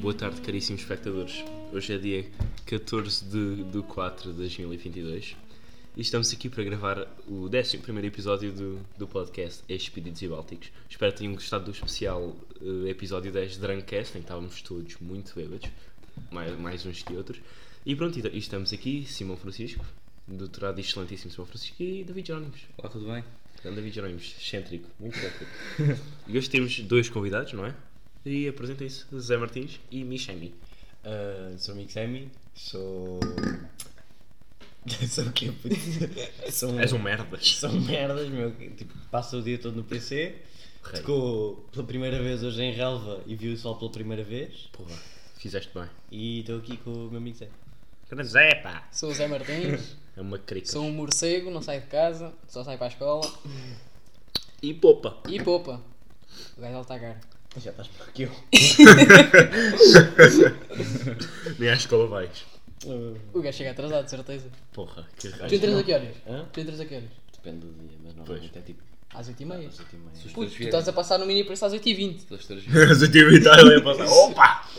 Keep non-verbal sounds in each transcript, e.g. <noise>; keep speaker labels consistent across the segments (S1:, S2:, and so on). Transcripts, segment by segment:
S1: Boa tarde, caríssimos espectadores. Hoje é dia 14 de, de 4 de 2022 e estamos aqui para gravar o 11 episódio do, do podcast Expedidos e Bálticos. Espero que tenham gostado do especial eh, episódio 10 de Drunkcast, em que estávamos todos muito bêbados, mais, mais uns que outros. E pronto, e, e estamos aqui, Simão Francisco, doutorado e excelentíssimo Simão Francisco, e David Jerónimos.
S2: Olá, tudo bem?
S1: Grande David Jerónimos, excêntrico, muito excêntrico. <laughs> e hoje temos dois convidados, não é? E apresentem-se, Zé Martins e Michemi.
S3: Ah, sou Mixemi, sou. <laughs> sou o quê?
S1: <laughs>
S3: puto? sou
S1: És um merdas.
S3: São merdas, meu. que, Tipo, passo o dia todo no PC.
S1: Rei.
S3: Tocou pela primeira vez hoje em relva e viu o sol pela primeira vez.
S1: Porra, fizeste bem.
S3: E estou aqui com o meu amigo Zé.
S1: Grande Zé, pá!
S4: Sou o Zé Martins,
S1: É uma crica.
S4: sou um morcego, não saio de casa, só saio para a escola
S1: E popa!
S4: e poupa. O gajo está caro.
S3: Já estás por aqui. eu.
S1: Nem à escola vais.
S3: Ah,
S4: O gajo chega atrasado, de certeza.
S1: Porra, que
S4: Tu
S1: raio.
S4: entras a que horas?
S3: Hã?
S4: Tu entras a que horas?
S3: Depende do dia, mas normalmente é
S1: <laughs>
S3: tipo
S4: Às 8h30.
S3: às 8h30.
S4: Puto, tu estás a passar no mini preço às 8h20.
S2: Pelas três
S1: <laughs> Mas eu tive Itália a passar. Opa!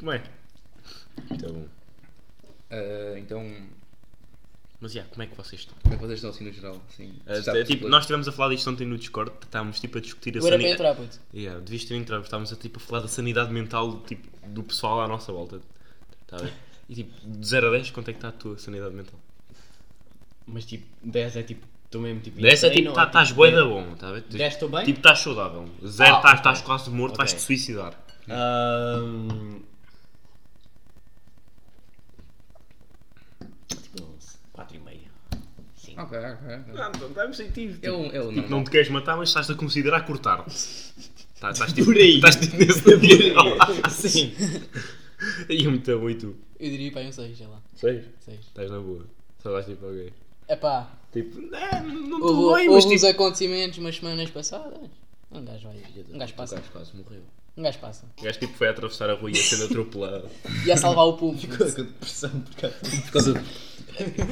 S1: Como é? Muito bom.
S2: Ah, Então,
S1: Mas já, como é que vocês estão?
S2: como é que vocês estão assim no geral? Assim,
S1: Ah,
S2: está-
S1: é, tipo, nós estivemos a falar disto ontem no Discord, estávamos tipo a discutir a
S4: Eu era para
S1: sanidade.
S4: entrar, puto.
S1: Yeah, devias ter entrado, estávamos a, tipo, a falar da sanidade mental tipo, do pessoal à nossa volta. Tá a ver? E tipo, de 0 a 10, quanto é que está a tua sanidade mental?
S3: Mas tipo, 10 é tipo, estou mesmo tipo.
S1: 10 é
S3: insano,
S1: tipo,
S3: ou
S1: estás bué da bom, tá a ver?
S3: 10 estou bem?
S1: Tipo, estás saudável. 0
S3: Ah,
S1: estás
S3: ok.
S1: estás quase morto,
S3: Ok.
S1: vais-te suicidar.
S3: Ahm, Tipo, 4 e meia.
S2: Ok, ok. ok.
S1: Não, não dá-me sentido.
S2: É
S1: Tipo,
S2: um, é um
S1: tipo,
S2: normal.
S1: não te queres matar, mas estás a considerar cortar-te. Tá-
S3: <laughs>
S1: Estás tipo,
S3: Por aí.
S1: estás tipo nesse dia.
S3: <laughs> Sim.
S1: E eu muito bom, e tu?
S4: Eu diria para aí um 6, sei lá.
S1: Sei,
S4: 6.
S1: estás na boa. Só dás tipo alguém.
S4: Epá,
S1: Tipo, não, não estou
S4: houve,
S1: bem, mas
S4: houve uns
S1: tipo.
S4: acontecimentos umas semanas passadas. Um gajo vai. Um gajo
S2: O
S4: passa.
S2: gajo quase morreu.
S4: Um gajo passa.
S1: O gajo tipo foi atravessar a rua e ia sendo atropelado.
S4: E a salvar o público.
S3: Com depressão por causa
S2: Por causa de...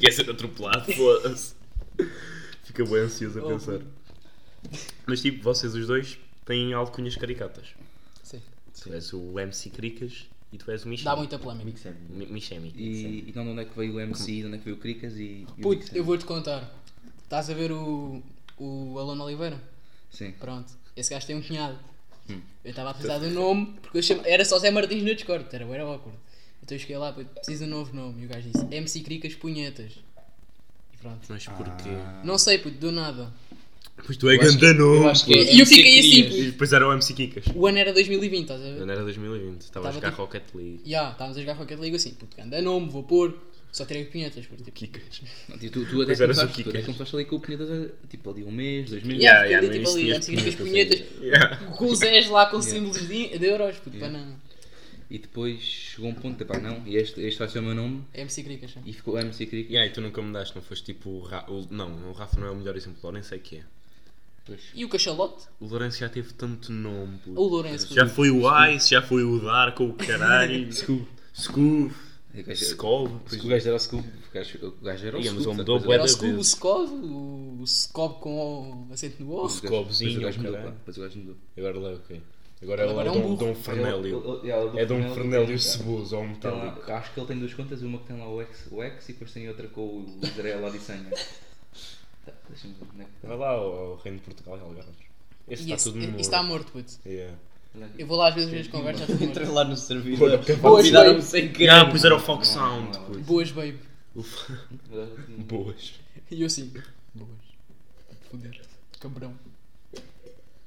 S1: <laughs> Ia sendo atropelado, foda-se. Oh. Fica bem ansioso a pensar. Mas tipo, vocês os dois têm alcunhas caricatas.
S4: Sim.
S1: Tu és o MC Cricas e tu és o Michel.
S4: Dá muita polémica.
S3: Mixer.
S1: Mi- Michemi.
S2: E, e não de onde é que veio o MC, de onde é que veio o Cricas e... e o
S4: Puto,
S2: Mixer?
S4: eu vou-te contar. Estás a ver o. O Alano Oliveira?
S2: Sim.
S4: Pronto, esse gajo tem um cunhado. Eu estava a precisar de um nome, porque eu chamo... era só Zé Martins no Discord, era, era awkward. Então eu cheguei lá, pô, preciso de um novo nome. E o gajo disse: MC Cricas Punhetas. E pronto.
S1: Mas porquê?
S4: Não sei, puto, do nada.
S1: Pois tu é gandanou.
S4: que é- E eu fiquei assim,
S1: E depois era o MC Kikas.
S4: O ano era 2020, estás a ver?
S1: Não era 2020, estava a
S4: Tava
S1: jogar
S4: tipo-
S1: Rocket League.
S4: Já, estávamos a jogar Rocket League eu assim, puto, anda nome, vou pôr. Só tirei punhetas, puto. Tipo,
S1: Kikas.
S2: Não, tipo, tu, tu até
S1: Pois eras o
S2: começaste, tu até
S1: Cricas.
S2: começaste ali com o Pinhetas, eh, tipo, ali um mês, dois meses.
S4: yeah,
S1: yeah,
S4: yeah,
S1: no
S4: tipo
S1: início
S4: ali,
S1: tinhas
S4: MC Cricas
S2: punhetas,
S4: Punhetas, com os Zés lá com símbolos de, de euros, puto, para não.
S2: E depois chegou um ponto, pá, não, e este, este vai ser o meu nome.
S4: MC Cricas. sim.
S2: E ficou o MC Cricas.
S1: E aí, tu nunca mudaste, não foste tipo o, Ra o- Não, o Rafa não é o melhor exemplo, o Lourenço é que é.
S2: Pois.
S4: E o Cachalote?
S1: O Lourenço já teve tanto nome, puto.
S4: O Lourenço,
S1: Já
S4: puto.
S1: foi o Ice, já foi o Dark, o
S4: <laughs>
S1: caralho. Scoob. Scoob.
S2: E o gajo-
S1: Scoob.
S2: Porque O gajo era o Scoob. O gajo, o gajo era o
S1: Ia, mas
S2: Scoob.
S1: ele
S2: só
S1: mudou
S2: depois
S1: bué
S4: Era
S1: da
S4: o Scoob, o
S1: vez.
S4: Scov, o o Scov com o acento no
S2: Depois
S4: osso.
S2: o gajo-
S1: Scobzinho,
S2: Depois o gajo mudou,
S1: caralho.
S2: pá. Depois o gajo mudou.
S1: Agora lá é o quê? Agora é o
S4: Agora é um
S1: Dom,
S4: burro.
S1: Dom Fernélio. É Dom Fernélio Ceboso, ou um
S4: Tá
S2: Tem
S1: metálico.
S2: lá- Então, acho que ele tem duas contas, uma que tem lá o X, o X e depois tem outra com o Israel Adesanya. Tá, Deixa-me ver onde é que está.
S1: Vai lá ao, ao Reino de Portugal e Algarves. Esse
S4: E
S1: está
S4: esse-
S1: tá tudo no
S4: e- está morto, puto.
S1: Yeah.
S2: Olha aqui.
S4: Eu vou lá às vezes ver as conversas. está
S3: Entrei
S4: morto.
S3: lá no servidor.
S4: Boas,
S3: Convidaram-me
S4: babe.
S3: sem querer.
S1: Ah, pois era o Fox Sound. puto.
S4: Boas, babe.
S2: é
S1: Boas.
S4: E eu assim. Boas. Foder. Cabrão.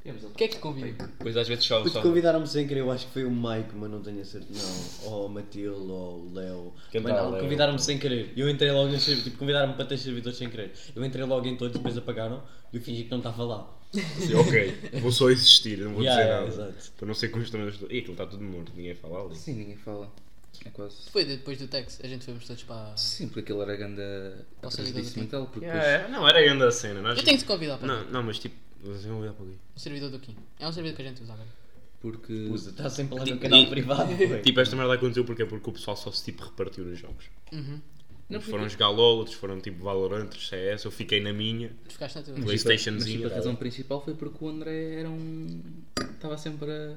S2: Temos ele.
S4: O que é que te convida?
S1: Pois às vezes chove
S3: Puto,
S1: só.
S3: Convidaram-me sem querer, eu acho que foi o Mike, mas não tenho a certeza. Não, ou o Matilde, ou o Léo.
S1: Quem
S3: Mas
S1: tá,
S3: não,
S1: Léo?
S3: Convidaram-me sem querer. Eu entrei logo nos servidores, tipo, convidaram-me para ter servidores sem querer. Eu entrei logo em todos, depois apagaram e eu fingi que não estava lá.
S1: Sim, ok, vou só existir, não vou
S3: Yeah,
S1: dizer
S3: yeah,
S1: nada.
S3: exato.
S1: Para não ser constrangedor. Ih, aquilo está tudo morto, ninguém fala ali.
S2: Sim, ninguém fala. É quase.
S4: Foi depois do Tex. A gente fomos todos para.
S2: Sim, porque aquele era a grande
S4: Posso sair
S2: atriz
S4: da
S2: mental. Porque
S1: Yeah, é. Não, era ainda a cena. Nós...
S4: Eu tenho que te convidar para
S1: Não, não, mas tipo, vocês vão olhar para ali.
S4: o servidor do Kim. É um servidor que a gente usa agora.
S2: depois- Porque.
S3: Usa, está sempre lá no
S1: Tipo,
S3: canal
S1: e- <laughs>
S3: privado. ué.
S1: Tipo, esta merda aconteceu porque é porque o pessoal só se tipo repartiu nos jogos.
S4: Uhum.
S1: Uns foram jogar LOL, outros foram tipo Valorant, outros CS, eu fiquei na minha,
S4: Tu ficaste na tua.
S5: é-
S1: Mas-
S2: tipo, Mas
S5: um
S1: Playstationzinho,
S2: tipo, a
S1: tá
S2: razão
S1: bem.
S2: principal foi porque o André era um. Estava sempre a.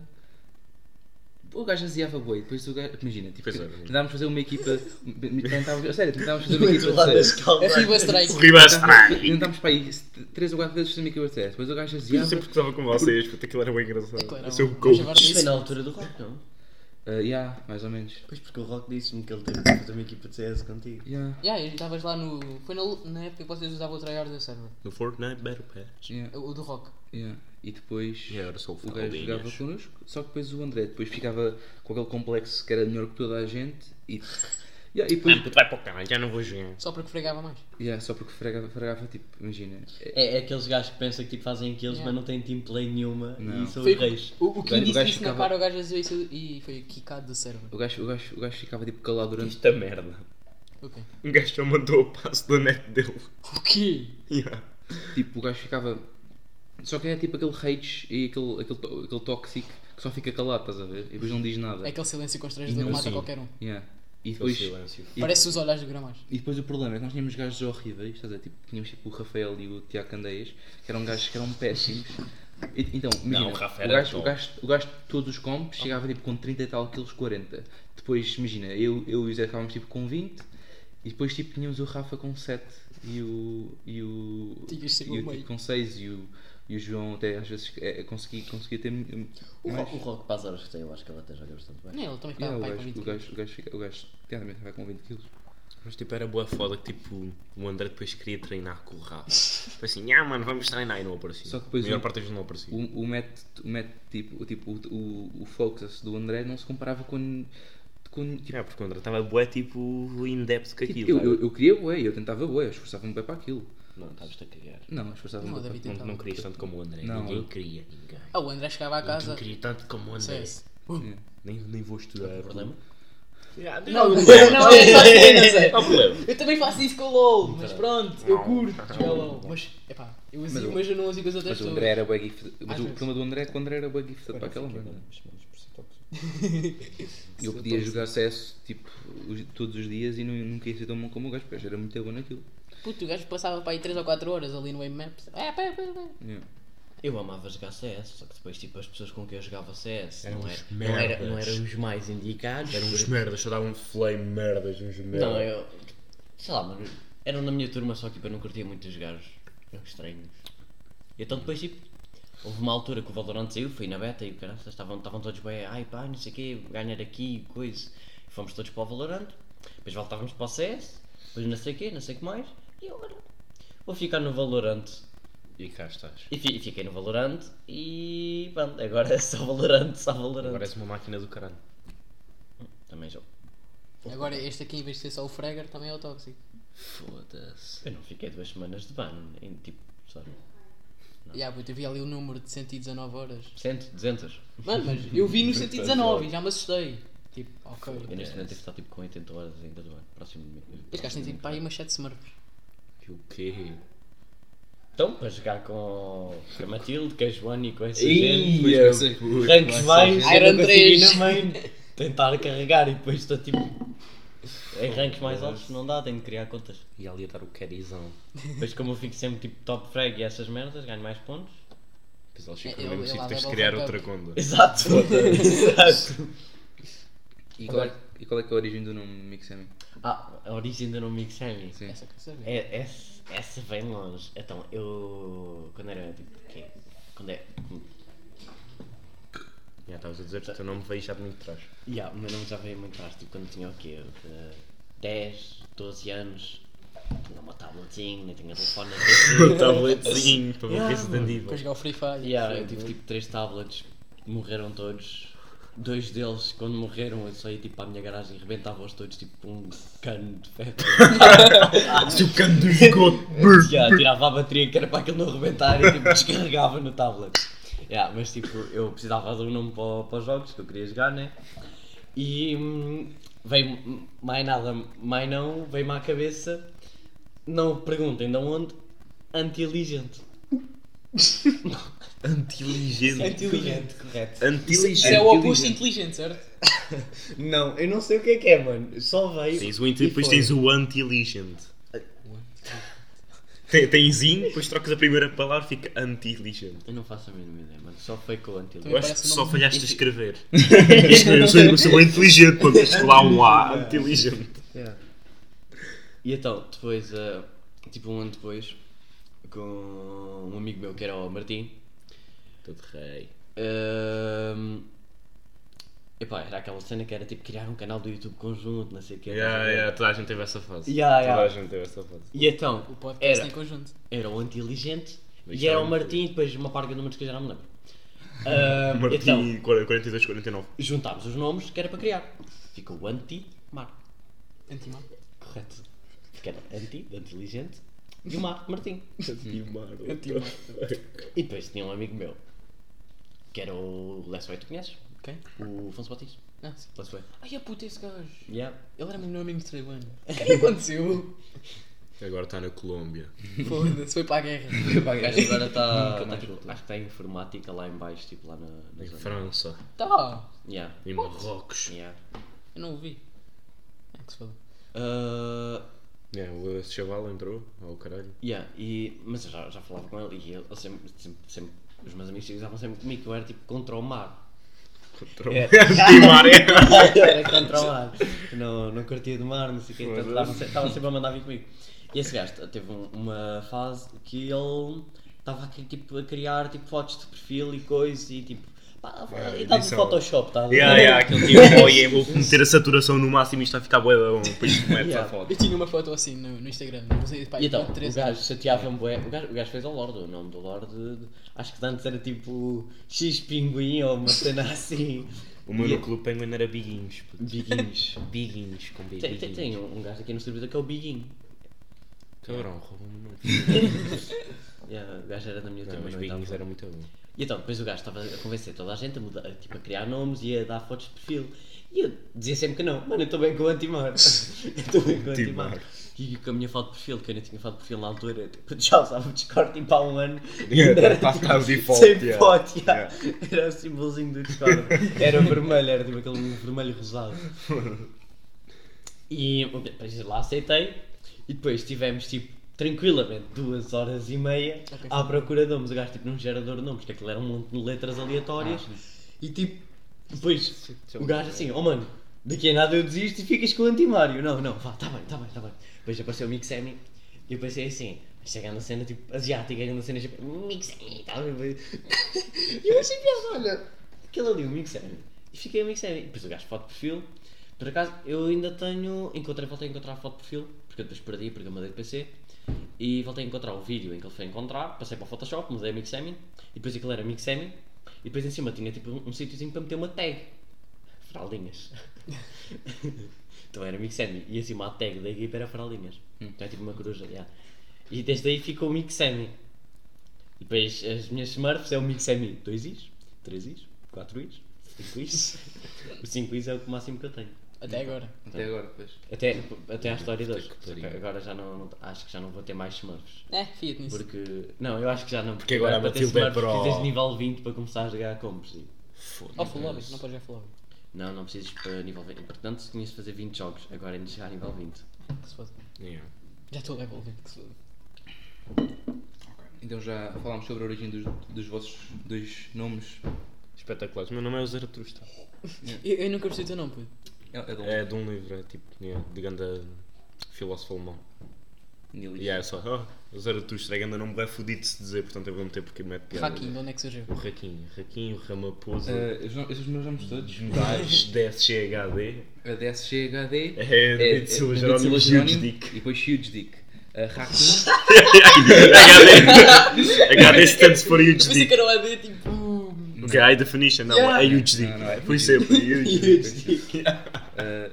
S2: o gajo aziava boi, depois o gajo. Imagina, tipo,
S5: Pois é.
S2: tentávamos fazer uma equipa. Tentávamos, a sério, tentávamos fazer uma
S3: Do
S2: equipa
S3: outro
S2: de
S3: lado da
S2: seis.
S4: É
S3: escala.
S4: Riba Strike.
S5: O
S1: é
S5: Ribas
S2: Tentámos- Tentámos para aí 3 ou 4 vezes fazer uma equipa de seis. Depois o gajo é
S5: Eu
S2: aziava.
S5: sempre gostava com vocês, porque aquilo era um bem engraçado.
S4: É claro,
S5: o seu
S4: vamos
S5: coach.
S4: levar
S3: Isto foi
S4: nisso.
S3: na altura do rock, não?
S2: Ah, yeah, mais ou menos.
S3: Pois porque o rock disse-me que ele teve que fazer uma equipa de CS contigo.
S2: Yeah,
S4: Yeah, e estavas lá no. Foi na, na época que vocês usavam o tryhard da server.
S5: No Fortnite Battle Pass.
S2: yeah,
S4: O do Rock.
S2: yeah. E depois.
S5: E era só o
S2: O gajo jogava
S5: Faldinhas.
S2: connosco, só que depois o André depois ficava com aquele complexo que era melhor que toda a gente e, <laughs> Yeah, e
S5: Ah,
S2: depois,
S5: puto, vai para o canal, já não vou jogar.
S4: Só porque fregava mais.
S2: yeah, só porque fregava, fregava tipo, imagina, é-
S3: É, é aqueles gajos que pensam que tipo, fazem aqueles,
S4: Yeah.
S3: mas não têm teamplay nenhuma
S2: Não.
S3: e são
S4: Foi
S3: os reis.
S4: o, o
S2: O
S4: que
S2: gajo- o
S4: disse
S2: gajo
S4: isso na
S2: ficava-
S4: cara, o gajo azul isso e foi quicado do server.
S2: o, gajo, o, gajo, o gajo ficava tipo calado durante.
S1: é
S5: Esta merda.
S4: Ok.
S5: Um gajo só mandou o passo da net dele. <laughs>
S4: O quê?
S5: Yeah.
S1: É
S2: Tipo, o gajo ficava. Só que é tipo aquele rage e aquele, aquele, to- aquele tóxico que só fica calado, estás a ver? E depois não diz nada.
S4: É aquele silêncio
S2: E
S4: constrangedor
S2: não
S4: que mata
S5: assim.
S4: qualquer um.
S2: Yeah. E
S5: Aquele
S2: depois.
S5: silêncio.
S2: E,
S4: Parece os olhares do Gramaz.
S2: e depois o problema é que nós tínhamos gajos horríveis, estás a ver? Tipo, tínhamos tipo o Rafael e o Tiago Candeias, que eram gajos que eram péssimos. E- então, imagina,
S5: o
S2: o,
S5: Rafa era
S2: gajo, o,
S5: top.
S2: gajo, o gajo de todos os combos chegava tipo com 30 e tal quilos, 40. Depois, imagina, eu, eu e o Zé ficávamos tipo com 20 e depois tipo tínhamos o Rafa com 7 e o. e o.
S4: Tinhas
S2: e
S4: sido
S2: o
S4: meio.
S2: Tiago com 6 e o, e o João até às vezes é, é, conseguia, conseguia ter. hum,
S3: O
S2: mais.
S3: rock, o rock para as horas que tem, eu acho que ele até joga bastante bem.
S4: Não, ele também ficava
S2: Yeah, o,
S4: Ah, pai com um.
S2: gajo,
S4: 20
S2: o, gajo, o gajo fica- o gajo, claramente vai com 20 quilos.
S5: Mas tipo, era boa foda que tipo, o André depois queria treinar com o Rafa. Foi assim, ah mano, vamos treinar e não aparecia.
S2: Só que depois
S5: A maior
S2: o-
S5: parte das vezes não aparecia.
S2: O, o, met, o, met, tipo, o, tipo, o, o, o focus do André não se comparava com. com tipo,
S5: É, porque o André estava bué tipo in-depth
S3: É
S5: com aquilo. tá?
S2: eu, Tipo, eu, eu queria bué, eu tentava bué, eu esforçava-me bué para aquilo.
S5: Não, estavas-te a cagar.
S2: Não, eu esforçava-me
S4: Não,
S2: bué para
S4: David
S5: Não,
S2: aquilo.
S4: tentava.
S5: não querias tanto como o André.
S2: Não,
S5: ninguém
S2: eu-
S5: queria, ninguém.
S4: Ah, o André chegava à casa.
S5: Não queria tanto como o André.
S4: CS.
S5: Nem, nem vou estudar. É
S3: problema?
S5: Yeah,
S4: Não, não,
S5: não,
S4: não, não,
S5: há problema.
S4: Eu também faço isso com o LOL, mas pronto, eu curto jogar LOL. Mas, epá, eu uso,
S2: o-
S4: mas eu não uso com as outras
S2: Mas o
S4: pessoas.
S2: André era bué gifted.
S4: Às
S2: Mas o
S4: vezes.
S2: problema do André é que o André era bué gifted para aquela
S3: é
S2: banda. E Eu podia jogar CS tipo, os- todos os dias e nu- nunca ia ser tão bom como o gajo, porque o gajo era muito bom naquilo.
S4: Puto, o gajo passava para aí 3 ou 4 horas ali no Wave Maps. É, pá, pá, pá.
S2: Yeah.
S3: Eu amava jogar CS, só que depois tipo, as pessoas com quem eu jogava CS
S5: Eram
S3: não,
S5: uns
S3: era, não, era, não
S5: merdas.
S3: eram os mais indicados.
S5: Eram uns merdas, só davam flame merdas, uns merdas.
S3: Não, eu. Sei lá, mano. Eram na minha turma, só que tipo, eu não curtia muito os gajos. Eram estranhos. E então depois, tipo, houve uma altura que o Valorant saiu, fui na beta e caralho, estavam, estavam todos bem, ai pá, não sei o quê, ganhar aqui, coisa. Fomos todos para o Valorant, depois voltávamos para o CS, depois não sei o quê, não sei o que mais. E eu, olha, vou ficar no Valorant.
S5: E cá estás.
S3: E fi- fiquei no Valorant e pronto, agora é só Valorant, só Valorant.
S5: Agora és uma máquina do caralho.
S3: Também jogo.
S4: Agora este aqui, em vez de ser só o Fragger, também é o Tóxico.
S5: Foda-se.
S3: Eu não fiquei duas semanas de ban, em, tipo, só.
S4: Yeah, puto, eu vi ali o número de 119 horas.
S3: 100, 200.
S4: Mano, mas eu vi nos 119 e já me assustei. Tipo, ok.
S3: Eu neste momento devo estar tipo com 80 horas ainda do ano, próximo de mim.
S4: Este gajo tem tipo, pá, aí umas 7 smurfs.
S5: Que o quê?
S3: Então, para jogar com com a Matilde, com a Joana e com essa gente,
S5: Ia, puto.
S3: ranks mais,
S4: Iron
S3: eu não consigo ir
S4: três.
S3: na main, tentar carregar e depois estou tipo. Em ranks mais altos não dá, tenho que criar contas.
S5: E ali a dar o carizão.
S3: Depois, como eu fico sempre tipo top frag e essas merdas, ganho mais pontos.
S5: Depois eles
S4: É,
S5: ficam
S4: ele-
S5: no mesmo
S4: ele
S5: sítio,
S4: lá
S5: tens de
S4: leva o
S5: criar
S4: fuck
S5: outra
S4: up.
S5: conda.
S3: <laughs> Exato, exato.
S2: E, qual é, e qual é que é a origem do nome Mixami?
S3: Ah, a origem do nome Xami.
S2: Sim.
S4: Essa que eu sabia.
S3: É, essa, essa vem longe. Então, eu. Quando era tipo. quê? Quando é.
S5: Já estavas a dizer que o teu nome veio já de muito trás.
S3: Ya, o meu nome já veio muito tarde, tipo quando tinha o quê? Eh, 10, 12 anos. Tinha uma tabletinha, nem tinha telefone,
S1: <laughs>
S3: nem PC.
S5: tabletzinho para ver coisa de
S4: Para jogar o Free Fire.
S3: Ya, eu tive tipo 3 tablets, morreram todos. Dois deles, quando morreram, eu saí tipo para a minha garagem e rebentava-os todos tipo com um cano de ferro. é.
S5: O cano do esgoto.
S3: Ya, tirava a bateria que era para aquilo não rebentar e tipo, descarregava no tablet. Ya, mas tipo, eu precisava de um nome para, o- para os jogos que eu queria jogar, né? E hum, veio hum, mais nada, mais não, veio-me à cabeça, não perguntem de onde, anti-inteligente.
S5: Antiligente.
S3: Anti-inteligente, correto.
S4: Isso é
S5: Antiligente.
S4: o oposto de inteligente, certo?
S3: Não, eu não sei o que é que
S1: um
S3: é, mano. Só veio.
S5: Tens o int- depois tens o antiligente.
S1: Tem, tem zinho, depois trocas a primeira palavra, fica anti-lixante.
S3: Eu não faço a mínima ideia, mano. Só foi com o antílope.
S1: Eu acho que
S4: Parece
S1: só
S4: não-
S1: falhaste a escrever. eu, sou, eu sou bem inteligente, quando tens lá um
S3: <laughs>
S1: A, anti-lixante.
S3: E então, depois, eh, tipo um ano depois, com um amigo meu que era o Martim,
S1: Todo rei.
S3: Ahm, Ehm, Epá, era aquela cena que era tipo criar um canal do YouTube conjunto, não sei o que.
S1: Yeah, yeah, toda a gente teve essa fase.
S3: Yeah, yeah.
S1: Toda a gente teve essa fase.
S3: E então,
S4: O podcast
S3: era,
S4: em conjunto.
S3: era o inteligente
S1: Mas então
S3: e era
S1: sabe
S3: o
S1: que-
S3: Martim, depois uma parga de números que eu já não me
S1: <laughs>
S3: lembro. Ahm,
S1: Martim,
S3: Então,
S1: 42, 49.
S3: juntámos os nomes que era para criar. Ficou o anti-mar.
S4: Antimar.
S3: Correto. Porque era anti, de inteligente, e o mar, Martim. um
S1: Anti-mar.
S3: E depois tinha um amigo meu, que era o Lesway, tu conheces?
S4: Quem?
S3: O Afonso Batista.
S4: Ah, sim.
S3: Lesway.
S4: Ai, a puta, esse gajo.
S3: Yeah.
S4: Ele era meu melhor amigo de Traibuano. O que é que aconteceu?
S1: Agora está na Colômbia.
S4: <laughs> Foda-se, foi para a guerra.
S3: O gajo agora <laughs> está.
S2: Nunca mais voltou.
S3: acho que está em informática lá em baixo, tipo lá na, na
S1: Em
S3: zona.
S1: França.
S4: Tá.
S3: Yeah,
S1: Em Marrocos.
S3: yeah.
S4: Eu não ouvi. É que se foda.
S3: Ah,
S1: Yeah, É, o- esse chaval entrou. Oh, caralho.
S3: yeah, e, mas eu já, já falava com ele e ele, ele sempre, sempre, sempre- os meus amigos usavam sempre comigo que eu era tipo contra o mar.
S1: <laughs> Control. Anti-mar, é. <laughs>
S3: Eu era contra o mar. Não, não curtia do mar, não sei o quê. portanto, Estava se- estava sempre a mandar vir comigo. E esse gajo teve um- uma fase que ele estava aqui, tipo, a criar tipo, fotos de perfil e coisas e tipo. Pá,
S1: Ah,
S3: e estava no
S1: edição.
S3: Photoshop, tá? estava.
S1: Yeah, yeah, aquele <laughs> tipo, olha, vou meter a saturação no máximo e isto vai ficar bué bom. Depois começa
S3: Yeah.
S1: a foto.
S4: Eu tinha uma foto assim no, no Instagram, não sei, pá,
S3: E então,
S4: com
S3: o
S4: três
S3: gajo chateava-me bué. O gajo, o gajo fez ao Lorde, o nome do Lorde. Acho que antes era tipo X Pinguim ou uma cena <laughs> assim.
S1: O meu no clube penguin era biguinhos. puto.
S3: Biguinhos.
S1: <laughs> Biguinhos, com B.
S3: Tem, tem,
S1: biguinhos.
S3: tem um um gajo aqui no servidor que é o Biguinho.
S1: Cabrão, roubou-me o nome.
S3: Yeah, o gajo era da minha
S1: Não,
S3: turma.
S1: mas
S3: não
S1: biguinhos
S3: oitava.
S1: era muito bom.
S3: E então, depois o gajo estava a convencer toda a gente a, mudar, tipo, a criar nomes e a dar fotos de perfil. E eu dizia sempre que não, mano, eu estou bem com o antimar. <laughs> Eu estou bem com o antimar.
S1: Antimar.
S3: E com a minha foto de perfil, que eu não tinha foto de perfil na altura, tipo, <laughs> já usava o Discord tipo, há um ano.
S1: Yeah,
S3: Era,
S1: tá-
S3: tipo,
S1: tá o default,
S3: Sem
S1: yeah.
S3: foto, yeah. Era o símbolozinho do Discord. Era vermelho, era tipo aquele vermelho rosado. E um depois lá aceitei. E depois tivemos tipo tranquilamente duas horas e meia
S4: Ok.
S3: à procura de nomes. O gajo tipo num gerador de nomes, que aquilo era um monte de letras aleatórias. E tipo, depois o gajo assim, oh mano, daqui a nada eu desisto e ficas com o antimário. Não, não, vá, tá bem, tá bem, tá bem. Depois apareceu o Mixemi e eu pensei assim, chegando a cena tipo asiática, chegando a cena tipo, Mixemi, tá bem. <laughs> E eu achei piada, olha, aquele ali, o Mixemi. E fiquei o Mixemi. E depois o gajo foto de perfil. Por acaso, eu ainda tenho. Encontrei, voltei a encontrar a foto de perfil, porque eu depois perdi, porque eu mudei de PC. E voltei a encontrar o vídeo em que ele foi encontrar, passei para o Photoshop, mudei a Mixemi, e depois aquilo era Mixemi, e depois em cima tinha tipo um, um sítiozinho para meter uma tag. Fraldinhas. então era Mixemi, e acima a tag da equipa era Fraldinhas. Então é tipo uma coruja, yeah. E desde aí ficou o Mixemi. E depois as minhas Smurfs é o Mixemi 2 is, 3 is, 4 is, 5 is. o 5 is é o máximo que eu tenho.
S4: Até agora.
S3: Tá.
S2: Até agora, pois.
S3: Até, até à história de hoje.
S1: que pariu.
S3: Só que Agora já não, não- acho que já não vou ter mais Smurfs.
S4: É, fiat nisso.
S3: Porque. Não, eu acho que já não. Porque,
S1: agora a
S3: para ter
S1: Matilde é
S3: Smurfs
S1: pro.
S3: precisas de nível 20 para começar a jogar a compras. e-
S4: Ó, full lobby, não podes ver full lobby.
S3: Não, não precisas para nível 20. Portanto, tinhas de fazer 20 jogos. Agora ainda chegar a nível 20.
S4: Que se foda.
S1: Yeah.
S4: Já estou level 20, que se foda.
S2: Então já falámos sobre a origem dos, dos vossos dois nomes.
S1: Espetaculares. Meu nome é o Zaratustra.
S4: Eu, eu nunca percebi o teu nome, puto.
S2: É, é de um
S1: É de um livro, é tipo, yeah, de ganda filósofo alemão. E
S3: Uhum.
S2: niilismo.
S1: yeah, é só, oh, o Zaratustra é ganda nome bem fudido de se dizer, portanto eu vou meter porque mete piada.
S4: Hacking, de onde é que surgiu?
S1: O Raquinho, Raquinho,
S3: É,
S1: Ramaposa,
S2: Eh, os, no- esses meus nomes todos.
S1: Daz, DSGHD,
S2: A DSGHD.
S1: é de Silo Jerónimo Hughes Dick.
S2: E depois Huge Dick. A Hakim.
S1: HD, HD stands for Huge
S4: Eu pensei que
S1: Dick.
S4: era o AD, tipo...
S1: Ok, high definition, não,
S4: Yeah.
S1: é Huge Dick.
S2: Não, não, é
S1: Foi
S2: Huge
S1: sempre,
S2: <laughs>
S1: Huge Dick.
S2: Uh,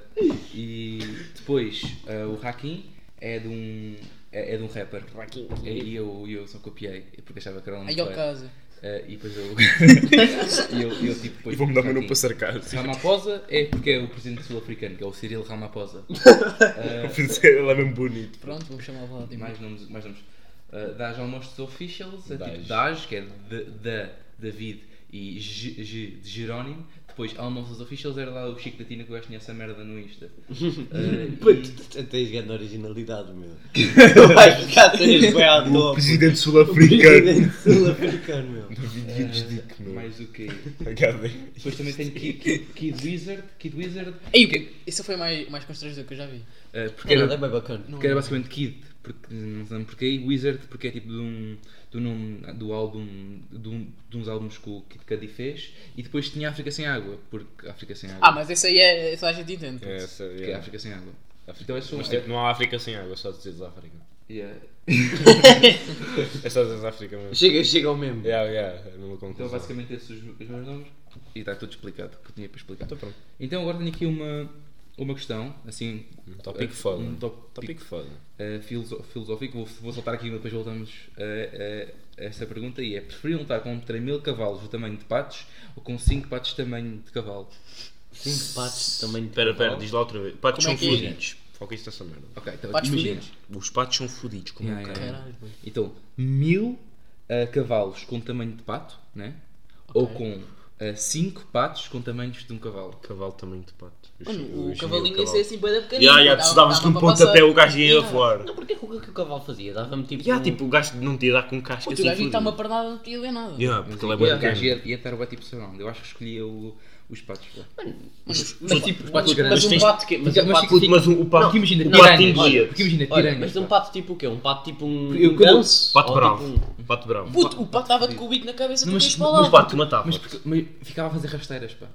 S2: e depois uh, o Hakim é de um. É, é de um rapper. E eu, eu só copiei, porque achava que era um
S4: Aí ao
S2: porreiro.
S4: caso.
S2: Uh, E depois eu. e eu, eu tipo. depois
S1: E vou mudar o meu
S2: Hakim.
S1: nome para assim, sarcasmo.
S2: Ramaphosa é porque é o presidente sul-africano, que é o Cyril Ramaphosa.
S1: <laughs> Ele é mesmo bonito.
S4: Pronto, vamos chamar o
S2: E
S4: Vladimir.
S2: mais nomes. Mais nomes. Uh, Daj Almost Officials, é tipo
S1: Daj.
S2: Daj, que é de- da David, e G, G de Jerónimo. Depois Almoços Officials era lá o Chico da Tina que eu acho que tinha essa merda
S4: <laughs>
S2: no Insta. Eh,
S3: Pô, tu- tu- tu tens grande originalidade, <laughs> meu. Tu vais ficar três bem à toa. <laughs>
S6: Presidente
S3: Presidente sul-africano, meu.
S6: Vídeos de que
S2: e mais o que
S6: não.
S2: Depois também tenho Kid, Kid, Kid Wizard, Kid Wizard,
S4: Ei, isso foi mais, mais constrangedor que eu já vi.
S2: eh, porque
S3: Não,
S2: era
S3: nada, é bem bacana.
S2: Que era basicamente Kid, porque, não sei porquê, e Wizard, porque é tipo de um, do nome do álbum, de, um- de uns álbuns que o Kid Cudi fez, e depois tinha África Sem Água, porque África Sem Água.
S4: Ah, mas esse aí é. Toda a gente entende.
S6: É, essa,
S2: Porque é
S6: yeah.
S2: África Sem Água. Então é só
S6: Mas tipo, não há África sem água, só dizes África.
S2: yeah.
S6: É só dizes África mesmo.
S3: Chega, chega ao mesmo.
S6: Yeah, yeah, é a mesma
S2: Então
S6: conclusão.
S2: basicamente esses os, os meus nomes, e está tudo explicado, o que eu tinha para explicar.
S6: Então pronto.
S1: tipo,
S2: Então agora tenho aqui uma, uma questão, assim,
S6: Um tópico foda.
S2: Um
S6: Um
S2: tópico-
S6: tópico foda.
S2: eh, filoso- filosófico, vou, vou soltar aqui e depois voltamos eh, a, a essa pergunta, e é, preferiam lutar com 3 mil cavalos do tamanho de patos, ou com 5 patos do tamanho de cavalo?
S3: Cinco patos também.
S1: Espera, espera, diz lá outra vez. Patos
S4: Como é
S1: são
S4: que é?
S1: fodidos. Foca-se nessa merda.
S2: Ok, então
S4: Patos
S2: imagina.
S4: fudidos.
S1: Os patos são fodidos, como
S2: Yeah,
S1: um
S2: yeah,
S1: caralho.
S2: yeah.
S4: Caralho, mano.
S2: Então, mil ah, cavalos com tamanho de pato, né? Ou com 5 patos com tamanhos de um cavalo.
S1: Cavalo também de pato. Eu cheguei- eu
S4: Mano, o
S1: cheguei ao
S4: cavalinho ia
S1: cavalo.
S4: ser assim, bué da pequenino.
S1: Ya, ya, tu davas-lhe um pontapé, o gajo ia
S4: Yeah.
S1: voar.
S3: Não, porque é que o que o cavalo fazia? Dava-me tipo.
S1: Ya, tipo, o gajo não te ia dar com casca
S4: O
S1: assim
S4: teu gajo
S1: fodido.
S4: está uma pernada, não ia ver nada.
S1: Ya, porque ele é
S2: Ia,
S1: bem
S2: gajo,
S1: pequeno.
S2: ia, ia estar o tipo surround. Eu acho que escolhia o- os patos. pá.
S3: Mas tipo,
S2: os patos
S3: mas
S2: grandes.
S3: um
S1: tens-
S3: pato que. Mas
S2: Fica-
S3: um
S2: mas
S3: pato
S2: fica-
S1: Mas o o pato
S2: Porque imagina,
S1: o pato
S2: piranhas, olha,
S1: engolia-te.
S2: Porque imagina,
S3: Olha,
S2: piranhas.
S3: mas um
S2: pá.
S3: pato tipo o quê? Um pato tipo um.
S2: Eu-
S3: um
S2: quando-
S3: ganso?
S1: Pato
S3: Ou
S1: bravo.
S3: tipo um-
S1: Pato bravo.
S4: Puto, o pato dava-te com o bico na cabeça
S2: Não,
S4: tu
S2: mas-
S4: ias
S2: mas
S1: O
S4: para lá.
S1: pato matava. Tipo,
S2: Mas porque- mas ficava a fazer rasteiras, pá.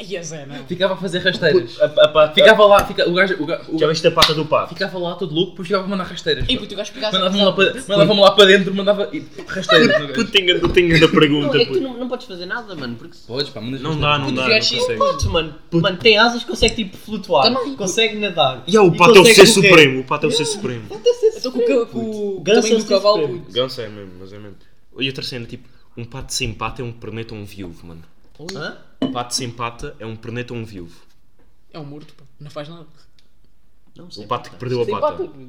S4: Ai, a Zé, não.
S2: Ficava a fazer rasteiras.
S1: A- a pata-
S2: Ficava lá, fica, o gajo, o gajo- o
S1: Já
S2: gajo
S1: viste a pata do pato?
S2: ficava lá todo louco, depois chegava a mandar rasteiras.
S4: Ei,
S2: pá.
S4: puto, o gajo pegasse.
S2: Mandava-me lá, para- mandava-me lá para dentro, mandava e- rasteiras. no gajo.
S1: Puto, tenho a- tenho a
S3: Não,
S1: pergunta,
S3: é que tu
S1: puto.
S3: não, não podes fazer nada, mano, porque se
S2: Podes, pá, mandas
S1: Não
S2: rasteiras.
S1: dá, não
S4: Puto,
S1: dá, não
S4: viaja-
S1: consegue.
S3: podes, mano. Mano, tem asas, consegue tipo flutuar,
S4: Também.
S3: consegue nadar.
S1: Ya, o pato é o
S3: consegue
S1: ser
S3: correr.
S1: supremo. O pato é o ser supremo.
S4: Estou com o ca- com o
S3: Ganso é
S4: tamanho do
S3: sempre
S4: cavalo,
S3: supremo.
S4: puto.
S1: Ganso é mesmo, mas é mesmo. E outra cena, tipo, um pato sem pata é um perneta ou um viúvo, mano.
S3: Hã?
S1: Um pato sem pata é um perneta ou um viúvo.
S4: É um morto, pá. Não faz nada.
S3: Não,
S1: O
S3: sem
S1: Um pato que
S3: pata.
S1: perdeu a
S4: Sem
S1: pata.
S4: pata.
S1: O pato que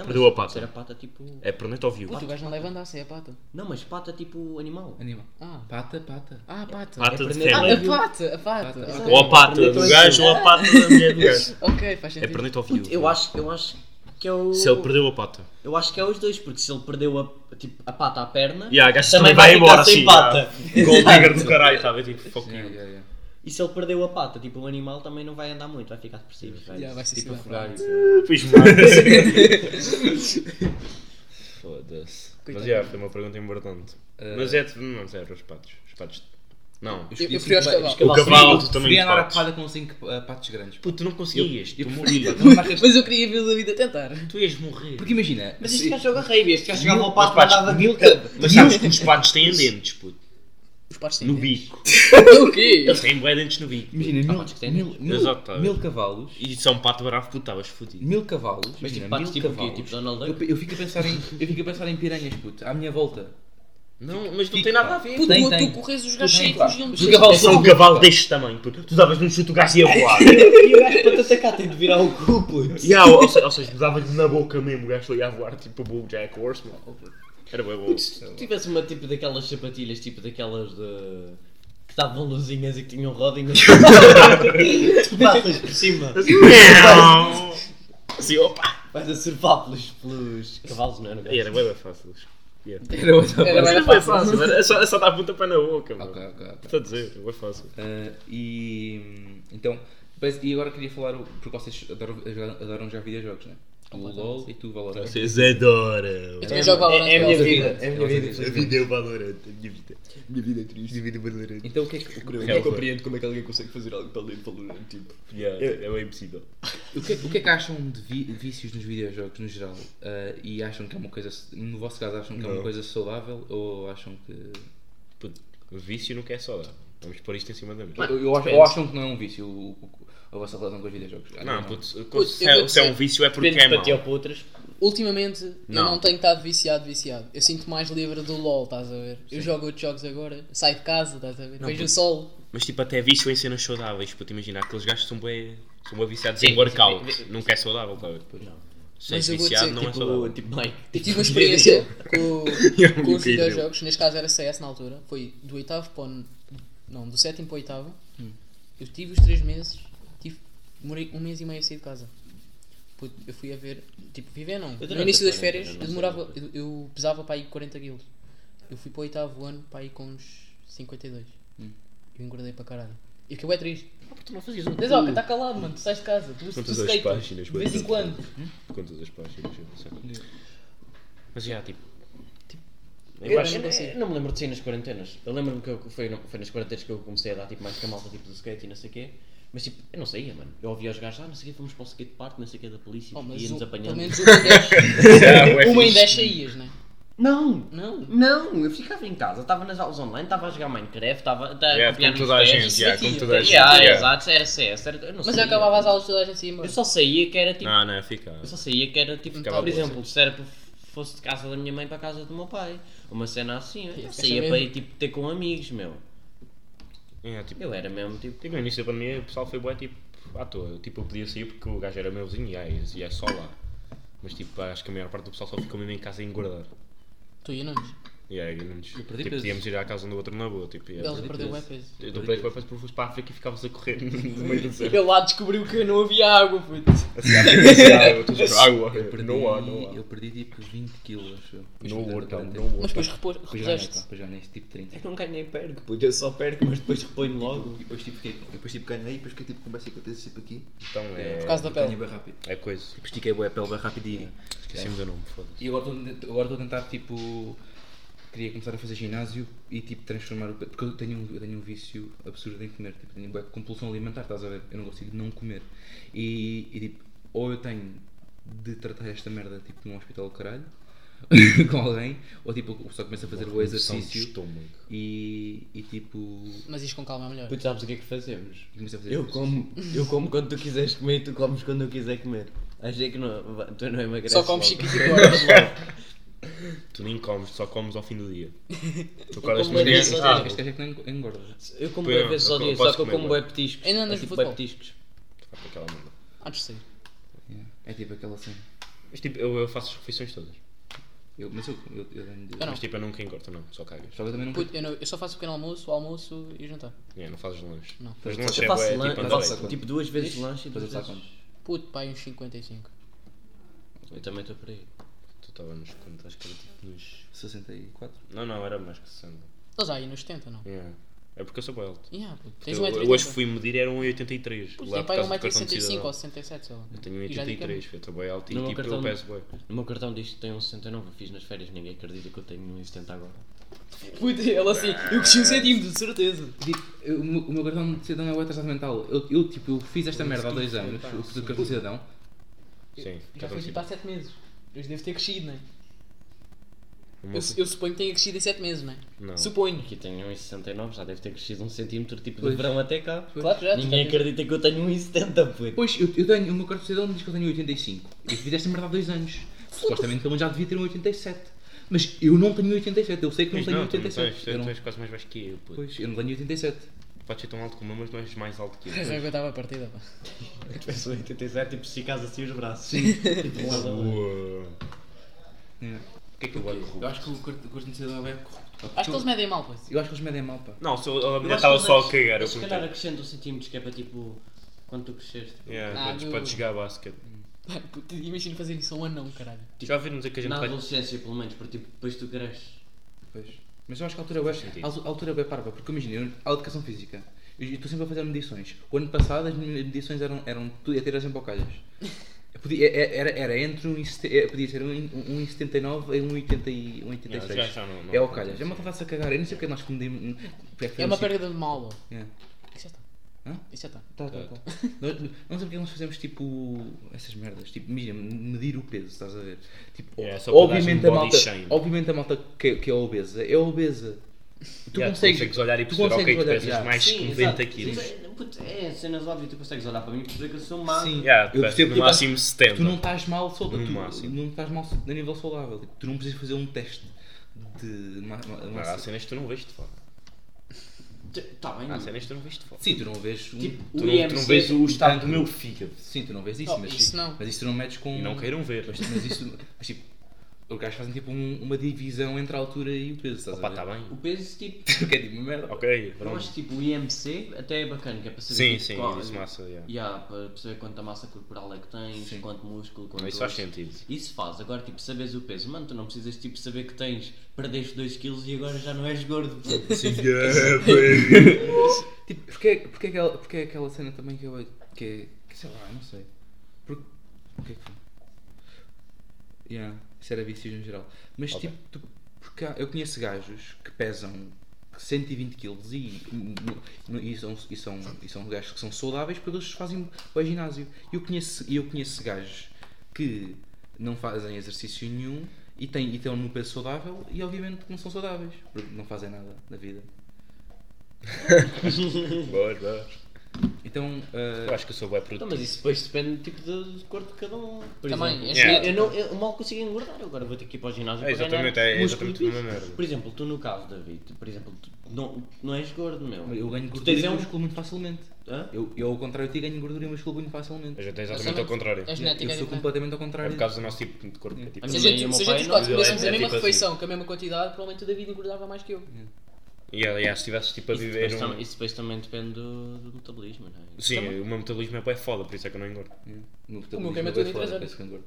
S3: Não,
S1: perdeu
S3: mas
S1: a
S3: Será
S1: pata.
S3: pata tipo.
S1: É perneta ou viúvo?
S4: Puto, o gajo não leva a andar sem a pata.
S3: Não, mas pata tipo animal.
S2: Animal.
S4: Ah,
S2: Pata, pata.
S4: ah a pata.
S1: Pata de
S3: perneta.
S4: Ah, a
S1: ferro.
S4: pata, a pata.
S2: Pata.
S1: Ou a pata
S3: Perneta
S1: do
S3: ou
S1: gajo ou a pata da mulher do gajo.
S4: Ok, faz
S1: É
S4: sentido.
S1: perneta ou viúvo?
S3: Eu acho, eu acho que é o.
S1: Se ele perdeu a pata.
S3: Eu acho que é os dois, porque se ele perdeu a, tipo, a pata à perna,
S1: E a gajo também vai
S3: ficar
S1: embora
S3: sem
S1: assim.
S3: pata.
S1: <laughs> já. Gold digger do caralho, sabe? Tipo, fuck
S2: Yeah,
S1: you.
S2: yeah, yeah.
S3: E se ele perdeu a pata, tipo, o animal também não vai andar muito, vai ficar depressivo. Vai,
S4: Yeah, vai ser
S3: tipo,
S4: assim,
S3: afogar.
S1: Fiz mal. Foda-se. Mas
S4: Coitado.
S1: já, foi uma pergunta importante. Mas é de. Não, zero, os patos. Os patos. Não.
S2: Eu escolhi
S4: Eu prefiro
S2: cinco
S4: os
S2: pa-
S4: cavalos.
S2: eu
S1: O
S2: escolhi-
S1: cavalo, tu
S2: eu
S1: também
S2: preferia andar a
S1: podes.
S2: porrada com 5 patos grandes. pá.
S1: Puto, tu não conseguias.
S2: Eu-
S1: Tu morrias.
S4: <laughs>
S2: <laughs>
S4: Mas eu queria ver a vida tentar.
S1: Tu ias morrer.
S2: Porque imagina,
S3: Mas
S2: se-
S3: este gajo joga rave, este gajo
S1: Mil-
S3: jogava ao
S1: os
S3: pato,
S1: patos-
S3: mandava mil <laughs>
S1: Mas sabes que os patos têm dentes, puto.
S4: Os patos têm.
S1: No
S4: dentes.
S1: bico.
S4: Então O quê?
S1: Eles têm bué dentes no bico.
S2: imagina
S3: patos Ah, que
S2: mil,
S3: têm
S2: mil, mil,
S1: Exato, tá.
S2: mil cavalos,
S1: E são pato bravo, puto, estavas fodido.
S2: mil cavalos,
S3: Mas tipo,
S2: imagina,
S3: patos
S2: mil
S3: tipo o quê?
S2: cavalos.
S3: Tipo Donald
S2: eu,
S3: Duck?
S2: eu fico a pensar em, eu fico a pensar em piranhas, puto, à minha volta.
S1: Não, mas não tem nada a ver.
S4: Puto,
S2: Tem,
S4: tu-
S2: tem.
S4: tu corres os gajos
S2: Tem,
S4: cheios
S2: claro.
S4: fugiam
S2: Os cavalos
S1: São um cavalo deste tamanho, puto. Tu davas num chute, o gajo ia <laughs> voar.
S3: E o gajo para te atacar tem de virar o cu, puto.
S1: Ya, ou, ou seja, ou seja, davas-lhe na boca mesmo, o gajo ia voar tipo o Jack Horseman. Era bem bom.
S3: Se tu tivesse uma tipo daquelas sapatilhas, tipo daquelas de... Que davam luzinhas e que tinham rodinhas. tu passas por cima.
S1: Não! <laughs> Sim, opa!
S3: <laughs> Vais a surfar pelos, pelos cavalos, não é? No
S1: E
S3: gajo?
S1: Era bem fácil. Yeah.
S2: Era outra
S4: Era
S1: Mas
S4: bem
S1: era bem
S4: fácil.
S1: fácil, era- é só, é só dar a pontapé na boca, mano.
S2: Ok, ok, ok.
S1: Estou a dizer, é bem fácil.
S2: Ah, e hum, então, pois, e agora queria falar, o- porque vocês adoram, adoram já videojogos, né? O LOL e tu o Valorant.
S1: Vocês adoram!
S4: Eu também jogo Valorant.
S3: É a minha
S4: Eles-
S3: vida, é a minha vida.
S1: A vida é valorante, a minha vida. Minha vida é triste. Minha vida é valorante.
S2: Então o que é que, o que,
S1: Eu
S2: é
S1: não
S2: que-
S1: compreendo
S6: como é que alguém consegue fazer algo para ler valorante, tipo.
S1: Yeah, é, é bem impossível.
S2: O que, é- o que é que acham de vi- vícios nos videojogos no geral? Ah, e acham que é uma coisa. No vosso caso, acham que é uma
S1: Não.
S2: coisa saudável ou acham que.
S1: Puto, vício nunca é saudável. Vamos pôr isto em cima da mesa.
S2: Ou, ou acham, ou acham que não é um vício o, o- a vossa relação com os videojogos? Ah,
S1: Não, puto,
S4: Puto,
S1: se,
S4: eu
S1: é,
S4: vou
S1: se é um
S4: dizer-
S1: vício é porque
S3: Depende
S1: é
S3: para
S1: mau.
S3: ti ou para outras.
S4: Ultimamente eu
S1: Não.
S4: não tenho estado viciado, viciado. Eu sinto mais livre do LOL, estás a ver? Eu jogo outros jogos agora, saio de casa, estás a ver? Vejo o sol.
S1: Mas tipo, até vício em cenas saudáveis. Puto, imagina, aqueles gajos que são bem, são bem viciados em workout. Nunca é saudável, tá? Depois.
S3: Não.
S1: Se és
S4: Mas eu vou
S1: viciado,
S4: dizer,
S1: não é
S7: <laughs>
S3: Tipo,
S1: saudável.
S3: tipo Mike.
S4: Eu tive uma
S3: <laughs>
S4: experiência com,
S1: Eu
S4: com
S1: nunca
S4: os
S1: ia ver.
S4: videojogos, neste caso era CS na altura, foi do oitavo para o Não, do sétimo para o oitavo.
S3: Hum.
S4: Eu tive os três meses. Tive, demorei um mês e meio a sair de casa. Puto, Eu fui a ver. Tipo, viver não.
S3: durante
S4: No início
S3: a
S4: das férias,
S3: quarentena
S4: eu
S3: não
S4: demorava. Eu, eu pesava para aí 40 quilos. Eu fui para o oitavo ano para aí com uns 52.
S3: Hum.
S4: Eu engordei para caralho. E fiquei bem triste.
S5: Tu não fazias um
S3: Hum.
S4: Dezoca, está calado, mano. Tu sais de casa. Tu, tu
S1: Quantas as
S4: skatas,
S1: páginas,
S4: De vez em
S1: bué,
S4: quando.
S1: Quantas as páginas? eu não sei.
S5: Mas já, tipo.
S3: Eu
S4: Eu
S3: acho-
S4: não
S5: é
S3: eu-
S4: consigo.
S3: eu não me lembro de sair nas quarentenas. Eu lembro-me que eu- foi, na- foi nas quarentenas que eu comecei a dar tipo, mais com a malta tipo, do skate e não sei o quê. Mas tipo, eu não saía, mano. Eu ouvia os gajos, ah, não sei o quê, fomos para o skate park, não sei o quê, da polícia,
S4: Oh,
S3: e
S4: mas um,
S3: ia-nos
S4: pelo
S3: apanhando.
S4: menos uma em
S3: <laughs>
S4: dez. Uma em dez saías, né?
S3: Não!
S4: Não.
S3: Não, eu ficava em casa, estava nas aulas online, estava a jogar Minecraft, estava a
S1: Yeah,
S3: copiar
S1: como
S3: nos
S1: É, toda a
S3: testes.
S1: gente, yeah, como toda a gente.
S3: é Yeah,
S1: yeah.
S3: exato, era CS, era, eu não
S4: Mas eu
S3: saía.
S4: acabava as aulas toda a gente saía embora.
S3: Eu só saía que era tipo,
S1: Não, não, fica.
S3: eu só saía que era tipo, por
S4: Ficava boa,
S3: exemplo, se era para fosse de casa da minha mãe para a casa do meu pai, uma cena assim, eu
S4: Sim,
S3: saía
S4: sim.
S3: para ir tipo ter com amigos, meu.
S1: É, tipo,
S3: Eu era mesmo tipo,
S1: tipo, no início da pandemia o pessoal foi bué tipo à toa. Tipo, eu podia sair porque o gajo era meu vizinho e aí e é só lá. Mas tipo, acho que a maior parte do pessoal só ficou mesmo em casa a engordar.
S4: Tu e não.
S1: E aí não- tipo,
S3: perdi peso.
S1: podíamos ir à casa um do outro na boa. Tipo, yeah,
S4: Ele perdeu o peso.
S1: Eu dou para depois porque fomos para a África e ficavas a correr <laughs> no
S2: <laughs>
S1: meio do deserto.
S4: Ele lá descobriu que não havia água, puto.
S1: água, tu dizes, água.
S2: Eu é um perdi,
S1: Não há, não há.
S2: eu perdi tipo 20 quilos, acho eu.
S1: No war, não,
S2: então,
S1: no war.
S4: Mas depois repor-
S2: Depois ganhei,
S4: repuseste.
S2: pá, depois ganhei tipo 30.
S3: É eu não ganho nem perco, porque eu só perco, mas depois reponho logo.
S8: E depois tipo, fiquei, depois tipo ganhei e depois fiquei tipo com 50 tipo aqui.
S1: Então
S4: Por
S1: é,
S4: causa da
S8: Ganhei
S4: pele.
S8: bem rápido.
S1: é coisa.
S2: Tipo, estiquei bué a pele bem rapidinho.
S1: Esqueci-me do nome, foda-se.
S2: E agora estou agora estou a tentar, tipo. Queria começar a fazer ginásio e tipo transformar o. Porque eu tenho, um- eu tenho um vício absurdo em comer. Tipo, tenho bué compulsão alimentar, estás a ver? Eu não consigo não comer. E, e, tipo, ou eu tenho de tratar esta merda tipo num hospital do caralho <laughs> com alguém, ou tipo, o pessoal começa a fazer o
S1: São de
S2: exercício
S1: estômago.
S2: e, e tipo.
S4: Mas isto com calma é melhor.
S3: Tu sabes o que é que fazemos?
S2: Comecei a fazer
S3: Eu
S2: exercício.
S3: como, eu como quando tu quiseres comer e tu comes quando eu quiser comer. Achei que não, va- tu não é emagreces.
S4: Só comes
S3: logo.
S4: chique e tipo horas.
S1: Tu nem comes, tu só comes ao fim do
S4: <laughs>
S1: dia. Tu acordas de
S3: como
S1: manhã.
S3: isso,
S1: ah,
S2: Este gajo é que não engorda.
S3: Eu como
S1: Pois
S3: bem
S1: é,
S3: vezes ao
S1: eu
S3: dia,
S1: posso
S3: só que eu
S1: comer
S3: como
S1: bué.
S3: bem petiscos.
S4: Ainda andas
S3: É
S4: no
S3: tipo bué
S4: futebol?
S3: petiscos.
S1: Pá, aquela merda.
S4: Há de ser.
S2: Yeah. É tipo aquela cena.
S1: Mas tipo, eu, eu faço as refeições todas.
S2: Eu, mas eu. Eu, eu, eu,
S4: Eu não.
S1: Mas tipo, eu nunca engordo, não, só cagas.
S2: Só que eu também não.
S4: Puto, eu, não- eu só faço pequeno almoço, almoço e jantar.
S1: É, não fazes lanche.
S4: Não.
S1: Mas lanche
S3: Eu
S1: é
S3: faço
S1: bué,
S3: lan-
S1: tipo,
S3: eu
S1: andar
S3: faço
S1: bem.
S3: tipo duas vezes lanche e duas
S2: Depois eu
S3: vezes...
S2: saco quantos?
S4: Puto, pai, uns 55.
S3: Eu também estou por aí.
S1: Tu estavas quando acho que era tipo nos.
S2: 64.
S1: Não, não, era mais que 60.
S4: Estás aí nos 70, não?
S1: Yeah. É porque eu sou bué alto.
S4: Yeah, puto. Tens
S1: Eu,
S4: um
S1: eu hoje fui medir, era 1,83. Lá
S4: Tem um
S1: por causa do
S4: pai 1,65
S1: cartão de cidadão.
S4: ou 67, sei lá.
S1: Eu tenho
S4: E já digo que é
S1: 1,83, eu estou bem alto
S3: No
S1: e
S3: meu
S1: tipo,
S3: cartão-
S1: eu peso bué.
S3: No meu cartão diz que tem um 69, eu fiz nas férias, ninguém acredita que eu tenho um 70 agora.
S4: muito. Puto, ele assim, eu cresci um centímetro, de certeza.
S2: Tipo, eu- o meu- o meu cartão de cidadão é o atrasado mental. Eu, eu, tipo, eu fiz esta merda há
S1: é
S2: dois anos, eu fiz o cartão de cidadão.
S1: Sim,
S4: Já
S1: cartão
S4: foi
S1: de
S4: tipo há
S1: cidadão.
S4: 7 meses. Eu devo ter crescido, né?
S1: O meu
S4: Eu, su- eu suponho que tenha crescido em 7 meses, né?
S1: Não.
S4: Suponho.
S3: Aqui tenho 1,69, já deve ter crescido um centímetro tipo de
S2: Pois.
S3: verão até cá.
S4: Claro que já. tu
S3: Ninguém
S4: já tens-
S3: acredita que eu tenho 1,70, pô.
S2: Pois, eu, eu tenho, o meu cartão de cidadão diz que eu tenho 85. Eu fiz esta merda há dois anos. Supostamente eu já devia ter um 87. Mas eu não tenho 87, eu sei que não
S1: Mas
S2: tenho
S1: não, tu não
S2: 87.
S1: tens,
S2: Eu
S1: tu-
S2: não-
S1: tu és quase mais baixo que eu, pô.
S2: Pois, eu não tenho 87.
S1: Podes ser tão alto como eu, mas não és mais alto que eu.
S4: Já aguentava a partida, pá.
S3: Tu és 87 e esticas assim os braços. Tipo, um lado ao outro.
S1: Uou.
S2: É.
S1: O que é que eu gosto
S2: Eu acho que o cart- o cartão de cidadão é corrupto. pá,
S4: Acho
S2: porque
S4: que eles
S2: Eu
S4: medem mal, pois. <laughs>
S2: eu acho que eles medem mal, pá.
S1: Não, se eu- a
S3: Eu
S1: minha
S3: acho
S1: estava
S3: que
S1: só
S3: eles-
S1: a cagar, eu
S3: eles Se calhar
S1: perguntei.
S3: acrescentam centímetros, que é para tipo. Quando tu cresceste.
S1: Yeah,
S4: Ah,
S1: podes,
S4: do-
S1: podes jogar basquete.
S4: Pá, puto, Imagina fazer isso a um anão, caralho.
S1: Já ouviram dizer que a gente
S3: Na
S1: vai.
S3: adolescência, pelo menos, porque tipo, depois tu cresces.
S2: Pois. Mas eu acho que a altura é bué-
S1: sentido.
S2: a al- a altura é bué parva, porque imagina, eu- a educação física. Eu eu estou sempre a fazer medições. O ano passado as minhas medições eram, eram tudo a tirar sempre ao calhas. Eu Podia, é- é- era, era entre um, e sete- eh, podia ser 1,79 um, e 1,86. Um 86.
S1: Não, já- já não- não
S2: é ao
S1: conta,
S2: calhas. É uma coisa a cagar. Eu não sei porque nós comemos. hum,
S4: É uma perda de mal, ó.
S2: É.
S4: Isso já está.
S2: Hã?
S4: Isso já está.
S2: Tá, tá, tá. Nós- não sei porque nós fazemos tipo. essas merdas. Tipo, imagina, medir o peso, estás a ver? Tipo,
S1: É, só para
S2: obviamente,
S1: dar-se
S2: a
S1: um body
S2: malta,
S1: shame.
S2: obviamente a malta que, é- que é obesa é obesa. Tu,
S1: Yeah, tu
S2: consegues,
S1: consegues olhar e
S2: tu
S1: perceber, ok,
S2: consegues
S1: tu
S2: olhar,
S1: pesas
S2: yeah.
S1: mais 90 quilos.
S3: Sim, puto, É, cenas óbvias, tu consegues olhar para mim e perceber que eu sou magro.
S2: Sim,
S1: Yeah,
S2: eu
S1: tu pesas
S2: percebo.
S1: no
S2: tipo,
S1: máximo
S2: Tu não
S1: 70.
S2: estás mal solto,
S1: No
S2: tu,
S1: máximo.
S2: não estás mal a nível saudável. Tipo, Tu não precisas fazer um teste de ma- ma-
S1: Mas
S2: massa.
S1: Há cenas que tu não vês de fora.
S3: Tá bem,
S1: Há
S3: mas-
S1: cenas que tu não vês de fora.
S2: Sim, tu não vês um-
S3: Tipo,
S1: é Tu
S3: o
S1: não, tu não
S3: IMC.
S1: vês o estado
S2: tanto.
S1: do meu fígado.
S2: Sim, tu não vês isso,
S4: Oh,
S2: mas,
S4: isso não.
S2: mas isso tu não medes com.
S1: E não queiram ver.
S2: Mas, mas isso. Mas tipo. Os gajos fazem tipo um- uma divisão entre a altura e o peso, estás
S1: Opa,
S2: a ver?
S1: está bem.
S3: O peso, tipo,
S2: <laughs> Que é tipo uma merda.
S1: Ok,
S3: eu
S1: pronto.
S3: acho que tipo, o IMC até é bacana, que é para saber
S1: Sim,
S3: tipo,
S1: sim,
S3: qual-
S1: isso massa, yeah.
S3: Yeah, para perceber quanta massa corporal é que tens, quanto músculo, quanto
S1: Isso faz
S3: osso.
S1: sentido.
S3: Isso faz, agora tipo, sabes o peso, mano, tu não precisas tipo saber que tens, perdeste 2kg e agora já não és gordo.
S2: Tipo, porque, é- porque, é aquela, porque é aquela cena também que eu. que é. que sei lá, eu não sei. Porque. o que é que foi? Yeah, isso era vícios no geral. Mas
S1: Ok.
S2: tipo, tu- porque há- eu conheço gajos que pesam 120 kg e, no- no- e, são, e, são, e são gajos que são saudáveis porque eles fazem o ginásio. E eu conheço, e eu conheço gajos que não fazem exercício nenhum e, têm, e estão num peso saudável e obviamente não são saudáveis porque não fazem nada na vida.
S1: Boas, boas.
S2: Então, ah,
S1: Eu acho que eu sou bem
S3: Então,
S1: produtivo.
S3: mas isso depois depende do tipo de de corpo de cada um. Por
S4: Também,
S3: exemplo,
S4: é
S1: Yeah.
S3: eu, não, eu mal consigo engordar, eu agora vou ter que ir para o ginásio
S1: É,
S3: para ganhar
S1: exatamente, é
S3: músculo
S1: exatamente
S3: e
S1: uma
S3: bíceps.
S1: merda.
S3: Por exemplo, tu no caso, David, por exemplo, tu não, não és gordo, meu.
S2: Eu ganho
S3: Tu
S2: gordura
S3: tens
S2: e
S3: é um-
S2: músculo muito facilmente.
S3: Hã?
S2: Eu, eu, ao contrário de ti, ganho gordura e músculo muito facilmente.
S1: A gente é exatamente ao contrário.
S4: A
S1: É
S4: genética
S2: Eu
S4: é
S2: sou
S4: diferente.
S2: completamente ao contrário.
S1: por causa do nosso tipo de corpo. É tipo,
S3: A
S4: Se a
S3: minha mãe e o
S4: gente,
S3: meu
S4: se a
S3: pai
S4: gente
S3: não-
S4: quase comêssemos
S1: é
S4: a mesma
S1: tipo
S4: refeição com a mesma quantidade, provavelmente o David engordava mais que eu.
S1: E aliás, se estivesse tipo a
S3: Isso
S1: viver
S3: depois,
S1: um.
S3: tam- isso depois também depende do, do metabolismo, não é?
S1: Sim, o meu metabolismo é bem foda, por isso é que eu não engordo.
S2: No
S4: meu
S2: metabolismo
S4: queima
S2: é
S4: tudo
S2: bem
S4: em
S2: foda,
S4: três
S2: parece que engordo.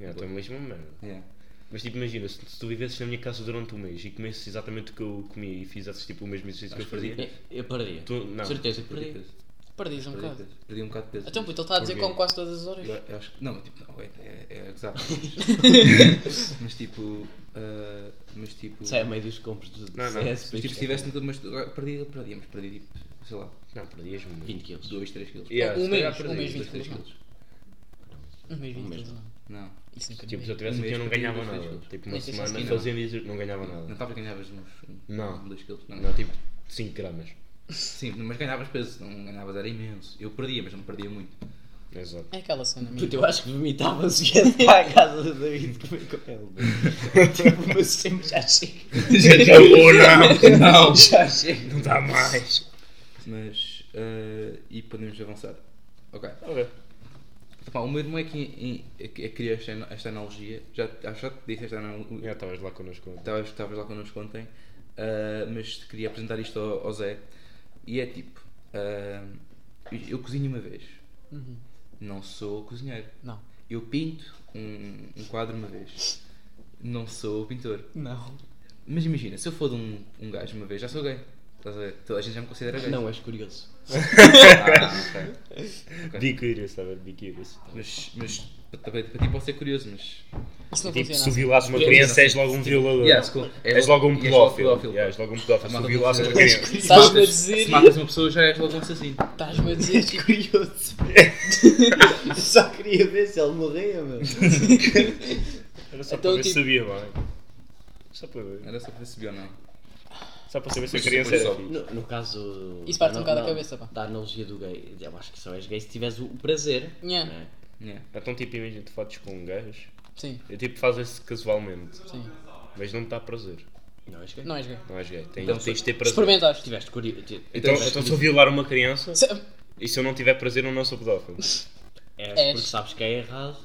S1: Yeah, o teu metabolismo é uma merda.
S2: Yeah.
S1: Mas tipo, imagina, se, se tu vivesses na minha casa durante um mês e comesses exatamente o que eu comia e fizesses tipo o mesmo exercício que eu fazia,
S3: Eu, eu perdia.
S1: Tu- não.
S3: Certeza, que
S2: Perdi
S3: perdia.
S2: peso.
S4: Perdi um
S2: Perdi
S4: bocado.
S2: peso. Perdi um bocado de peso.
S4: Então, puto, ele está a dizer
S1: Porquê?
S4: como quase todas as horas.
S2: Eu, eu acho que. Não, tipo, não, é, é, é exato. Mas, mas tipo. ah, mas tipo.
S3: Sai a meio dos compros do do
S1: Não, não.
S3: CS,
S2: Mas,
S3: depois
S2: tipo, se tivesse. no- Mas agora perdi, perdi, mas perdi tipo, sei lá,
S1: Não, perdias-me.
S3: 20 quilos.
S2: 2, 3 quilos.
S1: Yeah,
S4: Um
S1: se calhar
S4: mês,
S1: perdi.
S4: um mês,
S2: Dois,
S4: 20
S2: três
S4: quilos. não. Um mês,
S3: Um
S4: 20
S3: mês,
S4: quilos, não.
S2: Não.
S4: Isso nunca
S1: Tipo,
S4: me
S1: se eu
S4: deu.
S1: tivesse
S2: Um
S1: aqui eu não
S2: mês perdi
S1: ganhava
S2: dois
S1: nada.
S2: quilos.
S1: Tipo, uma
S4: Nem sei se
S1: semana
S4: consegui, não.
S1: fazia exercício, não ganhava
S2: Não
S1: nada.
S2: estava a ganhavas uns. um-
S1: Não.
S2: um dois quilos. Não.
S1: Não, tipo 5 gramas.
S2: Sim, mas ganhavas peso. Não ganhavas, era imenso. Eu perdia, mas não perdia muito.
S1: Exato.
S4: É aquela cena
S3: Puta,
S4: mesmo.
S3: eu acho que vomitava-se e ia para a casa do David comer com ele. tipo, mas sempre já chega.
S1: Acabou, não!
S3: Já chega.
S1: Não dá mais!
S2: Mas. ah, e podemos avançar. Ok.
S1: Ok.
S2: Pá, o meu irmão é que, em- é que- é que criou esta, esta analogia. Já, acho que já te disse esta
S1: Já
S2: analogia.
S1: estavas lá connosco.
S2: Estavas estavas lá connosco ontem. ah, mas queria apresentar isto ao, ao Zé. E é tipo: ah, eu cozinho uma vez. Não sou cozinheiro.
S4: Não.
S2: Eu pinto um, um quadro uma vez. Não sou pintor.
S4: Não.
S2: Mas imagina, se eu for de um, um gajo uma vez, já sou gay. Estás a ver? Toda a gente já me considera gay.
S3: Não, és curioso.
S2: Ah, ok.
S1: Be curious, estava be curious.
S2: Mas, mas também para ti pode ser curioso, mas.
S4: Isso não
S1: Tipo, se tu
S4: funciona.
S1: vilas uma criança, és logo um violador.
S2: Yeah, se co-
S1: És logo um
S2: e
S1: pedófilo. Yeah, És logo um pedófilo.
S2: A
S1: Se
S2: malta
S1: tu vilas uma <laughs>
S2: considera-
S1: criança.
S4: Estás-me a
S2: Se
S4: dizer.
S2: matas uma pessoa, já és logo um assassino.
S4: Estás-me a dizer.
S1: <laughs>
S4: tipo,
S3: Curioso. Só queria ver se ele morria, meu.
S1: Era só
S4: Então,
S1: para ver se
S4: tipo-
S1: sabia, mãe. Só para ver.
S2: Era só para saber ou não. é?
S1: Só para saber se a criança era fixe.
S3: No, no caso.
S4: Isso parte um
S3: da-
S4: bocado a
S3: da-
S4: cabeça, pá.
S3: Da analogia do gay. Eu acho que só és gay se tiveres o o prazer.
S4: Nhã.
S3: né?
S2: Yeah.
S1: Então, tipo, imagina, tu fodes com um gajo.
S4: Sim,
S1: Eu, tipo, fazes isso casualmente.
S4: sim.
S1: Mas não te dá prazer.
S3: Não és gay.
S4: Não és gay.
S1: Não és gay. Tens, tens de ter prazer.
S4: Experimentaste.
S1: Tipo.
S3: Tiveste curioso.
S1: Então, então, se eu violar uma criança
S4: Se-
S1: e se eu não tiver prazer, eu não sou pedófilo.
S3: És,
S4: És.
S3: porque sabes que é errado.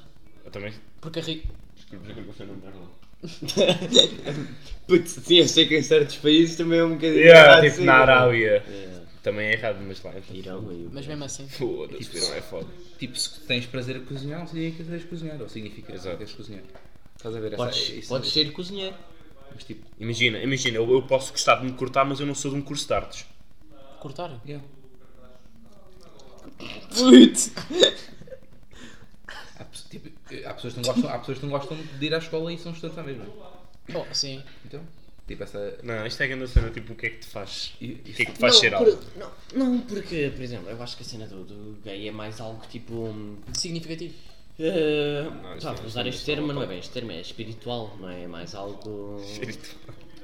S1: Eu também.
S4: Porque é rico.
S1: Desculpa, desculpa, foi no merda.
S3: Putz, sim, eu sei que em certos países também é um bocadinho.
S1: Yeah,
S3: errado,
S1: tipo
S3: sim,
S1: na
S3: mano.
S1: Arábia.
S3: Yeah.
S1: Também é errado, mas lá. Então,
S3: Irão aí.
S4: Mas mesmo assim.
S1: Foda-se, não é foda.
S2: Tipo, se tens prazer a cozinhar, não significa que queres cozinhar. Ou significa que queres cozinhar. Estás a ver? essa,
S3: Podes,
S2: isso-
S3: podes ser cozinheiro.
S2: Mas tipo,
S1: Imagina, imagina, eu, eu posso gostar de me cortar, mas eu não sou de um curso de artes.
S4: Cortar?
S2: yeah.
S4: Puto!
S2: há, pe- tipo, há pessoas que não gostam, há pessoas que não gostam de ir à escola e são estudantes à mesma.
S4: Oh, sim.
S2: Então, tipo, essa.
S1: Não, isto é grande cena, tipo, o que é que te faz?
S2: i-
S1: O
S2: isso-
S1: que é que te faz ser algo?
S3: por- não, não, porque, por exemplo, eu acho que a cena do, do gay é mais algo tipo. hum,
S4: Significativo.
S3: eh,
S1: isso é-
S3: pá, vou
S1: isso
S3: usar
S1: é
S3: este
S1: uma
S3: termo, mas não é bem este termo, é espiritual, não é? É mais algo.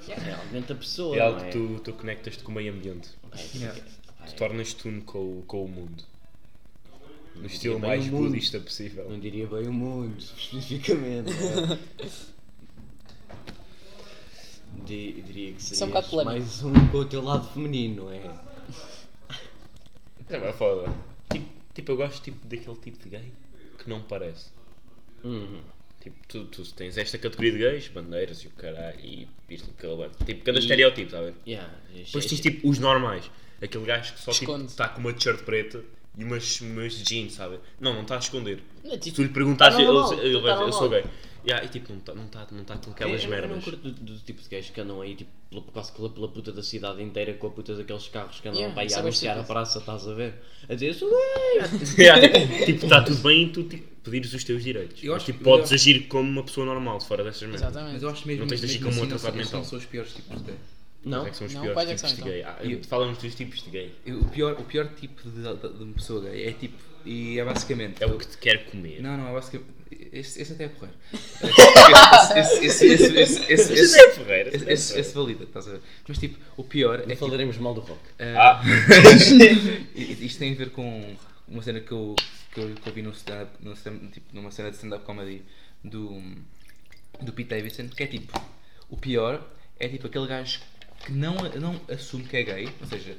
S3: É realmente a pessoa.
S1: É
S3: não
S1: algo
S3: é?
S1: que tu, tu conectas-te com o meio ambiente.
S3: É, tipo,
S2: Yeah.
S3: pá,
S1: Tu
S3: é-
S1: tornas-te um com, o- com o mundo. No estilo
S3: bem
S1: mais
S3: o mundo.
S1: budista possível.
S3: Não diria bem o mundo, especificamente. <laughs> né? Di- diria que
S4: Isso é um
S3: seria
S4: bocado polémico.
S3: mais um com o teu lado feminino, não é?
S1: É bem foda. Tipo, tipo, eu gosto tipo, daquele tipo de gay que não parece.
S3: Uhum.
S1: Tipo, tu, tu tens esta categoria de gays, bandeiras e o caralho, e isto e aquele bando. Tipo, cada estereótipo, está a ver?
S3: Yeah, é-
S1: Depois
S3: é-
S1: tens tipo os normais. Aquele gajo que só
S4: Esconde.
S1: está com uma t-shirt preta e umas, umas jeans, sabe? Não, não está a esconder.
S4: é
S3: Não,
S1: Se
S3: tipo,
S1: tu lhe perguntares,
S3: tá
S1: ele,
S3: normal,
S1: ele
S3: tá
S1: vai dizer, eu sou
S3: normal."
S1: gay. Yeah, e tipo, não está não tá, não tá com
S3: Eu-
S1: aquelas
S3: eu, Eu não
S1: merdas.
S3: curto do, do tipo de gajos que andam aí, tipo, pela, quase que pela, pela puta da cidade inteira, com a puta daqueles carros que andam
S4: Yeah,
S3: para aí a
S4: isso é
S3: anunciar a
S4: bastante
S3: praça, estás a ver? A dizer, é-" "Sou gay."
S1: <laughs> Yeah, tipo, tipo, está tudo bem e tu tipo, pedires os teus direitos.
S2: Eu
S1: Mas,
S2: acho
S1: tipo,
S2: que-
S1: podes
S2: eu-
S1: agir como uma pessoa normal, fora dessas merdas.
S2: Mas
S4: Exatamente.
S2: eu acho mesmo
S1: Não tens de agir
S2: mesmo
S1: como um
S2: assim,
S1: atrapalhado
S2: não são-
S1: mental.
S2: não são os piores tipo, tipos de gay.
S3: Não?
S1: Quais é que são os
S4: Não,
S1: piores
S4: quais é que
S1: tipos
S4: são,
S1: de gay?
S3: então?
S1: Ah,
S2: E-
S1: Falamos dos tipos de gay.
S2: E O pior, o pior tipo de, de, de uma pessoa gay é tipo. E é basicamente.
S1: É o que te quer comer.
S2: Não, não, é basicamente. Esse, esse até
S1: <laughs>
S2: é porreiro. Esse, esse, esse, esse, esse,
S1: Isso
S2: esse,
S1: é porreira. isso
S2: esse,
S1: é
S2: esse,
S1: porreira.
S2: esse valida, estás a ver? Mas tipo, o pior é
S3: Não
S2: tipo,
S3: falaremos mal do rock.
S2: ah. Isto tem a ver com uma cena que eu, que eu, que eu vi num stand-up- num stand- tipo, numa cena de stand-up comedy do, do Pete Davidson, que é tipo, o pior é tipo aquele gajo que não, não assume que é gay, ou seja,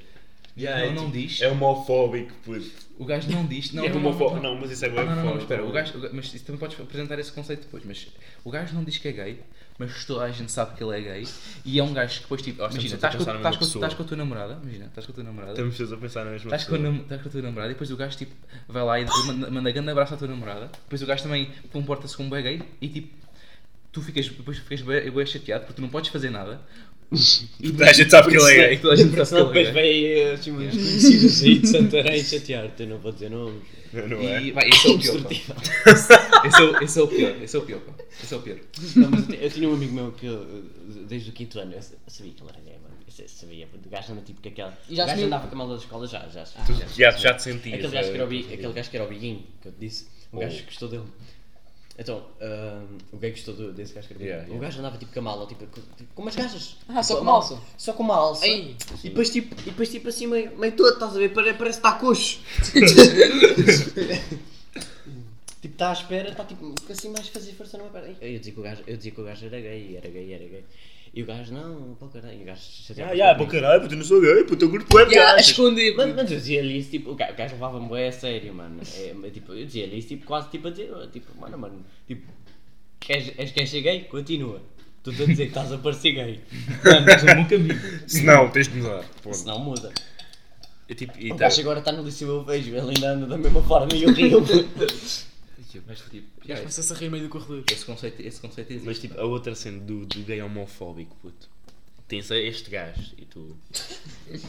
S1: Yeah, é
S2: não, não
S1: tipo-
S2: diz,
S1: É homofóbico, puto.
S2: o gajo não
S1: <laughs>
S2: diz, não,
S1: é
S2: não, não,
S1: homofóbico.
S2: não,
S1: Não, mas isso é
S2: não,
S1: bem
S2: não, não, não, espera, o gajo, o gajo- mas isso também podes apresentar esse conceito depois, mas o gajo não diz que é gay, mas toda a gente sabe que ele é gay e é um gajo que depois tipo,
S1: Nós
S2: imagina, estás
S1: estamos
S2: com,
S1: a pensar na
S2: estás,
S1: mesma
S2: com,
S1: pessoa.
S2: estás com a tua namorada, imagina, estás com a tua namorada,
S1: Estamos todos a pensar na mesma
S2: Estás com, a nam- estás com a tua namorada e depois o gajo tipo, vai lá e depois manda, manda grande abraço à tua namorada. Depois o gajo também comporta-se como bem gay e tipo, tu ficas, depois ficas bem, bem chateado porque tu não podes fazer nada.
S1: <laughs> Toda a gente sabe que ele é gay.
S2: Toda a gente
S3: Senão
S2: sabe que ele
S3: depois
S2: é gay.
S3: vem assim uns conhecidos aí de Santarém chatear-te, eu não vou dizer nomes.
S1: Não é?
S2: E vai, esse é o pior. pá. Esse é, o- esse é o pior, esse é o pior, pá. Esse é o pior.
S3: Não, mas eu te- eu tinha um amigo meu que eu, desde o quinto ano, eu sa- sabia que ele era gay, mano. Eu sa- sabia, o gajo anda tipo com aquela.
S4: E já
S3: o gajo
S4: assumiu? Ah,
S3: andava com a malda da escola, já, já. já, já,
S1: <laughs> Já, já te sentias.
S3: Aquele gajo,
S1: é,
S3: que era o, bi-
S1: já te
S3: aquele gajo que era o biguinho, que eu te disse. O gajo que gostou dele. Então, ahm, o gay gostou do- desse gajo que era biguinho.
S1: Yeah,
S3: O
S1: yeah.
S3: gajo andava tipo com a mala, tipo, com, tipo, com umas gajas.
S4: Ah, só
S3: Tipo,
S4: com uma alça.
S3: Só com uma alça.
S4: Ei.
S3: E depois tipo, e depois, tipo assim meio, meio todo, estás a ver? Pare- Parece que está coxo. <laughs> tipo, está à espera, está tipo, assim mais fazer força numa perna. Eu dizia que o gajo, eu dizia que o gajo era gay, era gay, era gay. E o gajo, não, pô caralho, e o gajo
S1: sentia.
S3: chateava
S1: Ah, já, para
S3: comigo.
S1: caralho, puto, eu não sou gay, puto, eu curto web.
S4: Yeah, a esconder.
S3: Mas, mas eu dizia-lhe isso, tipo, o ga- o gajo levava-me bem a sério, mano. É, mas, tipo, eu dizia-lhe isso, tipo, quase tipo a dizer, oh, tipo, mano, mano, tipo, és, és quem cheguei? Continua. Tu a dizer que estás a parecer gay. Mano,
S2: Mas é um bom caminho.
S1: Se não, tens de mudar.
S3: se não muda.
S1: É tipo,
S3: O
S1: e tá.
S3: gajo agora está no liceu, eu vejo, ele ainda anda da mesma forma e eu rio.
S2: Mas tipo,
S4: Já
S2: já,
S4: começa-se a rir meio do corredor.
S2: esse conceito, esse conceito
S3: é
S2: existe.
S1: Mas tipo, a outra cena do, do gay homofóbico, puto. Tens a- este gajo e
S3: <laughs>
S1: tu.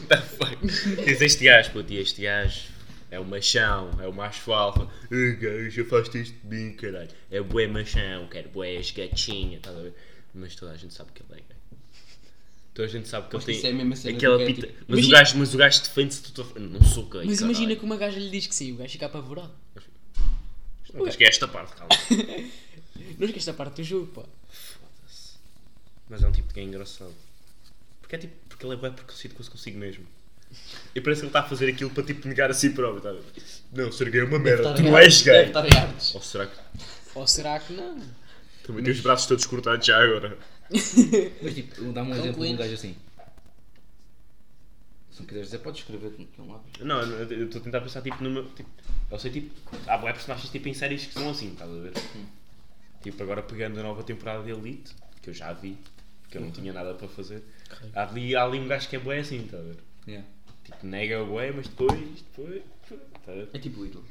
S1: Tá bem. Tens este gajo, puto, e este gajo é o machão, é o macho alfa. "Ah, Gajo, afaste este de mim, caralho. É bué machão, quero bué as gatinha, estás a ver? Mas toda a gente sabe que ele é gay. Toda a gente sabe que ele
S3: Mas isso
S1: tem
S3: é a mesma cena
S1: aquela
S3: do gay,
S1: pita.
S3: tipo,
S1: Mas, o
S4: imagina-
S1: gajo, mas o gajo defende-se tudo. Não sou gay.
S4: Mas imagina
S1: caralho.
S4: que uma gaja lhe diz que sim, o gajo fica apavorado.
S1: Não, Acho que é esta parte, calma.
S4: Não esquece a parte do jogo, pá.
S1: Mas é um tipo de gay engraçado. Porque é tipo, porque ele é bem preconceito com- consigo mesmo. E parece que ele está a fazer aquilo para tipo negar a si próprio, tá a ver? Não, ser gay é uma merda, tu não és
S3: Deve
S1: gay.
S3: estar em artes.
S1: Ou será que
S4: Ou será que não?
S1: também tem os braços todos cortados já agora?
S2: Mas tipo, dá-me um
S4: Cão
S2: exemplo de um
S4: cliente.
S2: gajo assim. Se não quiseres dizer, podes escrever num lápis.
S1: Não, eu- eu eu estou a tentar pensar tipo numa. Tipo, eu sei tipo. Há boé personagens tipo em séries que são assim, estás a ver? Tipo, agora pegando a nova temporada de Elite, que eu já vi, que eu não tinha nada para fazer. Há ali, há ali um gajo que é boé assim, estás a ver?
S2: Yeah.
S1: Tipo, nega o boé, mas depois. depois. Estás a ver?
S3: É tipo o Hitler.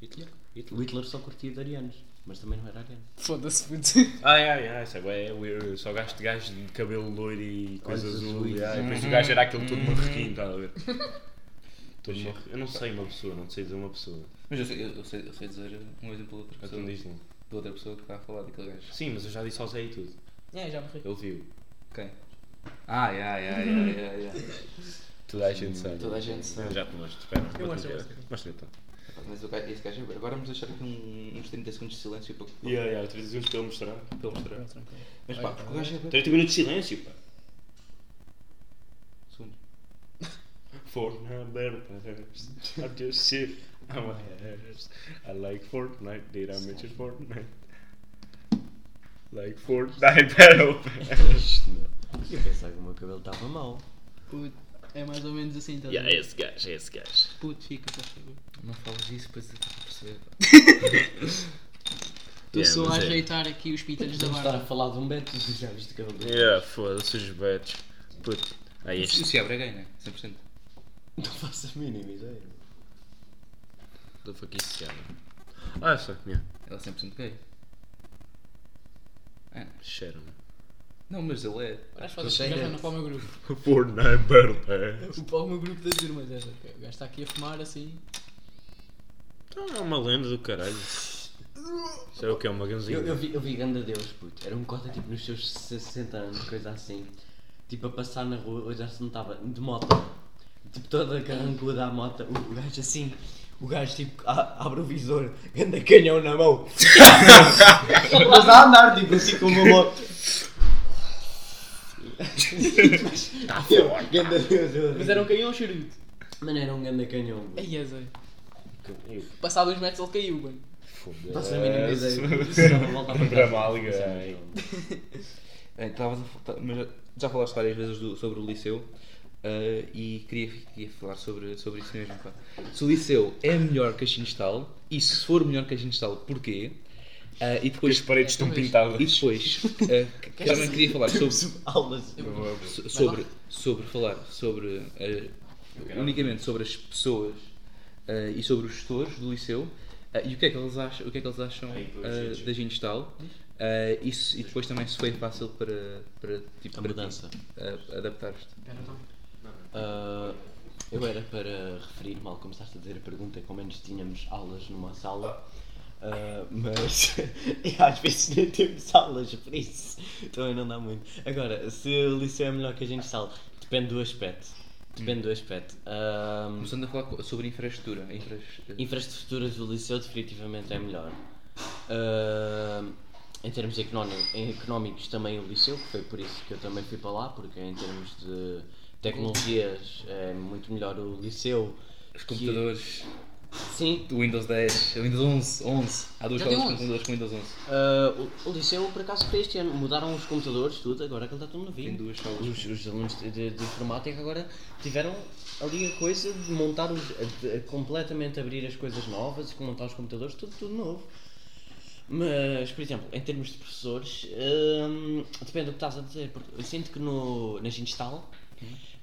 S1: Hitler? Hitler?
S3: O Hitler só curtia de arianos, mas também não era ariano.
S4: Foda-se
S1: <laughs>
S4: muito.
S1: Ah, é, é, isso é bué weird. Só gajo de gajo de cabelo loiro e coisa
S3: Olhos
S1: azul.
S3: azuis.
S1: yeah, E depois o gajo era aquele todo marroquinho, estás tá <laughs> a ver? Todo marroquinho. Hum. Eu não sei uma pessoa, não sei dizer uma pessoa.
S2: Mas eu sei, eu, eu sei, eu sei dizer um exemplo de outra
S1: Mas tu me
S2: pessoa.
S1: Então diz não.
S2: De outra pessoa que está a falar daquele gajo.
S1: Sim, mas eu já disse ao Zé e tudo.
S4: É, já morri.
S1: Ele viu.
S2: Quem? Ah, yeah, yeah, yeah, yeah, yeah.
S1: Toda a gente sabe.
S2: Toda a gente sabe.
S1: Eu já te mostro, espera.
S4: Eu
S1: mostra-me
S4: mostro,
S1: que era. Mostra então.
S2: Mas o gajo, esse gajo, é agora vamos deixar aqui um- uns 30 segundos de silêncio para, para
S1: Yeah, yeah, 30 segundos para ele mostrar.
S2: ele mostrar. Mas pá, porque o gajo é bem.
S1: 30 minutos um de silêncio, pá.
S2: Segundo.
S1: Fortnite better players. I just shit on my ass. I like Fortnite. Did I mention Fortnite? Like Fortnite battle pass.
S3: Eu pensava que o meu cabelo estava mau.
S4: Puto, é mais ou menos assim, tá?
S1: yeah, é esse gajo, é esse gajo.
S4: Puto, fica, estás a ver?
S2: Não falas isso, depois eu vou perceber.
S4: começou
S5: mas
S4: a
S5: é.
S4: ajeitar aqui os pítanos da
S3: Podemos estar
S4: barba.
S3: a falar de um Beto <laughs> e já viste que é um Beto.
S5: Yeah, foda-se os betos. Puto. Ah,
S2: O
S5: este.
S2: Seabra é gay, né? 100%.
S3: Não faço a mínima ideia.
S5: Do fuck isso, cara. Ah, só. Yeah.
S2: Ele é 100% gay.
S5: Cheiro-me.
S2: Não, mas ele é.
S4: Agora as fotos que não para o meu grupo.
S1: <laughs>
S5: Por na Berlim.
S4: O para o meu grupo das irmãs. é, O gajo está aqui a fumar assim.
S5: Então é uma lenda do caralho. Será o que é uma ganzinha?
S3: Eu, eu vi, eu vi Ganda Deus, puto. Era um cota tipo nos seus 60 anos, coisa assim. Tipo a passar na rua, hoje já se notava, de moto. Tipo toda carrancuda à moto. O, o gajo assim. O gajo tipo a- abre o visor, ganda canhão na mão. <laughs> Mas a andar, tipo assim com uma moto. tá forte. Ganda Deus, eu
S4: Mas era um canhão ou charuto?
S3: Mano, era um ganda canhão. puto.
S4: Aí é, Zé. Passado uns metros ele caiu, mano.
S3: Faço a mínima ideia. Se não assim, voltava para trás,
S5: Dramálico,
S3: não sei,
S5: ai.
S3: mas não.
S2: É, estavas a fal- mas já- já falaste várias vezes do- sobre o Liceu ah, e queria, queria falar sobre, sobre isso mesmo. pá. Se o Liceu é melhor que a Chinestal e se for melhor que a Chinestal, porquê? Ah, e depois,
S5: As paredes estão
S4: Talvez.
S5: pintadas.
S2: e depois ah, que- que também queria falar sobre, so-
S5: É
S3: Aulas.
S2: sobre, sobre falar sobre ah, unicamente sobre as pessoas ah, e sobre os gestores do Liceu ah, e o que é que eles acham, o que é que eles acham ah, da Ginestal. Ah, e se- e depois também se foi fácil para, para, tipo,
S3: A
S2: para ti.
S3: mudança.
S2: a- adaptar-te.
S3: Ah, eu era para referir, mal começaste a dizer a pergunta, como menos tínhamos aulas numa sala, ah, mas <laughs> e às vezes nem temos aulas, por isso também não dá muito. Agora, se o liceu é melhor que a gente sala, depende do aspecto. Depende do aspecto. Ah,
S2: Começando a falar co- sobre infraestrutura. eh, infra-
S3: infraestruturas do liceu definitivamente é melhor. Ah, em termos económi- em económicos também o liceu, que foi por isso que eu também fui para lá, porque em termos de tecnologias é muito melhor o liceu.
S2: Os computadores,
S3: Sim,
S2: o Windows 10, o Windows 11, 11. Há duas
S4: Já tem
S2: salas com
S4: 11.
S2: computadores com Windows 11.
S3: ah, o, o liceu por acaso foi este ano, mudaram os computadores, tudo, agora aquilo está tudo
S2: Tem
S3: novinho.
S2: duas salas. com-
S3: Os, os alunos de, de informática agora tiveram ali a coisa de montar os, de completamente abrir as coisas novas e montar os computadores, tudo, tudo novo. Mas, por exemplo, em termos de professores, hum, depende do que estás a dizer, porque eu sinto que no, na Ginestal,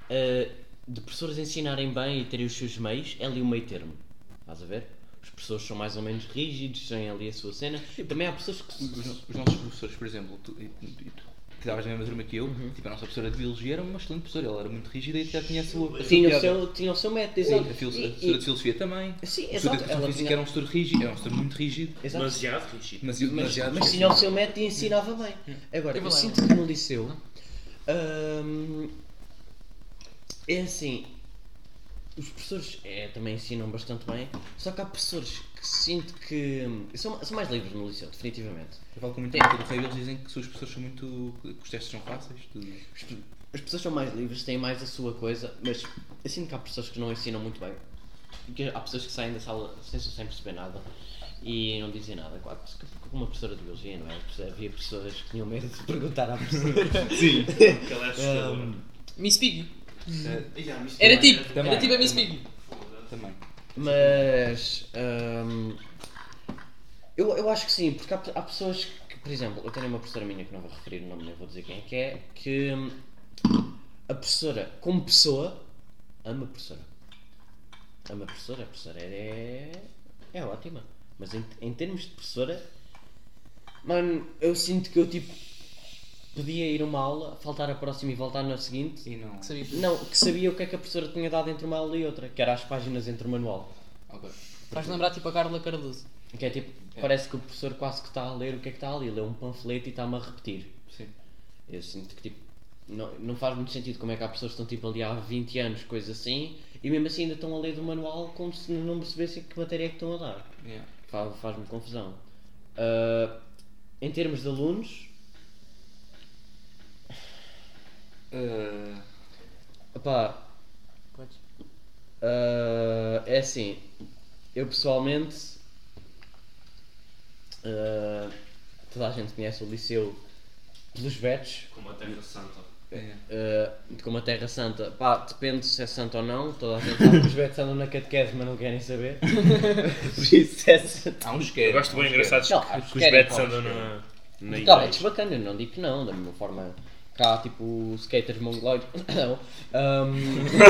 S3: uh, de professores ensinarem bem e terem os seus meios, é ali o meio termo. Estás a ver? Os professores são mais ou menos rígidos, têm ali a sua cena. Também há pessoas que.
S2: Os,
S3: se-
S2: no- os nossos professores, por exemplo, tu, e- e tu que estavas na mesma turma que eu,
S3: Uhum.
S2: tipo, a nossa professora de biologia era uma excelente professora, ela era muito rígida e já tinha a sua. a sua
S3: Tinha o
S2: piada.
S3: seu, tinha o seu método,
S2: Sim,
S3: exato.
S2: a, filo- a
S3: E-
S2: professora
S3: e-
S2: de filosofia também.
S3: Sim,
S2: o
S3: exato.
S2: professor
S3: é
S2: de
S3: Ela
S2: educação física
S3: tinha-
S2: era um professor rígido, era um professor muito rígido,
S3: Exato.
S5: Demasiado rígido.
S2: mas, mas, já-
S3: Mas
S7: um-
S3: tinha o seu método e ensinava bem. Agora,
S4: Eu
S3: eu
S4: vou lá.
S3: sinto que no liceu hum, é assim. Os professores é, também ensinam bastante bem, só que há professores que sinto que hum, são, são mais livres no liceu, definitivamente.
S2: Eu falo com muito tempo do rei, eles dizem que os professores são muito. que os testes são fáceis, tudo.
S3: As, pe- as pessoas são mais livres, têm mais a sua coisa, mas eu sinto que há pessoas que não ensinam muito bem. Que há pessoas que saem da sala sem, sem perceber nada e não dizem nada. Claro, que como uma professora de biologia, não é? Havia pessoas que tinham medo de <laughs> perguntar à professora. Sim.
S4: Miss Piggy.
S8: Já, mas
S4: Era tipo,
S2: Também,
S4: era tipo a Miss Piggy.
S2: Também.
S3: Mas hum, eu, eu acho que sim, porque há, pe- há pessoas que, por exemplo, eu tenho uma professora minha que não vou referir o nome, nem vou dizer quem é que é, que hum, a professora, como pessoa, ama a professora. Ama a professora, a professora é, é ótima. Mas em, em termos de professora, mano, eu sinto que eu tipo podia ir a uma aula, faltar a próxima e voltar na seguinte
S2: E não.
S4: Que sabia.
S3: não, que sabia o que é que a professora tinha dado entre uma aula e outra, que era as páginas entre o manual.
S2: Ok.
S4: Faz lembrar tipo a Carla Cardoso.
S3: Que é tipo, parece que o professor quase que está a ler o que é que está ali, lê um panfleto e está-me a repetir.
S2: Sim.
S3: Eu sinto que tipo, não, não faz muito sentido como é que há pessoas que estão tipo ali há 20 anos, coisa assim, e mesmo assim ainda estão a ler do manual como se não percebessem que matéria é que estão a dar.
S2: Yeah.
S3: Fa- Faz-me confusão. Ah, em termos de alunos,
S7: Ah.
S2: Uh,
S3: Pá.
S4: Podes.
S3: Ah, é assim. Eu pessoalmente. hum, ah, toda a gente conhece o liceu pelos betos.
S5: Como a Terra Santa.
S2: É.
S7: Uh, de como a Terra Santa, pá, depende se é santa ou não, toda a gente sabe que os betos andam na catequese, mas não querem saber. Por isso é
S3: assim.
S7: santa.
S2: Há uns que
S1: Eu gosto bem engraçados
S7: Não,
S1: que,
S7: acho
S1: que
S7: que
S1: os
S7: era
S1: bets
S7: igual,
S1: andam
S7: acho que
S1: na. na
S7: Tá, é
S1: igreja.
S7: bacana, eu não digo que não, da mesma forma que há tipo skaters mongoloides. <coughs> Não. Um,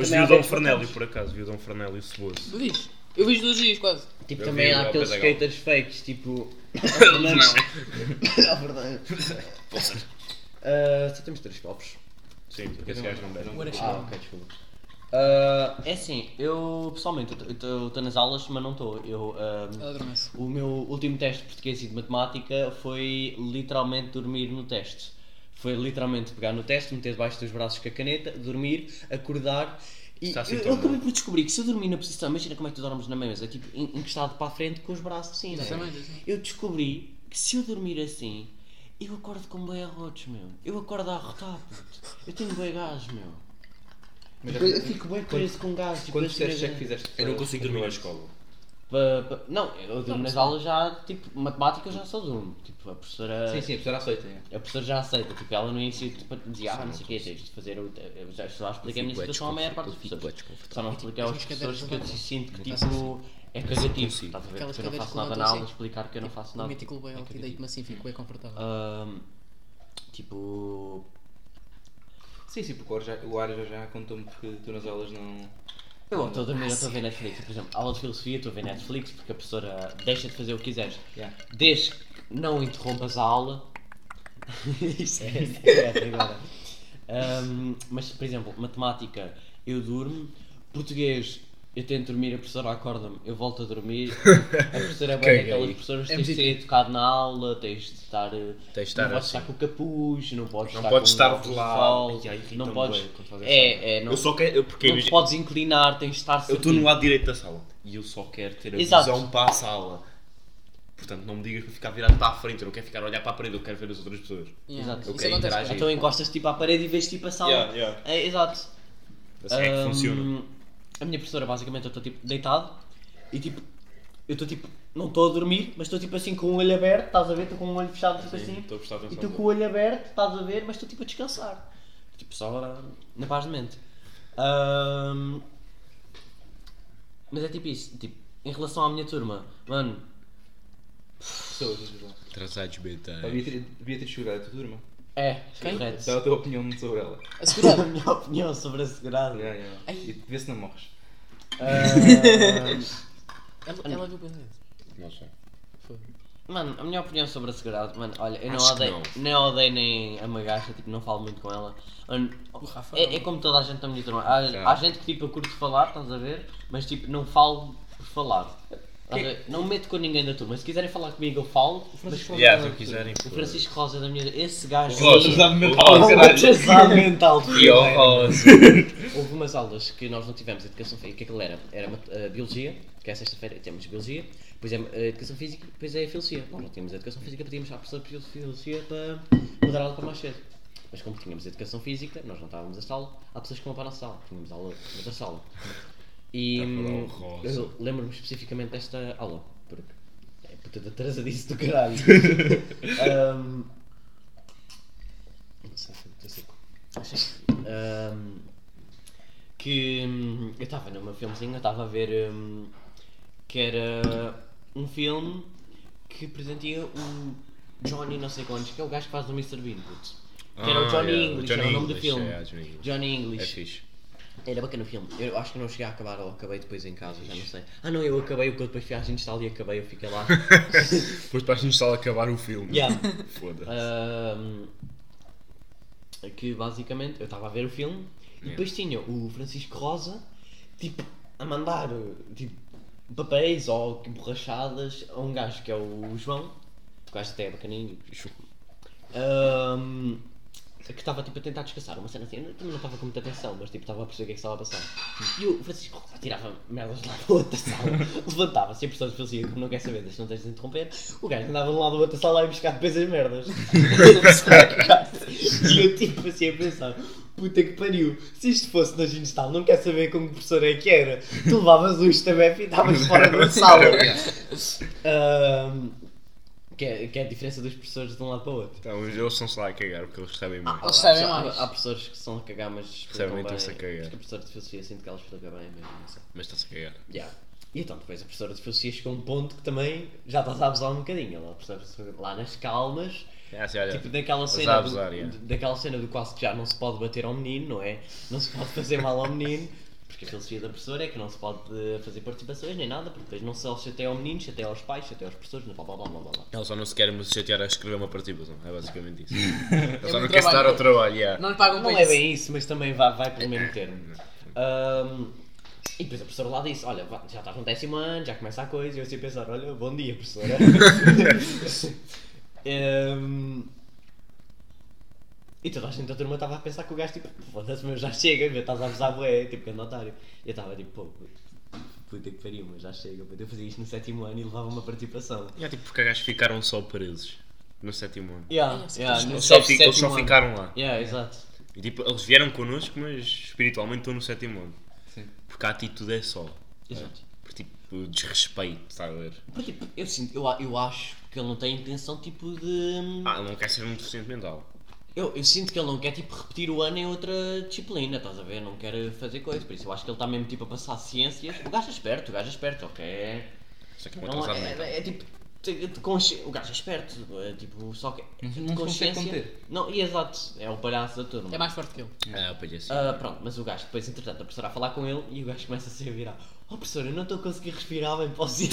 S1: Hoje vi o Dom Fernélio, por acaso, vi o Dom Fernélio Ceboso.
S4: Diz. Eu vejo dois dias quase.
S7: Tipo,
S1: Eu
S7: também
S1: vi
S7: há
S1: o
S7: aqueles
S1: Pedregal.
S7: skaters fakes, tipo. Ah, Só temos três copos.
S1: Sim, porque esse gajo não bebe.
S4: Agora
S7: Ah,
S4: chama.
S7: ok, desculpa. Ah, é assim, eu pessoalmente estou nas aulas, mas não estou. Eu. uh, ahm,
S4: Ela adormece.
S7: O meu último teste de português e de matemática foi literalmente dormir no teste. Foi literalmente pegar no teste, meter debaixo dos braços com a caneta, dormir, acordar. E
S1: Está assim
S7: eu,
S1: tão
S7: eu acabei
S1: bom.
S7: por descobrir que se eu dormir na posição, imagina como é que tu dormes na mesa, tipo en- encostado para a frente com os braços assim, não é?
S4: Exatamente, assim.
S7: Eu descobri que se eu dormir assim, eu acordo com boi a rotos, meu. Eu acordo a rotar, puto. Eu tenho boi gás, meu. Eu, eu fico bem preso com gás. tipo,
S2: Quando
S7: assim,
S2: disseste é
S7: né?
S2: que fizeste?
S1: Eu não consigo dormir na escola.
S7: Pa- pa- Não, eu durmo nas aulas já, tipo, matemática eu já só durmo. Tipo, a professora.
S2: Sim, sim, a professora aceita. é.
S3: Sim.
S7: A professora já aceita, tipo, ela no início tipo, dizia, ah, não sei o que, tens de fazer. o- eh, Eu já, já expliquei a minha
S1: fico bué
S7: situação à maior parte
S1: desconfortável,
S7: dos
S1: fico bué
S7: professores. Só não expliquei aos
S4: As
S7: professores que eu
S4: cadeiras não
S7: sinto que,
S4: dão.
S7: tipo, é cagativo. Estás a ver?
S4: Aquelas
S7: Porque eu não
S4: cadeiras
S7: faço
S4: que
S7: nada na
S4: levantam
S7: aula,
S4: assim.
S7: explicar que eu não faço
S4: O
S7: nada.
S4: mítico bem alto e deito-me assim, fico bem confortável.
S7: Ahm, Tipo,
S2: Sim, sim, porque o ar já- o Ara já, já contou-me porque tu nas aulas não.
S7: Eu estou a dormir, eu estou a ver Netflix. Por exemplo, aula de filosofia, estou a ver Netflix porque a professora deixa de fazer o que quiseres.
S2: Yeah.
S7: Desde que não interrompas a aula. <laughs> Isto é secreto agora. Ahm, mas, por exemplo, matemática, eu durmo. Português, eu tento dormir, a professora acorda-me, eu volto a dormir. A
S1: <laughs>
S7: professora é bem
S1: Caguei.
S7: daquelas professoras que
S4: É
S7: tens de ser
S4: positivo.
S7: educado na aula, tens de estar. eh,
S1: de estar
S7: não podes
S1: assim.
S7: estar com o capuz, não podes
S1: Não
S7: estar
S1: podes
S7: com
S1: estar
S7: o
S1: de lado.
S7: sol,
S1: Ai, irrita-me
S7: não podes.
S1: bué quando fazem essa
S7: É, é, não,
S1: Eu só quero. eu- Porque
S7: não te
S1: imagina-
S7: podes inclinar, tens de estar
S1: eu estou no
S7: certinho.
S1: lado direito da sala e eu só quero ter a
S7: Exato.
S1: visão para a sala. Portanto, não me digas para ficar virado para a frente. Eu não quero ficar a olhar para a parede, eu quero ver as outras pessoas.
S4: Yeah.
S7: Exato.
S4: Isso
S1: Ok,
S4: acontece.
S1: interagem.
S4: bué.
S7: Então encostas tipo à parede e vês tipo a sala.
S1: Yeah, yeah.
S7: É, exato.
S1: Assim é que
S7: Ahm,
S1: funciona.
S7: A minha professora, basicamente, eu estou tipo deitado e tipo, eu estou tipo, não estou a dormir, mas estou tipo assim com o olho aberto, estás a ver? Estou com o olho fechado tipo assim.
S1: estou a prestar
S7: E
S1: atenção.
S7: estou com o olho aberto, estás a ver, mas estou tipo a descansar. Tipo só ah, na paz de mente. Ahm, mas é tipo isso, tipo, em relação à minha turma, mano,
S2: Pessoas, em geral.
S1: Trazados mentais.
S2: Devia ter, devia ter chegado a tua turma.
S7: é,
S4: Quem?
S7: correto.
S2: Dá a tua opinião sobre ela.
S7: A
S4: Assegurado.
S7: <laughs> minha opinião sobre a segurada.
S2: Yeah, yeah.
S4: Ai.
S2: E vê se não morres.
S7: Ah,
S4: Ela, ela viu bem isso.
S1: Nossa.
S7: mano, a minha opinião sobre a segurada, mano, olha, eu não
S1: Acho que
S7: odeio, nem odeio nem a magacha, tipo, não falo muito com ela. Mano,
S4: Rafa
S7: é,
S4: não.
S7: é como toda a gente na minha turma. Há,
S1: Já.
S7: há gente que tipo eu curto falar, estás a ver? Mas tipo, não falo por falar. Estás a ver? Não me meto com ninguém da turma. Se quiserem falar comigo eu falo, mas
S1: Yeah, se eu quiserem.
S7: o Francisco Rosa da minha esse gajo.
S2: Atrasado
S1: Oh,
S2: mental,
S7: Um
S2: caralho.
S1: <laughs>
S7: atrasado mental.
S1: E ao Rosa. <laughs>
S7: Houve umas aulas que nós não tivemos educação física, que aquilo era, era mat- eh, biologia, que é sexta-feira temos biologia, depois é eh, educação física, depois é filosofia. Nós não tínhamos educação física, pedíamos à professora de filosofia para mudar a aula para mais cedo. Mas como tínhamos educação física, nós não estávamos na sala, há pessoas que vão para a nossa sala, tínhamos aula noutra sala. E
S1: Está a falar
S7: hum,
S1: o Rosa.
S7: eu lembro-me especificamente desta aula, porque é puta de atrasadice do caralho. Hum, não sei, estou seco. Ahm, que hum, eu estava numa filmezinha, eu estava a ver hum, que era um filme que presentia o Johnny não sei quantos, que é o gajo que faz o Mr. Bean, putz. Que era Ah, o Johnny English, era o nome do filme. Johnny
S1: É
S7: English.
S1: fixe.
S7: era bacana o filme. Eu acho que não cheguei a acabar, ou acabei depois em casa, já não sei. Ah não, eu acabei, o que eu depois fui à gente e acabei, eu
S1: <laughs>
S7: fiquei lá.
S1: Depois para a gente sala acabar o filme.
S7: Yeah. Ah,
S1: Foda-se.
S7: Ahm, que basicamente eu estava a ver o filme e depois tinha o Francisco Rosa tipo a mandar tipo, papéis ou borrachadas a um gajo que é o João, que o gajo até é bacaninho, Ahm, que estava tipo a tentar descansar, uma cena assim, eu também não estava com muita atenção, mas tipo estava a perceber o que é que estava a passar. E o Francisco Rosa tirava merdas de lá da outra sala, levantava-se e a pessoa fazia como não quer saber, deixa não tens de interromper, o gajo andava de lá da outra sala a ir buscar depois as merdas. e eu tipo assim a pensar, puta que pariu, se isto fosse na Ginestal, não quer saber como professor é que era,
S1: <laughs>
S7: tu levavas o estabef e estavas fora da sala. Ahm, que é, que é a diferença dos professores de um lado para o outro.
S1: Então, eles são se lá a cagar porque eles sabem mais.
S4: Eles sabem
S7: Há,
S4: mais.
S7: há professores que são a cagar, mas explicam
S1: Sabem,
S7: bem.
S1: estão-se a cagar.
S7: Porque a professora de filosofia sente que ela explica bem, mas não sei.
S1: Mas estão-se a cagar.
S7: Yeah. E então depois a professora de filosofia chega a um ponto que também já estás a abusar um bocadinho. Ela, a professora, lá nas calmas,
S1: É assim, olha.
S7: tipo daquela
S1: estás
S7: cena,
S1: a abusar,
S7: do,
S1: yeah.
S7: daquela cena do quase que já não se pode bater ao menino, não é? Não se pode fazer mal ao menino. Porque a filosofia da professora é que não se pode eh, fazer participações nem nada, porque depois não se chateia ao menino, chateia aos pais, chateia aos professores, blá blá blá blá blá. blá.
S1: Ele só não se quer chatear a escrever uma participação. É basicamente
S7: <laughs>
S1: isso. Ele só não
S4: muito
S1: quer se dar
S4: trabalho.
S1: ao trabalho. yeah.
S4: Não lhe pagam
S7: Não
S4: para
S7: é
S4: isso.
S7: bem isso, É. mas também vai, vai pelo mesmo termo. Ahm, e depois a professora lá disse, olha, vá, já estás no décimo ano, já começa a coisa, e eu assim a pensar, olha, bom dia, <laughs> professora. Ahm, e toda a gente da turma estava a pensar que o gajo, tipo, foda-se, mas já chega, meu, estás a abusar bué, tipo, que é notário. E eu estava tipo, pô, puta que pariu, mas já chega, puta, eu fazia isto no sétimo ano e levava uma participação.
S1: É tipo porque gajos ficaram só presos no sétimo ano.
S7: Yeah, yeah, no
S1: Eles só, fi-
S7: sétimo
S1: eles só
S7: ano.
S1: ficaram lá.
S2: É.
S7: Yeah, exato.
S1: E, tipo, eles vieram connosco, mas espiritualmente estão no sétimo ano.
S2: Sim.
S1: Porque a atitude é só.
S7: Exato.
S1: Por tipo, desrespeito, estás a ver?
S7: Porque, tipo, eu, sinto, eu, a- eu acho que ele não tem intenção, tipo, de...
S1: Ah, ele não quer ser um deficiente mental.
S7: Eu, eu sinto que ele não quer, tipo, repetir o ano em outra disciplina, estás a ver? Não quer fazer coisas, por isso eu acho que ele está mesmo, tipo, a passar ciências. O gajo é esperto, o gajo é esperto, ok?
S1: Só que é um
S7: Não,
S1: atrasado
S7: é,
S1: mental.
S7: é, é, tipo... te- te- consci- O gajo é esperto, é, tipo, só que.
S2: Não- não se consegue conter.
S7: Não, e exato, é o palhaço da turma.
S4: É mais forte que ele.
S1: Ah, pois é assim.
S7: Ah, pronto, mas o gajo, depois, entretanto, a professora a falar com ele e o gajo começa a se virar. Oh, professora, eu não estou a conseguir respirar
S2: <laughs>
S7: bem, posso ir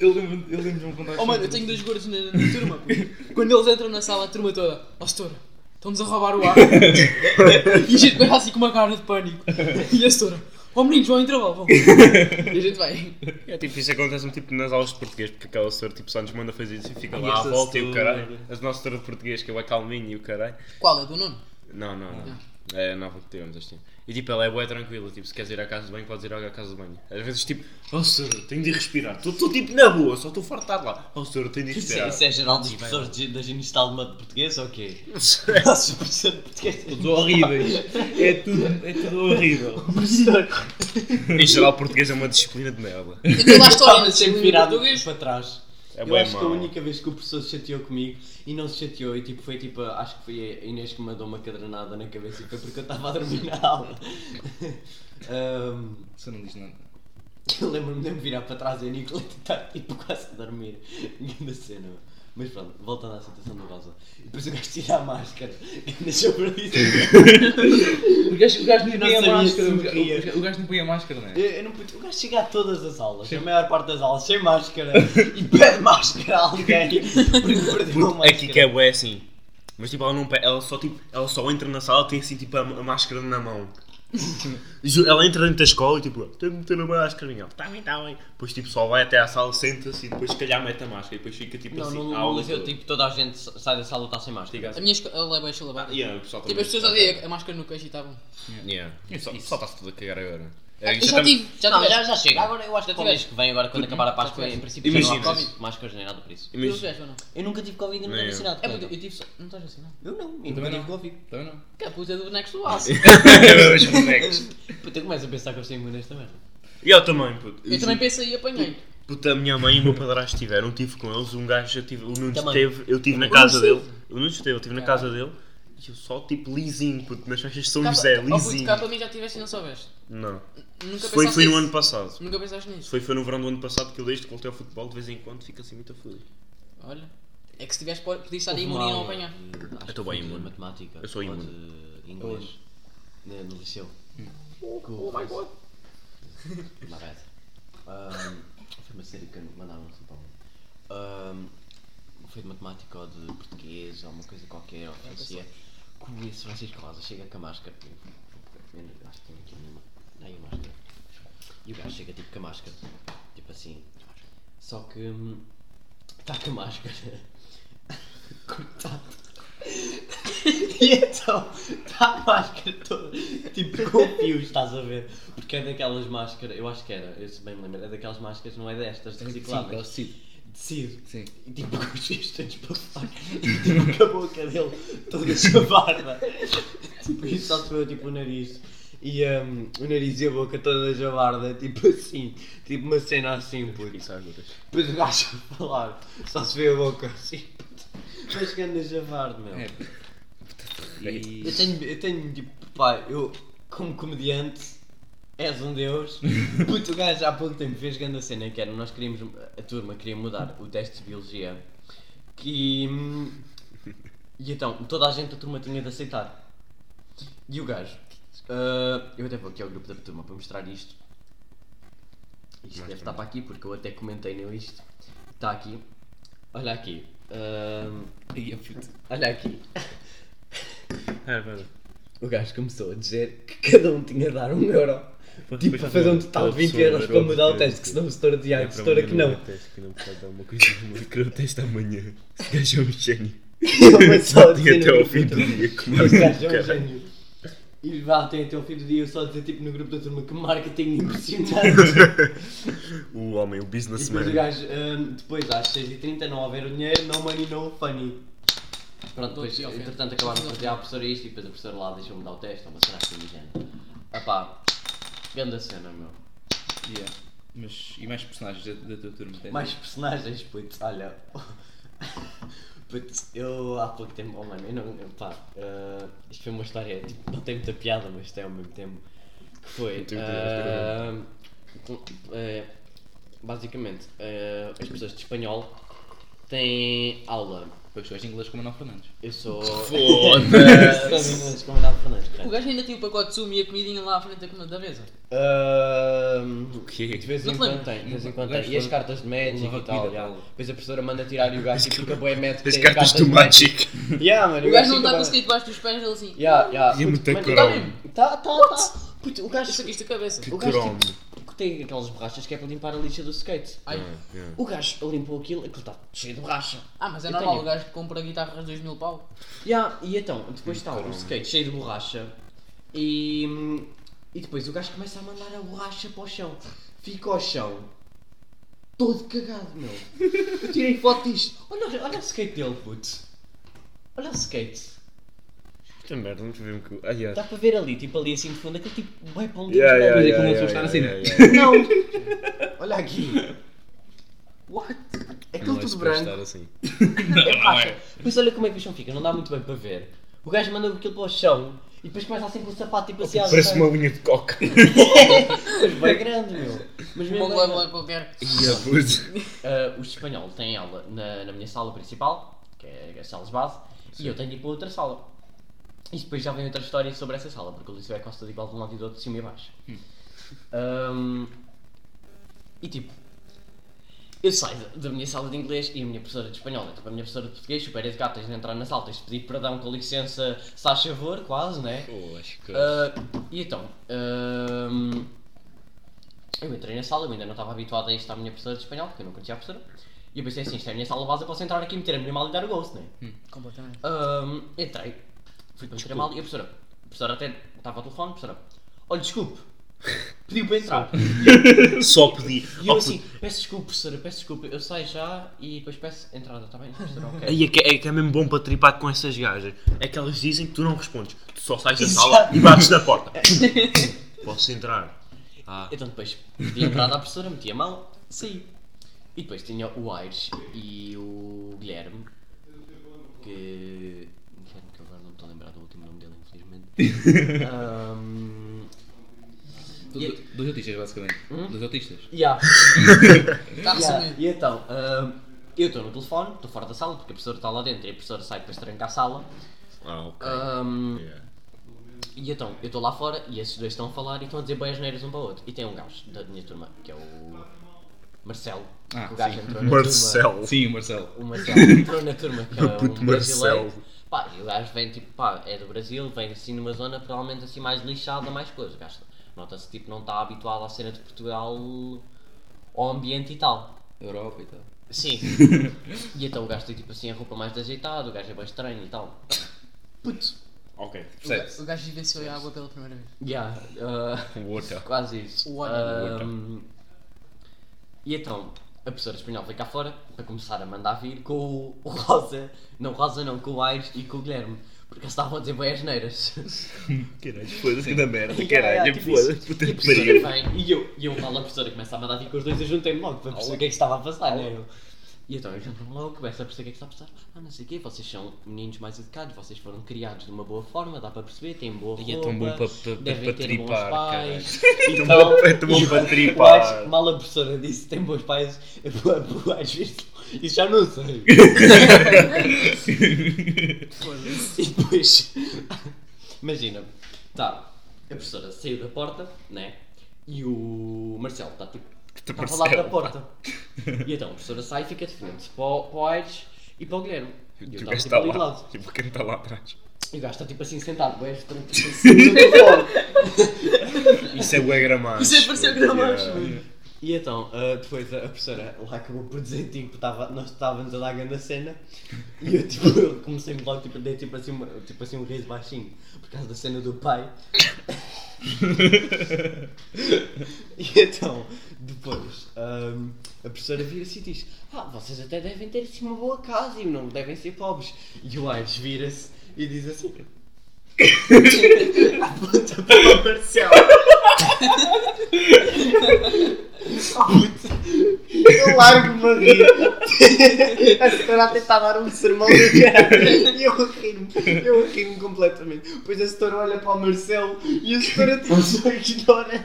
S2: Eu lembro-me eu lembro de um contacto.
S4: Oh mano, eu tenho dois gordos na, na turma, <laughs> pô. Quando eles entram na sala, a turma toda, ó setora, estamos a roubar <laughs> o ar. e a gente vai assim com uma cara de pânico. E a setora, ó meninos, vão ao intervalo, vão. E a gente vai.
S1: É tipo, isso acontece-me tipo nas aulas de português, porque aquela senhora tipo só nos manda fazer isso e fica
S7: E
S1: lá à
S7: essa
S1: volta e o
S7: senhora.
S1: caralho. A nossa senhora de português, que é o calminho e o caralho.
S4: Qual é do <laughs> nome?
S1: Não, não,
S7: Ah.
S1: não. É a nova que tivemos este ano. E tipo, ela é boa tranquila, tipo, se queres ir à casa de banho, podes ir à casa de banho. Às vezes tipo, oh senhora, tenho de ir respirar. Estou tipo na boa, só estou farto de estar lá. Oh senhora, tenho de ir
S7: Isso
S1: respirar.
S7: é, isso é geral dos professores de- da ginástica alemã de português ou o quê?
S1: Isso
S7: Nossos professores de português.
S2: Tudo horríveis. É tudo, é tudo horrível.
S7: <laughs>
S1: Em geral, português é uma disciplina de merda.
S4: Eu tenho lá a história na
S7: sempre
S4: disciplina
S7: virado
S4: português.
S7: para trás.
S1: É
S7: eu
S1: bué
S7: acho que a
S1: mau.
S7: única vez que o professor se chateou comigo e não se chateou, e tipo, foi tipo, a- acho que foi a Inês que me mandou uma cadernada na cabeça e foi porque eu estava a dormir na aula. Ahm,
S2: Você não diz nada.
S7: eu lembro-me de eu me virar para trás e a Nicoleta estar tipo quase a dormir. Grande cena. Mas pronto, voltando à situação do Rosa. E depois o gajo tira a máscara <laughs> e deixou para isso.
S2: O gajo, o gajo nem
S7: Eu não
S2: põe a máscara.
S7: sabia se
S2: O gajo,
S7: morria.
S2: o gajo- o gajo nem põe a máscara, não é?
S7: Eu, eu não pude. O gajo chega a todas as aulas, a maior parte das aulas, sem máscara e pede máscara a
S1: <laughs>
S7: alguém porque perdeu a máscara.
S1: Aqui que é bué assim. Mas tipo, ela não pe- ela só tipo, ela só entra na sala tem assim tipo a, a máscara na mão. <laughs> Ju- ela entra dentro da escola e tipo, tem de meter a máscara e ela, tá bem, tá bem. Depois tipo, só vai até à sala, senta-se e depois se calhar mete a máscara e depois fica tipo
S7: Não,
S1: assim,
S7: no,
S1: a
S7: no
S1: aula
S7: liceu,
S1: toda.
S7: tipo, toda a gente sai da sala e está sem
S1: Fica
S7: máscara.
S4: A
S1: assim.
S4: minha escola é bem chulabada. Tipo,
S1: Yeah, o pessoal
S4: as
S1: também- assim.
S4: pessoas odeiam a máscara no queixo e estavam.
S1: Yeah. Só só está-se tudo a cagar agora. É,
S4: Eu
S1: já
S4: já
S1: tam-
S4: tive, já
S7: não,
S4: tive.
S7: já, já chega. Agora eu acho que
S4: Já
S7: com
S4: tiveste?
S7: isto que vem agora quando acabar a Páscoa, é em princípio, já não há
S1: Imagina.
S7: Covid, máscaras nem nada por isso.
S4: Tu não
S1: Imagina.
S4: tiveste ou não?
S7: Eu nunca tive Covid na
S1: Nem eu. <laughs>
S7: universidade.
S4: É
S7: colega.
S4: puto, eu tive só. Não estás assim, não?
S7: Eu não, eu
S2: Também não.
S7: nunca tive Covid.
S2: Também não.
S4: Que a puta do boneco do aço.
S1: Os bonecos.
S7: Puta, eu começo a pensar que eu sou imune a esta merda.
S1: E eu também, puto.
S4: Eu também pensei e apanhei.
S1: Puta, a minha mãe e o meu padrasto tiveram, tive com eles, um gajo, eu tive, o Nunes
S7: Também.
S1: teve, eu
S4: Ah,
S1: tive na casa dele, o Nunes teve, eu tive na casa dele, e eu só tipo lisinho, puto, nas festas de São
S4: Capa-
S1: Um José,
S4: oh, puto,
S1: lisinho.
S4: cá para mim já tiveste e não soubeste.
S1: Não,
S4: Nunca
S1: foi, foi
S4: pensaste
S1: no
S4: nisso.
S1: ano passado,
S4: Nunca pensaste nisso.
S1: foi, foi no verão do ano passado que eu desde que voltei ao futebol, de vez em quando, fico assim muito a foder.
S4: Olha. É que se tivesse, po- podias estar
S7: Houve
S4: imune
S7: uma
S4: e não
S7: aula,
S4: apanhar.
S7: eh, acho
S1: Eu tô
S7: que
S1: bem
S7: foi de
S1: imune.
S7: Matemática.
S1: Eu sou
S7: ou de Inglês.
S2: Hoje.
S7: né, No liceu. Oh my god! <laughs> Uma reta. Ahm, Foi uma série que mandaram assim para mim. Ahm, Foi de matemática ou de português, alguma coisa qualquer, ou francês. Com esse Francisco Rosa chega com a máscara. Eu Acho que tem aqui nenhuma. Aí a máscara. E o gajo chega tipo com a máscara. Tipo assim. Só que. hum, Está com a máscara. Cortado. E então, está a máscara toda, tipo, com fios, estás a ver? Porque é daquelas máscaras, eu acho que era, eu se bem me lembro, é daquelas máscaras, não é destas, de recicláveis. Tecido.
S2: Sim.
S7: E tipo, com os fios todos para fora. E tipo, com a boca dele toda chavarda. tipo, isso só se vê tipo o nariz.
S3: e hum, o nariz e a boca toda jabarda, tipo assim, tipo uma cena assim, puto.
S1: Isso às gotas.
S3: Depois o gajo a falar, só se vê a boca assim, puto. Mas que anda jabardo, meu.
S2: É. E...
S3: Eu tenho, eu tenho, tipo, pá, eu, como comediante, és um deus. Puto, o gajo há pouco tempo fez grande cena que era, nós queríamos, a turma queria mudar o teste de biologia. Que... hum, E então, toda a gente da turma tinha de aceitar. E o gajo... ah, eu até vou aqui ao grupo da turma para mostrar isto. Isto deve estar para aqui, porque eu até comentei no isto. Está aqui. Olha aqui. Ah,
S2: Aí, eu puto.
S3: olha aqui.
S1: Ah, vale.
S3: O gajo começou a dizer que cada um tinha de dar um euro.
S1: Pois,
S3: Tipo,
S1: pois,
S3: para fazer um
S1: não.
S3: total
S1: Todo
S3: de 20
S1: sobre,
S3: euros para
S1: todo
S3: mudar o
S1: sobre.
S3: teste, que senão o setor de
S1: É
S3: ar,
S1: para
S3: setor que
S1: mudar
S3: <laughs> não.
S1: o teste, que não pode dar uma coisa muito cruel teste amanhã. <laughs> Esse gajo é um gênio.
S3: Mas só
S1: Tinha
S3: dizer
S1: até
S3: no
S1: ao
S3: grupo
S1: fim do
S3: da turma,
S1: dia que
S3: Este gajo é um
S1: marca.
S3: gênio. E vá, tem até ao fim do dia eu só dizer tipo no grupo da turma que marketing impressionante.
S1: O homem, o
S3: e depois o
S1: businessman.
S3: gajo, hum, depois às 6h30 não houver o dinheiro, no money, no funny. Pronto, depois
S4: Estou aqui,
S3: entretanto
S4: ok.
S3: acabaram de fazer à professora isto e depois a professora lá deixou-me dar o teste, ou uma cena assim do género. Ah pá, grande cena meu.
S2: Yeah. Mas, e mais personagens da, da tua turma? tens?
S3: Mais personagens, puto, olha. Puto, eu há pouco tempo, oh mano, eu não. eu, Pá, eh, isto foi uma história, tipo, não tem muita piada, mas tem ao mesmo tempo. Que foi.
S1: tem muita piada,
S3: eh, com- eh, basicamente, eh, as pessoas de espanhol têm aula.
S2: Pois tu és inglês como o Manuel Fernandes.
S3: Eu sou. <laughs> Eu sou inglês com o Manuel Fernandes,
S4: O
S3: correto?
S4: gajo ainda tinha o pacote de sumo e a comidinha lá à frente da, da mesa.
S3: Ahm,
S1: O quê?
S3: De vez
S4: Não
S3: em
S4: te
S3: quando
S4: lembras?
S3: tem, de vez em
S2: Não,
S3: quando
S2: gajo
S3: tem. E as
S2: todo-
S3: cartas de Magic
S2: leva
S3: e tal.
S2: comida,
S3: já.
S2: tal.
S3: Depois a professora manda tirar e o gajo fica bué mad que
S1: As
S3: tem
S1: cartas do
S3: de
S1: Magic.
S3: <laughs> Yeah, mano,
S4: O gajo
S3: fica
S4: não está a
S3: bué-
S4: conseguir debaixo dos pés dele assim.
S3: Yeah, yeah.
S1: E muita
S3: Mano,
S1: croma.
S7: tipo,
S3: Tá, tá, tá. Puto, o gajo,
S4: Eu saquei isto da cabeça.
S1: Que
S3: o gajo
S1: cromo.
S3: tipo, tem aquelas borrachas que é para limpar a lixa do skate.
S4: Ai.
S3: O gajo limpou aquilo, aquilo está cheio de borracha.
S4: Ah, mas é
S3: Eu
S4: normal,
S3: tenho.
S4: o gajo que compra guitarras de 2000 pau.
S3: Yeah, e então, depois está o skate cheio de borracha e, hum, e depois o gajo começa a mandar a borracha para o chão. Fica ao chão. Todo cagado, meu. Eu tirei foto disto. Olha, olha o skate dele, puto. Olha o skate.
S1: Puta merda, não te vemos que. Ah, yeah.
S3: Dá para ver ali, tipo ali assim de fundo, aquele tipo vai para um
S1: Yeah, yeah,
S2: Mas é como
S1: yeah,
S2: se fosse estar
S1: yeah,
S2: assim,
S1: yeah,
S2: né?
S1: yeah.
S3: Não! Olha aqui! What? Aquilo
S1: Não é
S3: tudo
S1: suposto
S3: branco.
S1: estar assim.
S3: Pois olha como é que o chão fica, não dá muito bem para ver. O gajo manda aquilo para o chão e depois começa assim com o sapato tipo assim à
S1: Parece
S3: alçada.
S1: uma unha de coca.
S3: Mas bem grande, meu. Mas
S4: Um
S3: mesmo. assim, bem grande.
S4: level qualquer.
S1: Yeah, puto.
S3: Ah, os espanhol têm aula na, na minha sala principal, que é as salas base, e eu tenho de ir para outra sala. E depois já vem outra história sobre essa sala, porque o Liceu é costa de igual de um lado e do outro, de cima e baixo. Ahm, e tipo, eu saio da- da minha sala de inglês e a minha professora de espanhol entra para a minha professora de português, super educada, Ah, tens de entrar na sala, tens de pedir perdão com licença, se faz favor, quase, né?
S1: Oh, acho que.
S3: Ah, e então, ahm, eu entrei na sala, eu ainda não estava habituado a isto à minha professora de espanhol, porque eu não conhecia a professora. E eu pensei assim, isto é a minha sala base, eu posso entrar aqui, meter a minha mala e dar o gosto, né?
S4: Completamente.
S3: Ahm, entrei, fui para meter a mala e a professora, a professora até estava ao telefone, a professora, olha, desculpe, pediu para entrar.
S1: Só pedi.
S3: E eu assim, peço desculpa, professora, peço desculpa, eu saio já e depois peço entrada, está bem? Professora, ok.
S1: Aí é que, é que é mesmo bom para tripar com essas gajas. É que elas dizem que tu não respondes. Tu só sais da sala e bates na porta. Posso entrar? Ah.
S3: Então depois pedi a entrada à professora, meti a mão, saí. E depois tinha o Aires e o Guilherme, que. Guilherme, que eu agora não me estou a lembrar do último nome dele, infelizmente. Ahm,
S2: Tu-
S3: E-
S2: do- Dois autistas, basicamente. Dois autistas.
S3: yeah.
S4: Está
S3: Yeah,
S4: resumido.
S3: E então, ahm, eu estou no telefone, estou fora da sala, porque a professora está lá dentro e a professora sai depois tranca a sala.
S1: Ah, ok.
S3: Ahm,
S1: Yeah.
S3: E então, eu estou lá fora e esses dois estão a falar e estão a dizer boias neiras um para o outro. E tem um gajo da minha turma, que é o Marcelo.
S2: Ah,
S3: que o gajo
S1: <laughs>
S3: entrou na turma.
S1: Marcelo.
S2: Sim, o Marcelo.
S3: O Marcelo
S1: <laughs>
S3: entrou na turma, que é
S1: Puto
S3: um brasileiro.
S1: Marcelo.
S3: Pá, e o gajo vem tipo, pá, é do Brasil, vem assim numa zona provavelmente assim mais lixada, mais coisa. O gajo nota-se tipo não está habituado à cena de Portugal, ao ambiente e tal.
S2: Europa e tal.
S3: Sim. <laughs> e então o gajo tem tipo assim a roupa mais ajeitada, o gajo é bem estranho e tal. Puto.
S1: Ok.
S2: Percebes?
S4: O gajo vivenciou a água pela primeira vez.
S3: Yeah. ah,
S1: Water.
S3: Quase isso.
S4: What?
S3: Ahm, e então, a professora espanhola veio cá <laughs> fora para começar a mandar vir com o, o Rosa, não Rosa não, com o Aires e com o Guilherme.
S7: Porque eles estavam a dizer boias neiras.
S1: Caralho, foda-se da
S7: <laughs>
S1: merda,
S7: Yeah, yeah,
S1: caralho, é
S7: tipo
S1: foda-se, puta
S7: E a
S1: que
S7: professora
S1: pariu.
S7: vem e eu, e eu falo à professora, começa a mandar vir com os dois, eu juntei-me logo para perceber o que é que estava a passar, né? Eu- E então eu junto-me logo, começo a perceber o que é que está a passar. Ah, não sei o quê, vocês são meninos mais educados, vocês foram criados de uma boa forma, dá para perceber, têm boa roupa,
S1: E é tão bom para- para- para-
S7: devem
S1: para
S7: ter bons
S1: tripar,
S7: pais. <laughs>
S1: Tão
S7: Então,
S1: bom- é tão bom para
S7: eu acho que
S1: tripar.
S7: mal a professora disse, tem bons pais, eu, eu, às vezes, isso já não
S1: <laughs>
S7: sei.
S4: Foda-se.
S7: E depois. Imagina, tá. A professora saiu da porta, né? E o Marcelo está tipo. Está ao lado da
S1: Marcelo,
S7: porta. E então a professora sai e fica de frente para o, para o Aires e para o Guilherme. E eu
S1: E o
S7: estava
S1: gajo
S7: tipo
S1: está
S7: ali de
S1: lá,
S7: lado.
S1: tipo, quem está lá atrás.
S7: E o gajo está tipo assim sentado, o Aires está tipo assim no telefone.
S1: Isso é o Agramacho.
S4: Isso é parecer Agramacho,
S1: é.
S7: E então, ah, depois a a professora lá acabou por dizer, tipo, tava, nós estávamos a dar grande cena e eu, tipo, <laughs> eu comecei logo, tipo, dei tipo assim, uma- tipo assim um riso baixinho por causa da cena do pai. <laughs> e então, depois, ahm, a professora vira-se e diz: Ah, vocês até devem ter assim uma boa casa e não devem ser pobres. E o Aires vira-se e diz assim: Aponta para o Marcelo. Eu largo-me a rir. A senhora a tentar dar um sermão do cara. E eu ri-me. Eu ri-me completamente. Depois a senhora olha para o Marcelo e a senhora tipo só ignora.
S1: é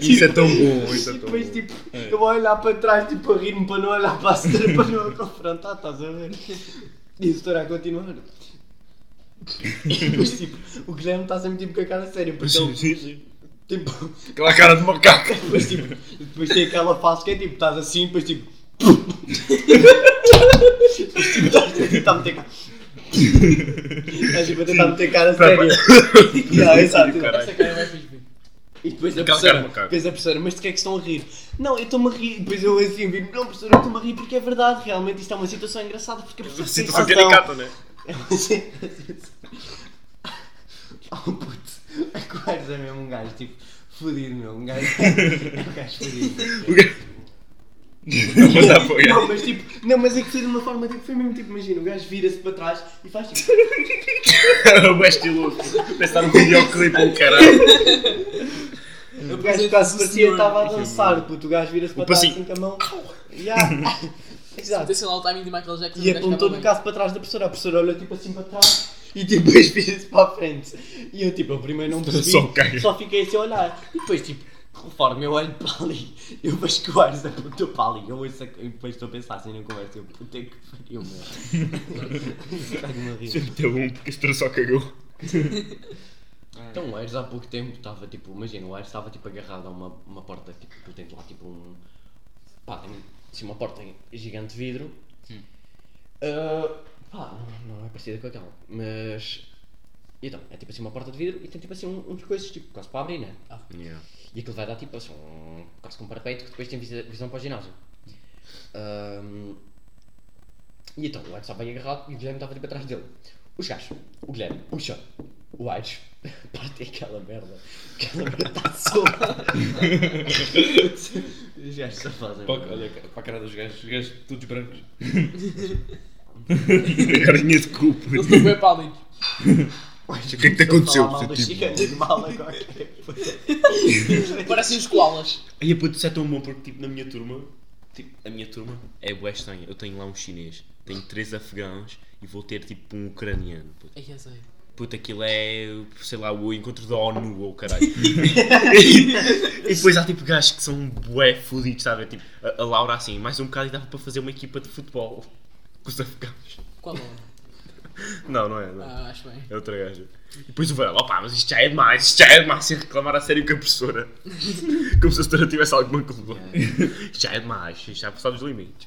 S1: Isso é tão bom, isso
S7: E
S1: é tão bom.
S7: depois tipo, eu vou olhar para trás tipo a rir-me para não olhar para a senhora para não a confrontar, estás a ver? E a senhora a continuar. E depois tipo, o Guilherme está sempre tipo com a cara séria porque ele tipo.
S1: Então, Aquela cara de macaco.
S7: <laughs> Depois, tipo, depois tem aquela fase que é tipo, estás assim,
S1: <laughs>
S7: depois tipo. depois tipo, estás a tentar meter cara. Estás tipo, a tentar meter cara séria. <laughs> yeah, exato.
S4: Essa cara é vai fingir.
S7: E depois a
S1: Aquela
S7: professora,
S1: cara é de macaco.
S7: depois a professora, mas de que é que estão a rir? Não, eu estou-me a rir. Depois eu assim, eu vi, não, professora, eu estou-me a rir porque é verdade, realmente isto é uma situação engraçada porque a professora tem
S1: Sinto-se um
S7: razão.
S1: caricata, né?
S7: É uma cena <laughs> Oh puto, Aquarius é mesmo um gajo tipo fodido, meu. Um gajo. É um gajo fodido.
S1: Não vou dar para o gajo.
S7: Não, mas tipo, não, mas é que foi de uma forma tipo, foi mesmo tipo, imagina, o gajo vira-se para trás e faz tipo.
S1: É o estiloso. Parece estar num videoclipe ou caralho.
S7: O gajo quase parecia que estava a dançar, puto. O gajo vira-se para trás
S1: passinho.
S7: assim com a mão. Yeah. <laughs> Exato.
S4: Atenção lá o timing de Michael Jackson.
S7: E é
S4: o gajo
S7: apontou no
S4: estava
S7: caso para trás da professora. A professora olhou tipo assim para trás e tipo, <laughs> depois vira-se para a frente. E eu tipo, eu primeiro não percebi,
S1: <laughs> Só caga.
S7: só fiquei assim a olhar. E depois tipo, conforme eu olho para ali, eu vejo que o Ares apontou para ali. Eu ouço a... E depois estou a pensar assim na conversa, eu puta que pariu, meu. Cago-me a rir.
S1: Muito bom, um, porque a senhora só cagou.
S7: Então o Ares há pouco tempo estava tipo, imagina, o Ares estava tipo agarrado a uma, uma porta, tipo, tem lá tipo um. pá, tem assim, uma porta gigante de vidro. Ah, pá, não, não é parecida com aquela, mas. Então, é tipo assim uma porta de vidro e tem tipo assim um- uns coisas tipo, quase para abrir, né? E aquilo vai dar tipo assim, um, quase com um parapeito que depois tem visi- visão para o ginásio. Ahm, e então o Aires estava aí agarrado e o Guilherme estava tipo atrás dele. Os gajos, o Guilherme puxa, o Aires <laughs> parte aquela merda. Aquela merda está solta. Os gajos só fazem.
S2: Pá, olha, para a cara dos gajos, os gajos todos brancos.
S1: A carinha de cu,
S4: Eles
S1: puto.
S4: estão bem
S7: <laughs>
S4: pálidos.
S1: O que é que te aconteceu?
S7: Falar tipo, mal dos gigantes de mala <laughs> qualquer.
S4: Parecem os koalas.
S1: E puto, isso é tão bom porque tipo, na minha turma, tipo, a minha turma é bué estranha. Eu tenho lá um chinês, tenho três afegãos e vou ter tipo um ucraniano, puto.
S4: Ai, eu sei.
S1: Puta, aquilo é, sei lá, o encontro da ONU ou caralho. e depois há tipo gajos que são bué fodidos, sabe? Tipo, a, a Laura assim, mais um bocado e dava para fazer uma equipa de futebol com os afegãos.
S4: Qual
S7: <laughs>
S4: é?
S1: Não, não é, não.
S4: Ah, acho bem.
S1: É outra gaja. E depois o Varela, opá, mas isto já é demais, isto já é demais, sem reclamar a sério com a professora. Como se a professora tivesse alguma culpa. <laughs> Isto já é demais, isto já passou dos limites.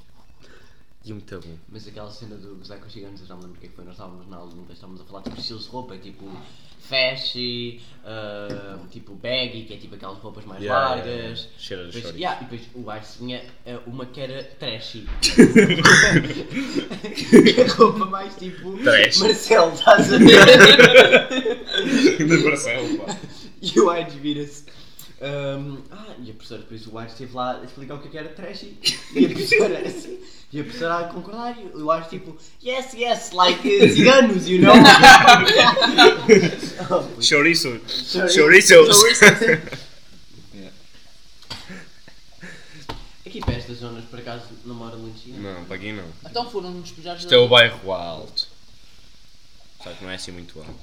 S1: E é muito bom.
S7: Mas aquela cena do gozar com os gigantes, eu já me lembro o que é que foi. Nós estávamos na aula, nunca estávamos a falar tipo estilos de roupa, é tipo fashy, ah, tipo baggy, que é tipo aquelas roupas mais
S1: Yeah,
S7: largas.
S1: yeah, yeah. Cheira de
S7: Depois-
S1: shorts.
S7: yeah, e depois o Ice tinha ah, uma que era trashy. que a roupa mais tipo
S1: Trashy.
S7: Marcelo, estás a ver?
S1: <laughs> Ainda Marcelo, pá.
S7: E o Aires vira-se. Ahm, ah, e a professora, depois o Aires esteve lá a explicar o que é que era trashy. E a professora, assim, e a professora a concordar. E o Aires, tipo, yes, yes, like eh, ciganos, you know? Oh, puto.
S1: Chorizo.
S7: Sorry.
S1: Chorizos.
S7: Aqui para estas zonas, por acaso, não mora muito cigano.
S1: Não, para aqui não.
S4: Então foram despejar
S1: Isto é o bairro alto. Só que não é assim muito alto.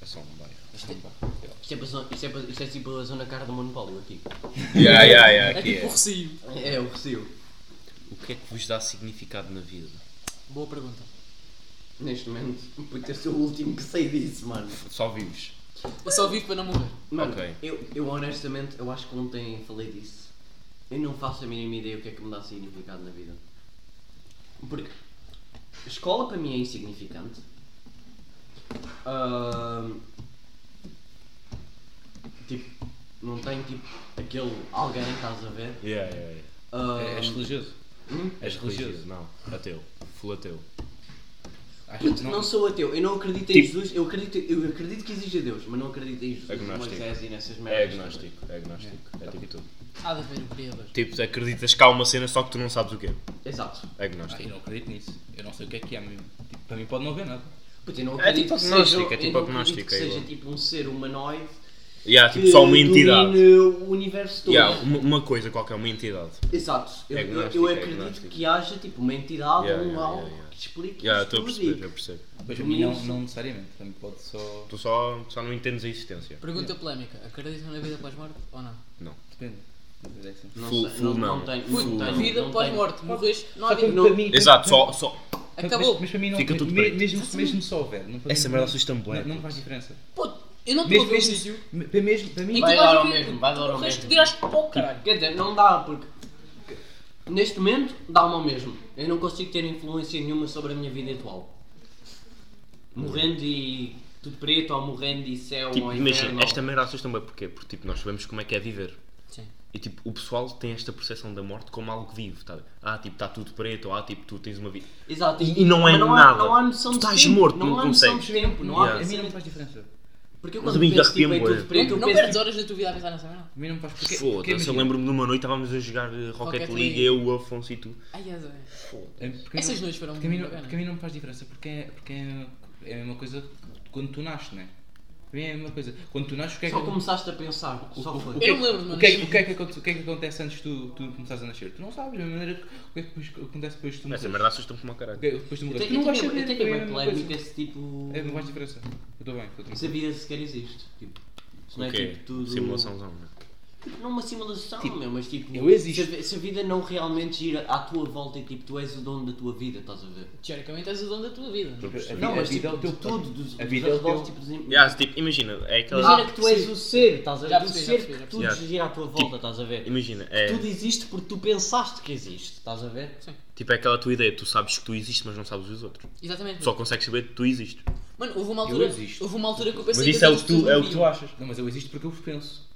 S1: É só um bairro.
S7: Isto é, para, zo- isto, é para, isto é tipo a zona cara do monopólio aqui.
S1: Ya, ya, ya,
S4: É
S1: aqui
S4: tipo
S1: é.
S4: o recio.
S7: É, o recio.
S1: O que é que vos dá significado na vida?
S4: Boa pergunta.
S7: Neste momento, puto, eu sou é o último que sei disso, mano.
S1: Só vives.
S4: Eu só vivo para não morrer.
S7: Mano,
S1: Ok.
S7: eu, eu honestamente, eu acho que ontem falei disso. Eu não faço a mínima ideia o que é que me dá significado na vida. Porque escola para mim é insignificante. Ahm, tipo, não tem tipo aquele alguém que estás a ver.
S1: Yeah, yeah, yeah.
S7: Ahm,
S1: És religioso?
S7: Hum?
S1: És religioso? Não. Ateu. Full ateu.
S2: Acho que
S7: não.
S2: não.
S7: sou ateu, eu não acredito em
S1: Tipo-
S7: Jesus, eu acredito, eu acredito que existe Deus, mas não acredito em Jesus,
S1: Agnóstico.
S7: Moisés e nessas merdas.
S1: É agnóstico. É agnóstico. É tipo tudo.
S4: Há de haver um criador.
S1: Tipo, acreditas que há uma cena só que tu não sabes o que é.
S7: Exato.
S2: Ah, eu
S1: Agnóstico.
S2: não acredito nisso. Eu não sei o que é que é mesmo. Tipo, para mim pode não haver nada.
S7: Puta, eu não
S1: É
S7: acredito
S1: tipo
S7: que
S1: agnóstico,
S7: seja,
S1: é tipo
S7: eu não acredito
S1: agnóstico,
S7: que
S1: é
S7: seja
S1: igual.
S7: tipo um ser humanoide
S1: Yeah,
S7: que
S1: tipo, só uma
S7: domine
S1: entidade.
S7: o universo todo.
S1: Yeah, uma, uma coisa qualquer, uma entidade.
S7: Exato. Eu,
S1: É
S7: eu- eu
S1: agnóstico, é
S7: acredito
S1: agnóstico.
S7: que haja tipo uma entidade
S1: Yeah,
S7: ou um
S1: yeah,
S7: algo
S1: yeah, yeah.
S7: que explique
S1: Yeah,
S7: isto
S1: estou a
S7: tudo
S1: perceber,
S7: e-
S1: eu percebo.
S2: Mas para mim não, não necessariamente. Para mim pode só.
S1: Tu só, só não entendes a existência.
S4: Pergunta polémica. Acreditam na vida após morte ou não?
S2: Depende. Mas é assim.
S7: Não
S1: Full-
S7: sei,
S1: full
S7: não- não
S1: não.
S7: tenho-
S1: Full
S7: não
S1: não.
S7: tenho-
S4: Vida
S7: não
S4: após
S7: tenho.
S4: morte. Morres, não há vida.
S2: Para mim-
S1: Exato, só. só...
S4: Acabou.
S2: Mas, mas para mim não
S1: Fica tudo
S2: me-
S1: preto.
S2: mesmo, mesmo se houver. Não faz
S1: Essa merda assusta-me bué,
S2: Não, não
S1: puto.
S2: faz diferença.
S4: Puto, eu não estou a
S2: Mesmo,
S7: um
S4: ver o
S2: mesmo,
S4: sítio.
S2: me- mesmo para
S4: Em que
S2: mim.
S4: tu
S7: Vai
S4: vais
S7: dar ao
S4: ver-
S7: mesmo, vai dar ao
S4: O resto
S7: mesmo.
S4: tiraste para o caralho.
S7: Quer dizer, não dá porque neste momento dá-me ao mesmo. Eu não consigo ter influência nenhuma sobre a minha vida atual. Morrendo e tudo preto, ou morrendo e céu,
S1: Tipo,
S7: ou inferno.
S1: imagina, esta merda assusta-me bué, porquê? Porque tipo, nós sabemos como é que é viver.
S4: Sim.
S1: E tipo, o pessoal tem esta percepção da morte como algo vivo, tá? Ah, tipo, está tudo preto, ou ah, tipo, tu tens uma vida.
S7: Exato.
S1: E- e não é
S7: mas não
S1: nada.
S7: Há, não há noção
S1: Tu
S7: de
S1: estás
S7: tempo,
S1: morto,
S7: não,
S1: não
S7: há noção de
S1: consegues.
S7: tempo, não há
S1: Yeah.
S2: Para mim
S7: noção
S2: não
S7: de
S2: faz diferença.
S7: Porque eu
S1: Mas
S7: quando
S1: a mim
S7: penso tipo,
S1: arrepia-me
S7: em
S1: bué.
S7: tudo preto, eu
S4: Não
S7: penso
S4: perdes
S7: tipo,
S4: horas da tua vida a pensar nessa merda.
S2: Para mim não faz porque. porque
S1: Foda-se, eu
S2: imagina-
S1: lembro-me de uma noite estávamos a jogar eh, Rocket,
S4: Rocket
S1: League,
S4: League.
S1: eu, o Afonso e tu.
S4: Ai, é, Zé.
S2: É, porque
S4: Essas
S2: não-
S4: noites foram
S2: porque a mim
S4: muito
S2: não-
S4: bacanas.
S2: Porque a mim não me faz diferença porque é, porque é, é a mesma coisa de quando tu nasces, né? Para mim é a mesma coisa. Quando tu nasces, o que é que.
S7: tipo, Só começaste a pensar, só foi.
S2: o que é
S4: Eu não me lembro de
S2: que-
S4: uma
S2: o que, é, que-
S4: nascida.
S2: o, que é que, aconte- o que é que acontece antes de tu, tu começares a nascer? Tu não sabes, da mesma maneira que- o que é que depois acontece depois de tu
S1: Essa
S2: morreres.
S1: merda assusta-me como ao caralho.
S2: O que é que depois de tu
S7: Eu
S2: morreres?
S7: tenho-
S2: Tu não
S7: eu
S2: vais
S7: tenho
S2: saber.
S7: eu
S2: para
S7: tenho
S2: mim é a
S7: bem
S2: mesma
S7: polémica
S2: coisa.
S7: esse tipo.
S2: É, não faz diferença. Eu estou bem, estou
S7: Se a
S2: tranquilo.
S7: vida sequer existe. Tipo, se não é
S1: O
S3: né,
S1: quê?
S7: tipo tudo.
S1: Simulaçãozão, né?
S7: Não é uma simulação, meu, mas tipo.
S2: eu existo.
S7: Se a, se a vida não realmente gira à tua volta e tipo, tu és o dono da tua vida, estás a ver?
S4: Teoricamente és o dono da tua vida. não é?
S2: A vida-
S7: Não,
S2: a
S7: mas
S2: vida
S7: tipo,
S2: é o teu
S7: de tudo, dos,
S2: A
S7: dos
S2: vida é o teu-
S7: arredores, tipo, dos im-
S1: Yeah, tipo, imagina, é aquela.
S7: Imagina que tu és o ser, estás a
S4: Já
S7: ver? O
S4: percebi, já
S7: Ah, ser
S4: percebi,
S7: que
S4: já
S7: tudo
S1: percebi.
S7: gira à tua volta, estás a ver?
S1: Imagina, é.
S7: Tudo existe porque tu pensaste que existe, estás a ver?
S1: Tipo, é aquela tua ideia, tu sabes que tu existes, mas não sabes os outros.
S4: Exatamente.
S1: Só consegues saber que tu existes.
S4: Mano, houve uma altura.
S2: existo.
S4: Houve uma altura que eu
S1: Mas
S4: pensei
S1: isso é o
S4: todas
S1: que
S4: as
S1: tu,
S4: pessoas
S1: é o
S4: me
S1: que tu
S4: viam.
S1: achas.
S2: Não, mas eu existo porque eu penso.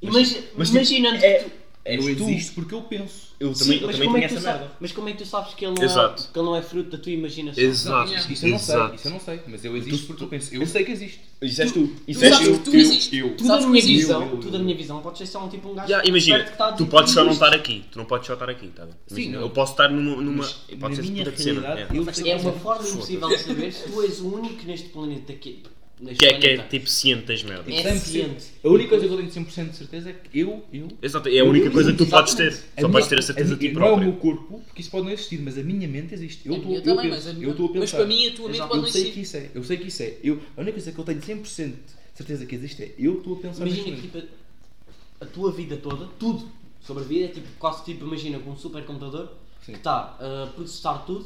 S7: Imagi-
S1: mas, tipo,
S7: Imaginando que tu.
S2: Eu
S1: És tu.
S2: existo porque eu penso.
S1: Eu
S7: Sim,
S1: também, eu
S7: mas,
S1: também
S7: como
S1: tenho
S7: é que tu
S1: essa
S7: sabes,
S1: merda.
S7: mas como é que tu sabes que ele não,
S1: Exato.
S7: É, que ele não é fruto da tua imaginação?
S1: Exato.
S4: Não,
S2: Isso eu não sei,
S1: Exato.
S2: isso eu não sei, mas eu existo porque eu penso. Eu sei que existe.
S1: Isso és tu. Isso é és
S4: Tu sabes que tu
S1: Eu-
S4: existes.
S1: eu-
S7: Tu da
S4: Sabes que
S7: minha
S4: existe.
S7: visão,
S2: Eu- eu-
S7: tu da minha visão, podes ser só um tipo um gajo.
S1: Yeah, imagina,
S7: esperto que tá a
S1: tu
S7: dizer
S1: podes só não
S7: isto.
S1: estar aqui, tu não podes só estar aqui, tá? bem? Imagina,
S2: não.
S1: eu posso estar numa. numa
S2: Mas
S1: e
S2: na
S1: pode ser
S2: minha
S1: puta de cena.
S2: realidade,
S1: é.
S2: eu
S7: É uma forma impossível de saber se tu és o único neste planeta que. Neste
S1: Que é, que é
S7: planeta.
S1: tipo ciente das merdas.
S7: É ciente.
S2: A única coisa que eu tenho 100% de certeza é que eu, eu
S1: Exato, é a única coisa que tu podes ter.
S2: A
S1: Só
S2: minha-
S1: podes ter a certeza de
S2: minha-
S1: ti
S2: Não é o
S1: próprio.
S2: meu corpo, porque isso pode não existir, mas a minha mente existe. Eu
S4: A
S2: estou
S4: minha
S2: eu
S4: também,
S2: penso,
S4: mas a
S2: eu estou a
S4: minha- mas
S2: pensar.
S4: para mim a tua mente
S2: Exato.
S4: pode
S2: eu
S4: não
S2: sei
S4: existir.
S2: que isso é, eu sei que isso é. Eu, a única coisa que eu tenho 100% de certeza que existe é eu estou a pensar
S7: Imagina que
S2: nisto.
S7: tipo, a tua vida toda, tudo sobre a vida, é tipo, quase tipo, imagina com um supercomputador que
S2: Sim.
S7: está a processar tudo,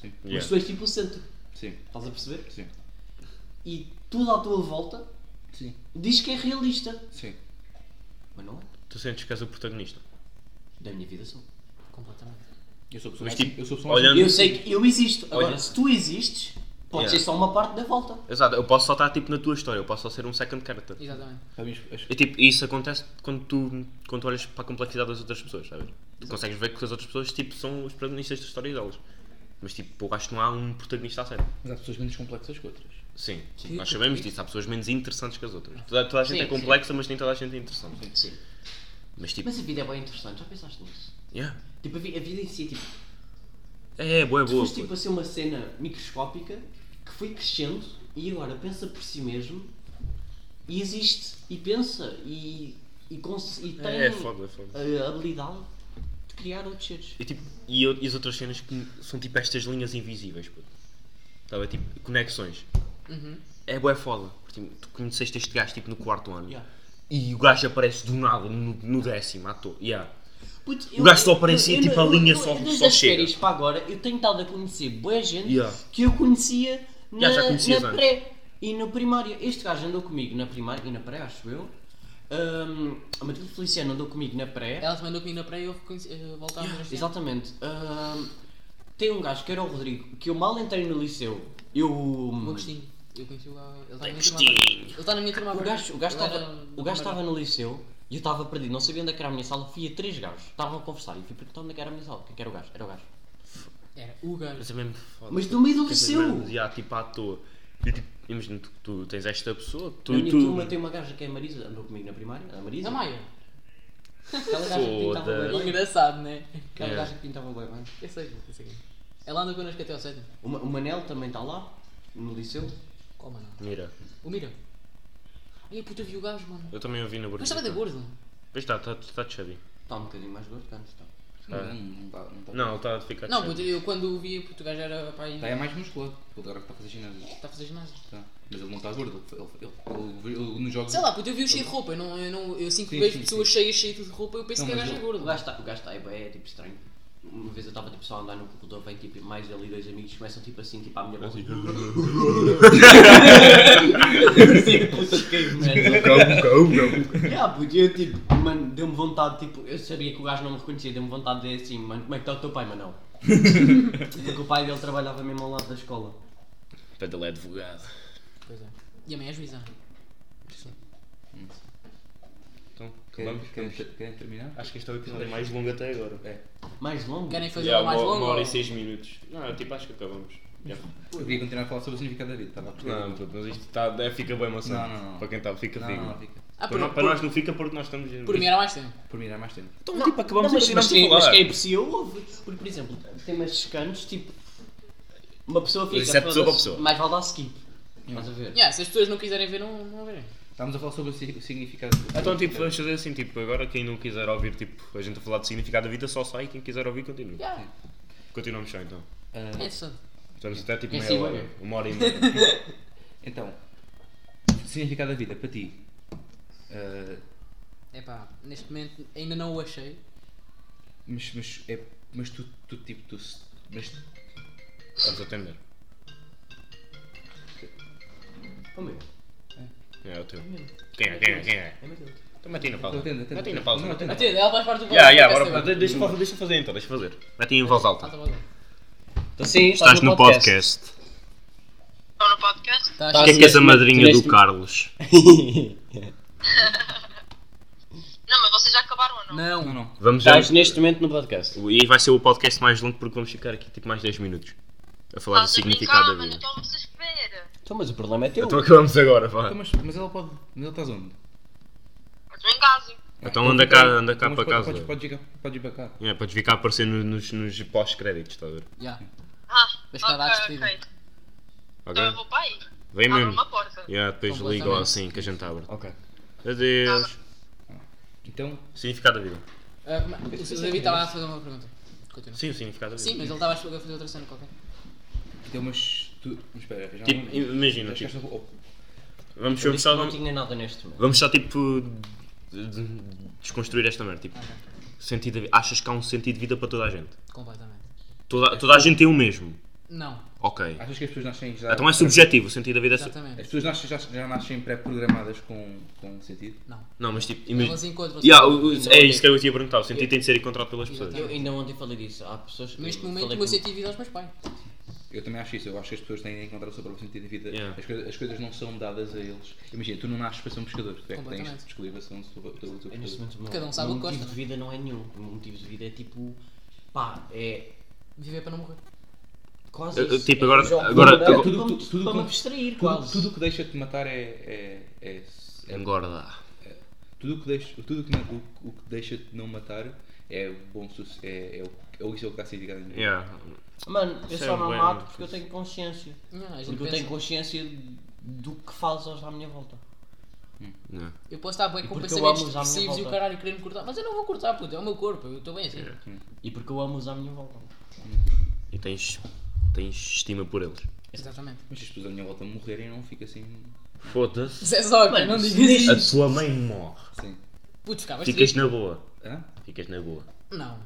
S2: Sim,
S7: mas
S1: Yeah.
S7: tu és tipo o centro.
S2: sim,
S7: Estás a perceber?
S2: sim,
S7: E tudo à tua volta
S2: sim,
S7: diz que é realista.
S2: sim.
S7: Mas não é.
S1: Tu sentes que és o protagonista.
S7: Da minha vida sou.
S4: Completamente.
S2: Eu sou pessoa
S1: Mas
S2: assim,
S1: tipo,
S2: eu sou pessoa
S1: olhando.
S7: Eu sei que eu existo. Agora,
S1: Olha.
S7: se tu existes, pode
S1: Yeah.
S7: ser só uma parte da volta.
S1: Exato, eu posso só estar tipo na tua história, eu posso só ser um second character.
S4: Exatamente.
S2: assim. Para mim, as- as-
S1: E tipo, isso acontece quando tu, quando tu olhas para a complexidade das outras pessoas, sabes? Tu consegues ver que as outras pessoas tipo, são os protagonistas da história delas. Mas tipo, eu acho que não há um protagonista a sério.
S2: Mas há pessoas menos complexas que outras.
S1: Sim,
S4: Sim,
S1: nós sabemos
S4: porque-
S1: disso. Há pessoas menos interessantes que as outras. Toda, toda a gente
S7: tipo Sim,
S1: é complexa, mas nem toda a gente é interessante.
S7: Sim.
S1: Mas tipo,
S7: Mas a vida é bem interessante, já pensaste nisso?
S1: yeah.
S7: Tipo, a, vi- a vida em si é tipo.
S1: é, é boa, é
S7: Tu
S1: boa.
S7: foste tipo a ser uma cena microscópica que foi crescendo e agora pensa por si mesmo e existe e pensa e, e, cons- e tem
S1: É, é foda, é foda.
S7: a habilidade de criar outros seres.
S1: E, tipo, e, eu- e as outras cenas que são tipo estas linhas invisíveis, puto. Sabe? Tipo, conexões.
S7: Uhum.
S1: É bué foda. Porque, tipo, tu conheceste este gajo tipo no quarto ano.
S7: Yeah.
S1: E o gajo aparece do nada no, no décimo à toa. Yeah.
S7: Puto,
S1: O gajo só aparecia, tipo, a linha só-
S7: desde
S1: só
S7: as
S1: chega.
S7: férias para agora, eu tenho estado a conhecer boa gente
S1: Yeah.
S7: que eu conhecia na,
S1: Yeah, já conhecias
S7: na
S1: antes.
S7: pré e na primária. Este gajo andou comigo na primária e na pré, acho eu. Ahm, a Matilde Feliciano andou comigo na pré.
S4: Ela te mandou comigo na praia e eu conheci- eh, voltava yeah,
S7: Exatamente. Ahm, tem um gajo que era o Rodrigo, que eu mal entrei no liceu. Eu. hum,
S4: O
S7: O
S4: Agostinho. Eu conheci-o lá. Ele está na minha turma agora.
S1: Agostinho!
S4: Ele está na minha turma agora.
S7: gajo o gajo
S4: Ele era um
S7: estava
S4: do
S7: o gajo
S4: Camarão.
S7: estava no liceu e eu estava perdido, não sabia onde é que era a minha sala. Fui a três gajos, estavam a conversar e fui perguntar onde é que era a minha sala. Quem que era o gajo? Era o gajo.
S4: Era o gajo.
S1: Mas é mesmo foda.
S7: Mas do meio do
S1: Essas
S7: liceu!
S1: merdas, yeah, tipo à toa. E, tipo, imagina, tu, tu tens esta pessoa,
S7: na
S1: tu,
S7: minha turma
S1: tu
S7: tem uma gaja que é a Marisa, andou comigo na primária, a Marisa.
S4: Da É Maia.
S7: Aquela gaja que pintava
S1: Foda.
S7: bué bem.
S4: Engraçado, né?
S7: Aquela gaja que pintava bué bem.
S4: Eu sei, eu sei. Ela anda connosco até ao sétimo.
S7: O Ma- o Manel também está lá, no liceu.
S4: Qual, mano?
S1: Mira,
S4: O Mira. Ai, puta, eu vi o gajo, mano.
S1: eu também ouvi na
S4: Mas
S1: Bordeaux.
S4: estava de gordo.
S1: Pois está, está está de chubby.
S7: Está um bocadinho mais gordo que antes, está.
S2: Não, não está. Não está.
S1: Não, ele está a ficar de
S4: Não,
S1: chubby.
S4: puta, eu quando o vi, puto, o gajo era pá,
S2: Está é
S4: está
S2: mais musculado. Ele agora está a fazer ginásio.
S4: a fazer ginásio.
S2: Tá. Mas ele não está gordo. Ele, ele, ele, ele, ele nos jogos.
S4: Sei lá, puto, eu vi o cheio de roupa. Eu, não, eu, não, eu sinto que
S2: Sim,
S4: vejo
S2: sim,
S4: pessoas cheias, cheias de roupa, eu penso
S2: Não,
S4: que o
S2: mas
S4: gajo é
S2: eu-
S4: gordo.
S7: O gajo está, o gajo está, é, bué, tipo estranho. Uma vez eu estava tipo, só a andar no computador, vem tipo, mais ali dois amigos, começam tipo assim, tipo à minha volta. Assim, puta de queijo, merda. Yeah, puto, eu tipo, mano, deu-me vontade, tipo, eu sabia que o gajo não me reconhecia, deu-me vontade de dizer assim, mano, como é que está o teu pai, Manel? Porque o pai dele trabalhava mesmo ao lado da escola.
S1: Portanto, ele é advogado.
S4: Pois é. E a mãe é juíza.
S1: Então,
S2: Querem,
S1: acabamos.
S2: querem, querem terminar?
S1: Acho que este é o episódio mais longo até agora.
S7: Mais longo?
S4: Querem fazer
S1: Já,
S4: algo É. mais longo? ou-
S1: seis minutos. Não, eu tipo, acho que acabamos. Já.
S2: Eu queria continuar a falar sobre o significado da vida. Estava a curtir.
S1: Não, puto, mas isto tá, é, fica bem maçante.
S2: Não, não, não.
S1: Para quem está, fica
S2: não,
S1: digno.
S2: não, fica.
S4: Ah,
S1: Para,
S4: por,
S1: nós- para nós não fica porque nós estamos...
S4: por mim era mais tempo.
S2: Por mim era mais tempo.
S1: Então, tipo, é acabamos
S7: Não, mas,
S1: e
S7: mas,
S1: continuamos
S7: quem, mas
S1: a falar.
S7: quem aprecia ouve. Porque, por exemplo, temas secantes, tipo, uma pessoa fica.
S1: Mas isso é pessoa para
S7: "Foda-se,
S1: pessoa."
S7: Mais vale dar skip. Estás a ver?
S4: Yeah, se as pessoas não quiserem ver, não, não verem.
S2: Estávamos a falar sobre o si- o significado.
S1: Então, tipo, vamos fazer assim, tipo, agora quem não quiser ouvir, tipo, a gente a falar do significado da vida, só sai, quem quiser ouvir, continua.
S4: Yeah.
S1: Continuamos só, então.
S4: É interessante.
S1: Estamos até, tipo,
S7: É
S1: meia
S7: assim,
S1: hora,
S7: olha.
S1: uma hora e meia.
S2: Então, o significado da vida para ti. Ah,
S4: É pá, neste momento ainda não o achei.
S2: mas, mas, é, mas tu, tu, tipo, tu. se- Mas
S1: Vamos atender.
S7: Ô, meu,
S1: É, é o teu. Quem é, quem é, quem é?
S7: é Matilde.
S1: Então, mete aí na pausa.
S2: Atende, atende.
S1: Mete aí na pausa.
S2: Não, atende.
S4: Atende, ela faz parte do
S1: Ya,
S4: podcast
S1: ya, bora,
S4: agora.
S1: de- deixa eu fazer, deixa eu fazer então, deixa eu fazer. Mete aí em voz
S4: Ah, tá
S1: alta.
S4: bom.
S7: Então, sim,
S1: Estás no podcast.
S4: Tá,
S1: O que é que és a madrinha do Carlos?
S9: Não, mas vocês já acabaram ou não?
S4: Não,
S2: Não, não.
S1: Vamos já.
S7: Estás neste momento no podcast.
S1: E aí vai ser o podcast mais longo porque vamos ficar aqui tipo mais 10 minutos a falar do
S9: Ah, Estás a
S1: significado
S9: brincar,
S1: da
S9: mano,
S1: vida.
S9: então vamos esperar.
S7: Então, mas o problema é teu.
S1: Então acabamos agora, vá.
S2: Então, mas, mas ela pode. Mas ela estás onde?
S9: Eu estou em casa.
S2: é
S1: Então anda cá, anda cá
S2: Então,
S1: para
S2: mas pode-
S1: casa.
S2: Podes, podes, ir cá- podes ir para cá.
S1: É, podes ficar a aparecer no- nos, nos pós-créditos, está a ver?
S4: já.
S9: Ah,
S4: Mas está a dar
S9: ok,
S4: despedida.
S9: ok.
S1: Ok?
S9: Então eu vou para aí.
S1: Vem
S9: Abre
S1: mesmo.
S9: uma porta.
S1: Yeah, depois
S4: Completamente.
S1: ligam assim que a gente abre.
S7: Ok.
S1: Adeus.
S2: Então,
S1: Significado da vida.
S4: Ah, como é- o David estava a fazer uma pergunta. Continua.
S1: Sim, o significado da vida.
S4: Sim, mas ele estava a fazer outra cena qualquer.
S2: então mas. Tu, mas espera, já
S1: Tipo, imagina,
S2: Já
S1: tipo,
S2: chegaste ao- ao-
S1: vamos,
S7: Eu
S1: vamos
S7: disse que
S1: só, um-
S7: não
S1: vamos,
S7: tinha nada neste momento.
S1: só tipo de- de- desconstruir esta merda. Tipo, sentido da vida. Achas que há um sentido de vida para toda a gente?
S4: Completamente.
S1: Toda, toda a gente tem o mesmo.
S4: Não,
S1: Ok.
S2: Achas que as pessoas nascem já.
S1: Então é subjetivo, o sentido da vida é su-
S2: As
S4: exatamente.
S2: pessoas nascem, já, já nascem pré-programadas com, com um sentido.
S4: Não.
S1: Não, mas tipo,
S4: Elas
S1: imagina.
S4: encontram
S1: Yeah, o- o- é isso que eu te ia perguntar, o sentido tem de ser encontrado pelas pessoas.
S7: Eu ainda ontem falei disso. Há pessoas que.
S3: é
S4: Neste momento,
S7: falei
S4: o meu
S7: com-
S4: sentido de vida aos meus pais.
S2: Eu também acho isso, eu acho que as pessoas têm de encontrar o seu próprio sentido de vida.
S1: Yeah.
S2: As, coisas, as coisas não são dadas a eles. Imagina, tu não nasces para ser um pescador, tu é que tens
S4: Completamente.
S2: de descobrir a ser um pelo teu
S7: Eu,
S2: pescador.
S7: neste momento, o meu-
S4: Cada um sabe
S7: o
S4: o que
S7: meu motivo
S4: gosta.
S7: de vida não é nenhum. O meu motivo de vida é tipo. Pá, é.
S4: Viver para não morrer.
S3: Quase
S1: Eu- eu,
S3: isso.
S1: tipo,
S3: É
S1: agora-
S3: um jogo
S1: agora-
S3: para-
S1: agora-
S3: para-
S2: Tudo- tudo- tudo
S3: para me
S2: com-
S3: distrair,
S2: Tudo,
S3: quase.
S2: tudo o que deixa de matar é. é, é, é
S1: Engorda.
S2: tudo o que deixa, tudo o que não- o, o que deixa de não matar é o bom sucesso. É, é, o- é, o- isso é o que está a ser indicado em
S1: Yeah.
S3: Mano, eu
S1: Isso é
S3: só
S1: um
S3: não
S1: bué-
S3: mato porque eu tenho consciência.
S4: Não, a gente
S3: Porque eu
S4: pensa-
S3: tenho consciência do que faz aos à minha volta.
S1: Yeah.
S4: Eu posso estar bem com
S3: porque eu
S4: pensamentos
S3: amo usar a minha
S4: depressivos e o
S3: volta.
S4: caralho querendo cortar, mas eu não vou cortar, puto, é o meu corpo, eu estou bem assim.
S3: E porque eu amo usar à minha volta.
S1: E tens, tens estima por eles.
S4: Exatamente.
S2: Mas se as pessoas à minha volta morrerem, eu não fico assim.
S1: Foda-se.
S4: Zé Zoca, é não digas isso.
S1: A tua mãe morre.
S2: Sim.
S4: Puto, ficavas
S1: Ficas
S4: triste.
S1: na boa.
S2: Hã?
S1: Ficas na boa.
S4: Não.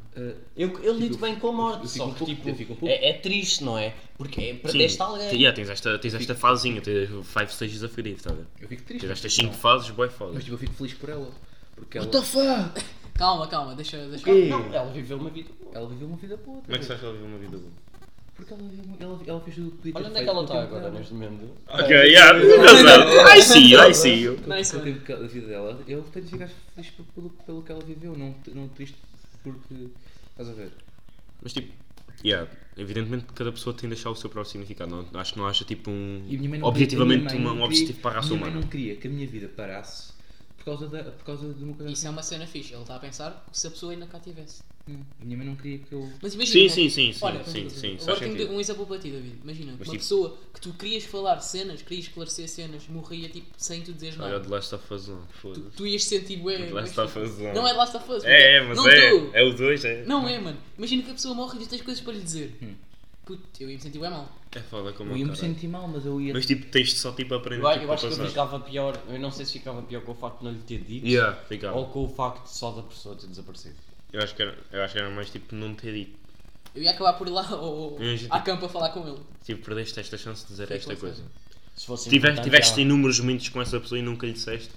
S3: Eu, eu lido bem com a morte,
S2: eu fico
S3: só
S2: um
S3: que
S2: pouco-
S3: tipo,
S2: eu fico um pouco.
S3: é, é triste, não é? Porque é, perdeste alguém.
S1: Te- yeah, tens esta, tens esta fasezinha, tens 5 stages of grief, tá a ver?
S2: Eu fico triste.
S1: Tens estas
S2: mas
S1: 5 fases, boy foda.
S2: Mas tipo, eu fico feliz por ela. Porque ela,
S4: Calma, calma, deixa, deixa.
S3: Não, ela viveu uma vida. boa.
S2: ela viveu uma vida boa.
S1: Como é que sabes que ela vive uma vida boa?
S2: Porque ela, viveu uma- ela, ela tá fez tudo o que podia ter
S3: Olha onde é
S2: feito
S3: que ela
S2: com o
S3: está
S2: tempo
S3: agora
S2: dela.
S3: neste momento.
S1: Ok, yeah, I see you, I see you.
S4: Não, isso
S2: Com o
S4: é.
S2: tempo que- da vida dela, eu tenho de ficar feliz pe- pelo, pelo que ela viveu, não, não triste porque. Estás a ver?
S1: Mas tipo, yeah, evidentemente que cada pessoa tem de achar o seu próprio significado. Não, acho que não acha tipo um.
S2: E a minha mãe não
S1: objetivamente
S2: queria- a minha
S1: uma-
S2: mãe
S1: um
S2: não
S1: objetivo
S2: queria-
S1: para a raça
S2: minha mãe
S1: humana.
S2: não queria que a minha vida parasse por causa, da, por causa de uma coisa
S4: Isso é uma cena fixe, ele está a pensar se a pessoa ainda cá tivesse.
S2: assim. A minha mãe não queria que eu.
S4: Mas imagina.
S1: Sim,
S4: não-
S1: sim, sim, sim,
S4: Olha,
S1: sim,
S4: imagina,
S1: sim, faz
S4: agora tenho
S1: sentido.
S4: um exemplo para ti, David. Imagina, uma
S1: tipo-
S4: pessoa que tu querias falar cenas, querias esclarecer cenas, morria tipo sem tu dizeres
S1: Olha, o
S4: nada.
S1: The Tá Last of Us 1, foda-se.
S4: Tu ias sentir bué.
S1: The
S4: bué
S1: Last of
S4: estúpido.
S1: Us 1.
S4: Não é de Last of Us. puto.
S1: É, é, mas
S4: não tu.
S1: é. É o 2, é.
S4: Não é, mano. Imagina que a pessoa morre e tu tens coisas para lhe dizer. Puto, eu ia me sentir bem mal.
S1: É foda como
S2: Eu
S1: é
S2: ia me
S1: caralho.
S2: sentir mal, mas eu ia.
S1: Mas tipo, tens de só tipo aprender.
S3: Eu,
S1: tipo,
S3: eu acho
S1: a
S3: que eu
S1: passar.
S3: ficava pior. Eu não sei se ficava pior com o facto de não lhe ter dito
S1: Yeah, ficava.
S3: ou com o facto só da pessoa ter desaparecido.
S1: Eu, acho que era, eu acho que era mais tipo não ter dito.
S4: Eu ia acabar por ir lá <laughs> ou,
S1: Imagina.
S4: à campo a falar com ele.
S1: Tipo, perdeste esta chance de dizer
S4: Foi
S1: esta coisa.
S4: claro.
S3: Se fosse
S1: Tiveste,
S3: importante,
S1: tiveste
S3: já-
S1: inúmeros momentos com essa pessoa e nunca lhe disseste.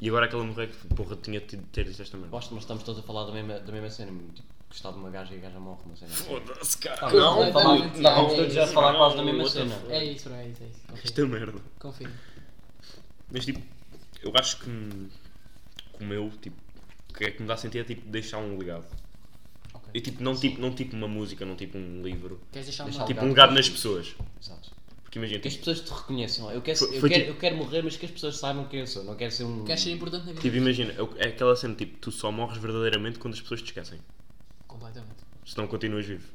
S1: E agora aquela mulher que porra tinha de ter dito esta merda.
S3: Gosto, mas estamos todos a falar da mesma, da mesma cena. meu. Tipo, gostar de uma gaja e a gaja morre, uma cena. assim.
S1: Foda-se, cara.
S3: Tá, não,
S4: Completamente,
S3: estávamos
S4: não,
S3: estávamos todos
S4: é
S3: a falar
S1: isso.
S3: quase da mesma
S1: What the
S3: cena.
S1: fuck?
S4: É isso, bro, é isso, é isso. Confio.
S1: Esta merda.
S4: Confio.
S1: Mas tipo, eu acho que que o meu, tipo, que é que me dá a sentir é tipo deixar um legado.
S3: Ok.
S1: E tipo, não tipo, não tipo uma música, não tipo um livro.
S4: Queres deixar uma
S3: Deixa
S1: Tipo,
S3: Legado.
S1: um legado nas pessoas.
S3: Exato.
S1: Porque imagina,
S3: Que as
S1: tipo,
S3: pessoas te reconheçam. Eu quero,
S1: Foi-
S3: eu,
S1: foi
S3: quero,
S1: tipo-
S3: eu quero morrer, mas que as pessoas saibam quem eu sou. Não quero ser um.
S4: Queres ser importante na vida?
S1: tipo, imagina, eu- é aquela cena, tipo, tu só morres verdadeiramente quando as pessoas te esquecem.
S4: Completamente.
S1: Se não continuas vivo.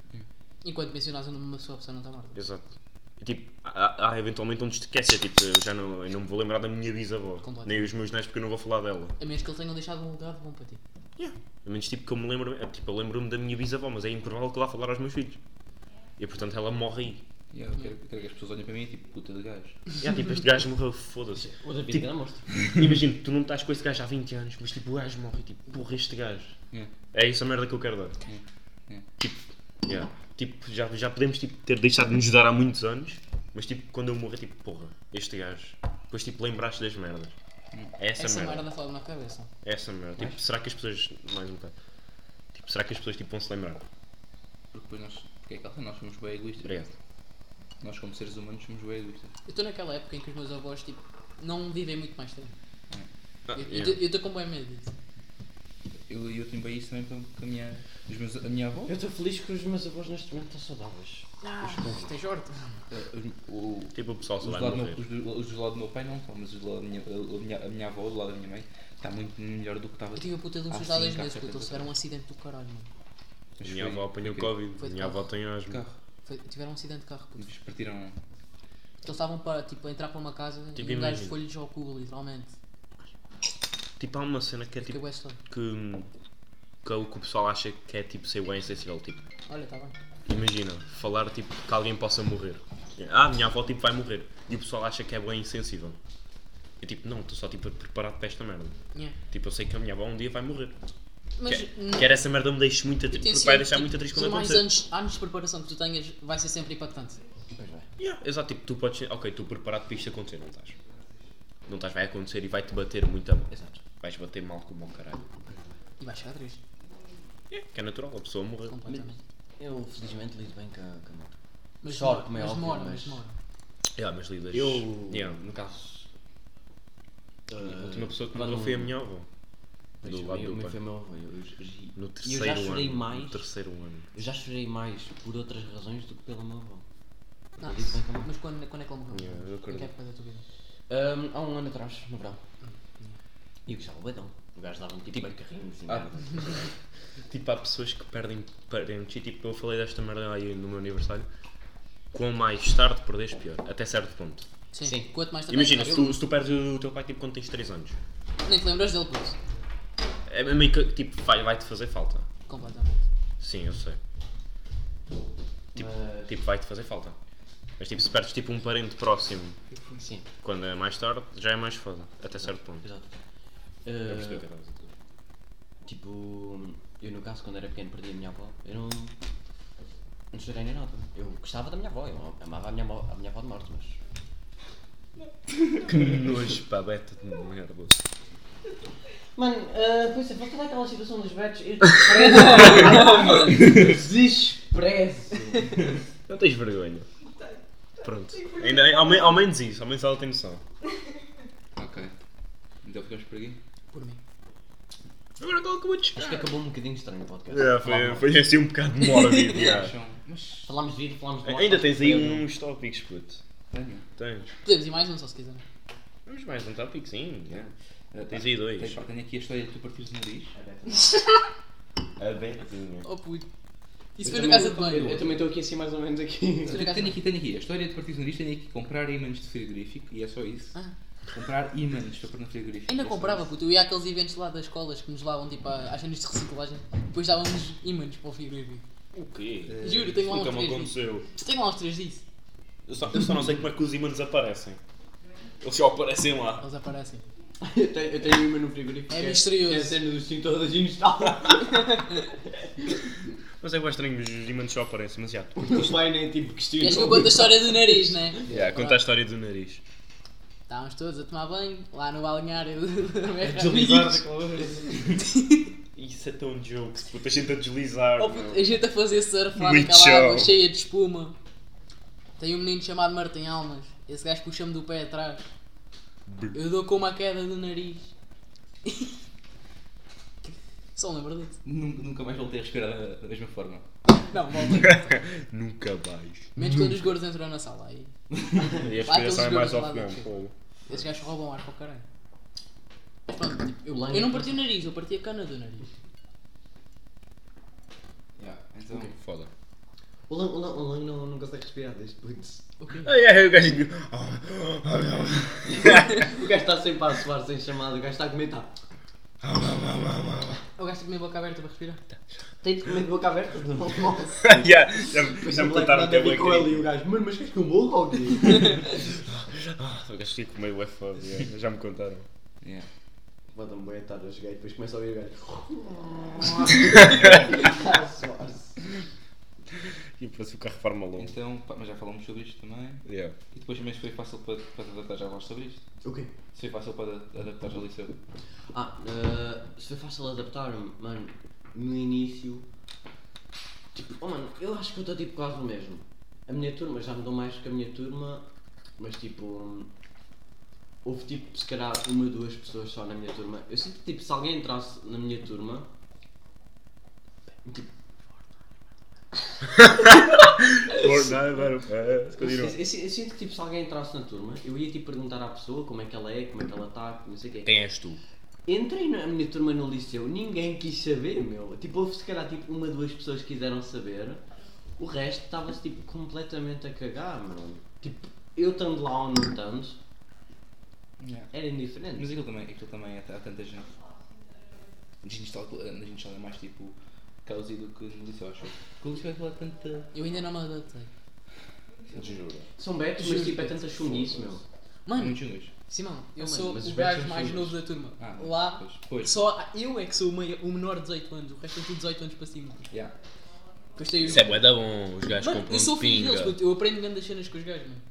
S4: Enquanto mencionas o nome de uma pessoa, a pessoa não está morta.
S1: Exato. E tipo, há, há eventualmente onde te esquece, é, tipo, eu já não, eu não me vou lembrar da minha bisavó.
S4: Completamente.
S1: Nem os meus netos porque eu não vou falar dela.
S4: A menos que ele tenha deixado um legado bom para ti.
S1: A menos tipo que eu me lembro, é, tipo, eu lembro-me da minha bisavó, mas é improvável que eu vá falar aos meus filhos. E portanto ela morre aí.
S2: Yeah, eu, quero, eu quero que as pessoas olhem para mim e tipo, puta de gajo.
S1: É, tipo, este gajo morreu, foda-se.
S3: O David
S1: Tipo-
S3: era monstro.
S1: Imagina, tu não estás com esse gajo há 20 anos, mas tipo, o gajo morre, tipo, porra, este gajo.
S2: Yeah.
S1: É isso a merda que eu quero dar.
S2: É.
S1: Tipo, yeah. tipo já, já podemos tipo, ter deixado de nos dar há muitos anos, mas tipo, quando eu morrer, tipo, porra, este gajo. Depois tipo, lembraste das merdas. É essa,
S4: Essa
S1: merda.
S4: merda fala na cabeça.
S1: É essa merda. Tipo, será que as pessoas. Mais um bocado. Tipo, será que as pessoas tipo, vão se lembrar?
S2: Porque depois nós. Porque é que ela- nós somos bem egoístas.
S1: Obrigado.
S2: Nós, como seres humanos, somos bem egoístas.
S4: Eu estou naquela época em que os meus avós, tipo, não vivem muito mais tempo.
S1: Ah,
S4: Eu-
S1: yeah.
S4: Eu estou com bem medo disso.
S2: Eu, eu tenho bem isso também para com a minha, os meus, a minha avó.
S3: Eu estou feliz que os meus avós neste momento estão saudáveis.
S4: Ah, tens sorte.
S2: eh, os- o-
S1: Tipo, o pessoal
S2: os
S1: se
S2: do
S1: vai
S2: lado do
S1: morrer.
S2: meu- Os do- os do lado do meu pai não estão, mas os do lado da minha, a, a minha, a minha avó, do lado da minha mãe, está muito melhor do que estava.
S4: Eu tive a puta de um
S2: Ah,
S4: susto há
S2: sim,
S4: dois
S2: cá
S4: meses,
S2: foi
S4: puto.
S2: tudo.
S4: Eles tiveram um acidente do caralho, mano.
S2: Mas
S1: Minha
S2: foi-
S1: avó apanhou
S2: foi
S1: Covid,
S4: Foi de
S1: minha
S4: carro.
S1: avó tem
S2: de
S1: asma.
S2: Carro.
S4: Foi- Tiveram um acidente de carro, puto.
S2: Eles partiram.
S4: Eles estavam para, tipo, a entrar para uma casa
S1: Tipo,
S4: e um gajo
S1: imagina.
S4: foi-lhes ao cu, literalmente.
S1: Tipo, há uma cena que é
S4: Fiquei
S1: tipo.
S4: bué assustado.
S1: que, que é o que o pessoal acha que é tipo ser bem sensível. Tipo,
S4: Olha, está bem.
S1: imagina, falar tipo que alguém possa morrer. Ah, minha avó tipo vai morrer. E o pessoal acha que é bem insensível. Eu tipo, não, estou só tipo preparado para esta merda.
S4: Yeah.
S1: Tipo, eu sei que a minha avó um dia vai morrer.
S4: Mas hum,
S1: Quer, quer essa merda me deixe muito triste, porque vai
S4: sido,
S1: deixar
S4: tipo,
S1: muito triste quando
S4: por mais
S1: acontecer.
S4: anos, anos de preparação que tu tenhas, vai ser sempre impactante.
S1: Yeah, exato, tipo, tu podes. Ok, tu preparado para isto acontecer, não estás? Não estás, vai acontecer e vai-te bater muito a mal. Exato. Vais bater mal com o bom caralho.
S4: E vais chegar triste,
S1: Yeah, que é natural, a pessoa morrer.
S4: completamente.
S3: Eu felizmente lido bem com a, com a morte.
S4: Mas,
S3: Sorte,
S4: demora-
S3: como é
S4: mas
S3: óbvio,
S4: demora,
S3: mas-
S4: mas demora.
S1: Yeah, mas lidas.
S3: Eu,
S1: Yeah.
S3: no caso. eh,
S1: A última pessoa que
S3: quando-
S1: morreu foi a minha avó.
S3: Pois,
S1: Do
S3: o
S1: lado
S3: meu-
S1: do
S3: o meu
S1: pai.
S3: foi o meu avô. Eu, eu, eu-
S1: No
S3: e eu
S1: terceiro
S3: já chorei
S1: ano.
S3: mais.
S1: No terceiro ano.
S3: Eu já chorei mais por outras razões do que pela minha avó.
S4: Não,
S3: Eu disse, nunca mais.
S4: mas quando, quando é que ele morreu?
S1: Yeah, eu
S4: Em que
S1: acredito.
S4: época da tua vida?
S3: Ahm, há um ano atrás, no verão. E eu gostava badão. O gajo dava-me tipo meio carrinhos e merda.
S1: Tipo, há pessoas que perdem parentes e tipo, eu falei desta merda aí no meu aniversário. Quanto mais tarde perdes, pior. Até certo ponto.
S4: Sim.
S3: Sim.
S4: Quanto mais também.
S1: Imagina, se tu, se tu perdes o teu pai tipo quando tens 3 anos.
S4: Nem te lembras dele, pois.
S1: É meio que tipo, vai- vai-te fazer falta.
S4: Completamente.
S1: Sim, eu sei. Tipo, tipo, vai-te fazer falta. Mas tipo, se perdes tipo um parente próximo
S3: Sim,
S1: quando é mais tarde, já é mais foda. Até certo ponto.
S3: exato.
S1: Eu
S3: Ah,
S1: percebi o que estavas a dizer.
S3: Tipo, eu no caso, quando era pequeno, perdi a minha avó. Eu não. Não chorei nem nada. Eu gostava da minha avó, eu amava a minha avó, a minha avó de morte, mas.
S1: Que nojo, pá, beta de merda.
S3: Mano, ah, pois é, voltando àquela situação dos betos, eu
S1: <laughs>
S3: desprezo. desprezo.
S1: Não tens vergonha. Pronto. Ainda, é, ao, me- ao menos isso, ao menos ela tem noção.
S2: Ok. Então ficamos por aqui?
S4: Por mim.
S1: Agora qual que eu vou te
S3: Acho que acabou um bocadinho estranho o podcast.
S1: É, foi, foi assim um bocado mórbido. já.
S2: Acham? Mas.
S3: Falámos de vida, falámos de morte,
S1: Ainda
S3: falámos
S1: tens
S3: de
S1: aí um-
S3: perdão.
S1: uns tópicos, puto.
S2: Tenho.
S1: Tens.
S4: Podemos ir mais um só se quiser.
S1: Mas mais um tópico, sim. já.
S2: Ah,
S1: Tens aí dois.
S2: Tenho, tenho aqui a história de tu partires o nariz.
S1: A betinha.
S4: Oh puto. Isso
S7: Eu
S4: foi na casa
S7: também-
S4: de banho.
S7: Eu, eu também estou aqui assim, mais ou menos aqui.
S4: Isso foi na casa de
S2: Tenho
S4: banho.
S2: aqui, tenho aqui. A história de partires o nariz, tenho aqui comprar ímãs de frigorífico e é só isso.
S4: Ah.
S2: Comprar ímãs para pôr no frigorífico.
S4: Ainda
S2: é só
S4: comprava, <laughs>
S2: isso.
S4: puto. Eu ia àqueles eventos lá das escolas que nos levavam tipo a- às cenas de reciclagem. Depois davam-nos ímãs para o frigorífico.
S1: O quê?
S2: Eh,
S4: Juro, tenho lá
S1: Nunca
S4: uns
S1: me
S4: três disso.
S1: aconteceu.
S4: Tenho lá uns três disso.
S1: Eu só, eu só não sei como é que os ímãs aparecem. Eles só aparecem lá.
S4: Eles aparecem.
S7: Eu tenho, eu tenho uma no frigorífico.
S4: É
S7: que
S4: misterioso.
S7: que É a cena dos cinturões de instalar.
S1: Mas é bem estranho, os ímãs só aparecem, mas já. tu-
S7: O teu pai nem tipo questiona.
S4: Queres que eu conte a história do nariz, né?
S1: Já, conta a história do nariz.
S4: Estávamos todos a tomar banho lá no balneário da Merra.
S1: Isso é tão joke, puta, a gente a deslizar.
S4: Oh, puto, a gente a fazer surf lá
S1: Muito
S4: naquela água
S1: show.
S4: cheia de espuma. Tem um menino chamado Martin Almas. Esse gajo puxa-me do pé atrás. Eu dou com uma queda do nariz. <laughs> Só me lembro disso.
S2: Nunca, nunca mais voltei a respirar da, da mesma forma.
S4: Não, volta.
S1: Nunca mais.
S4: Menos quando os gordos entram na sala. Aí.
S1: E a
S4: Lá aqueles
S1: explicação é mais
S4: jogos lá
S1: off-game,
S4: do-
S1: foda.
S4: Esses gajos roubam ar para o caralho. Mas pronto, tipo, eu,
S3: Lá em-
S4: eu não parti o nariz, eu parti a cana do nariz.
S2: Então,
S1: Foda.
S7: O Lang, o Lang, o Lang não, não consegue respirar desde putz.
S1: Ai, ai, o gajo.
S7: O gajo está sempre a suar sem chamada, o gajo está a comentar.
S4: É O gajo tem a boca aberta para respirar.
S7: Tem de comer de boca aberta?
S1: <laughs>
S7: Não, não.
S1: Já, já, já me
S7: Black
S1: contaram
S7: Mamba
S1: até
S7: ali
S1: bem
S7: com ele e
S1: que. é
S7: o gajo, mano, mas queres que eu morra ou quê?
S1: Ah, O gajo fica com meio foda, já, já me contaram.
S2: yeah.
S7: Manda-me bem estar a jogar e depois começa a ouvir o <laughs> gajo. Está a suar-se.
S1: E parece o carro farma longo.
S2: então pá, mas já falamos sobre isto também.
S1: Yeah.
S2: E depois também se foi fácil para, para te adaptar, já falaste sobre isto?
S7: O quê?
S2: Se foi fácil para te adaptar ao liceu?
S3: Ah,
S7: Uh, se foi fácil adaptar-me, mano, no início. Tipo, oh mano, eu acho que eu estou tipo quase o mesmo. A minha turma já mudou mais que a minha turma, mas tipo. hum, Houve tipo, se calhar, uma ou duas pessoas só na minha turma. Eu sinto que tipo, se alguém entrasse na minha turma. Tipo, eu, eu- eu sinto que tipo, se alguém entrasse na turma, eu ia tipo perguntar à pessoa como é que ela é, como é que ela está, não sei o quê.
S1: Quem és tu?
S7: Entrei na minha turma no liceu, ninguém quis saber, meu. Tipo, houve se calhar tipo, uma, duas pessoas que quiseram saber, o resto estava-se tipo, completamente a cagar, meu. Tipo, eu estando lá ou não estando, era indiferente.
S2: Mas aquilo também, aquilo também há, há tanta gente. Na gente na gente é mais tipo causa do que no liceu, acho. eu. Porque o liceu é aquela tanta.
S4: Eu ainda não me adaptei.
S1: Juro.
S7: São betos, mas tipo, é tanta chunguice, meu.
S4: Mano,
S2: Muitos jungas.
S4: Simão, eu
S7: mano,
S4: sou
S7: mas
S4: o
S7: os
S4: gajo
S7: velhos são
S4: mais
S7: filhos.
S4: novo da turma.
S2: Ah,
S4: Lá,
S2: pois, pois.
S4: só eu é que sou o, maior- o menor de 18 anos, o resto é tudo 18 anos para cima.
S2: Yeah.
S4: Depois tem os.
S1: Isso é bué da bom, os gajos
S4: Mano,
S1: compram
S4: eu sou
S1: de
S4: filho deles,
S1: pinga.
S4: puto, eu aprendo grandes cenas com os gajos, mano.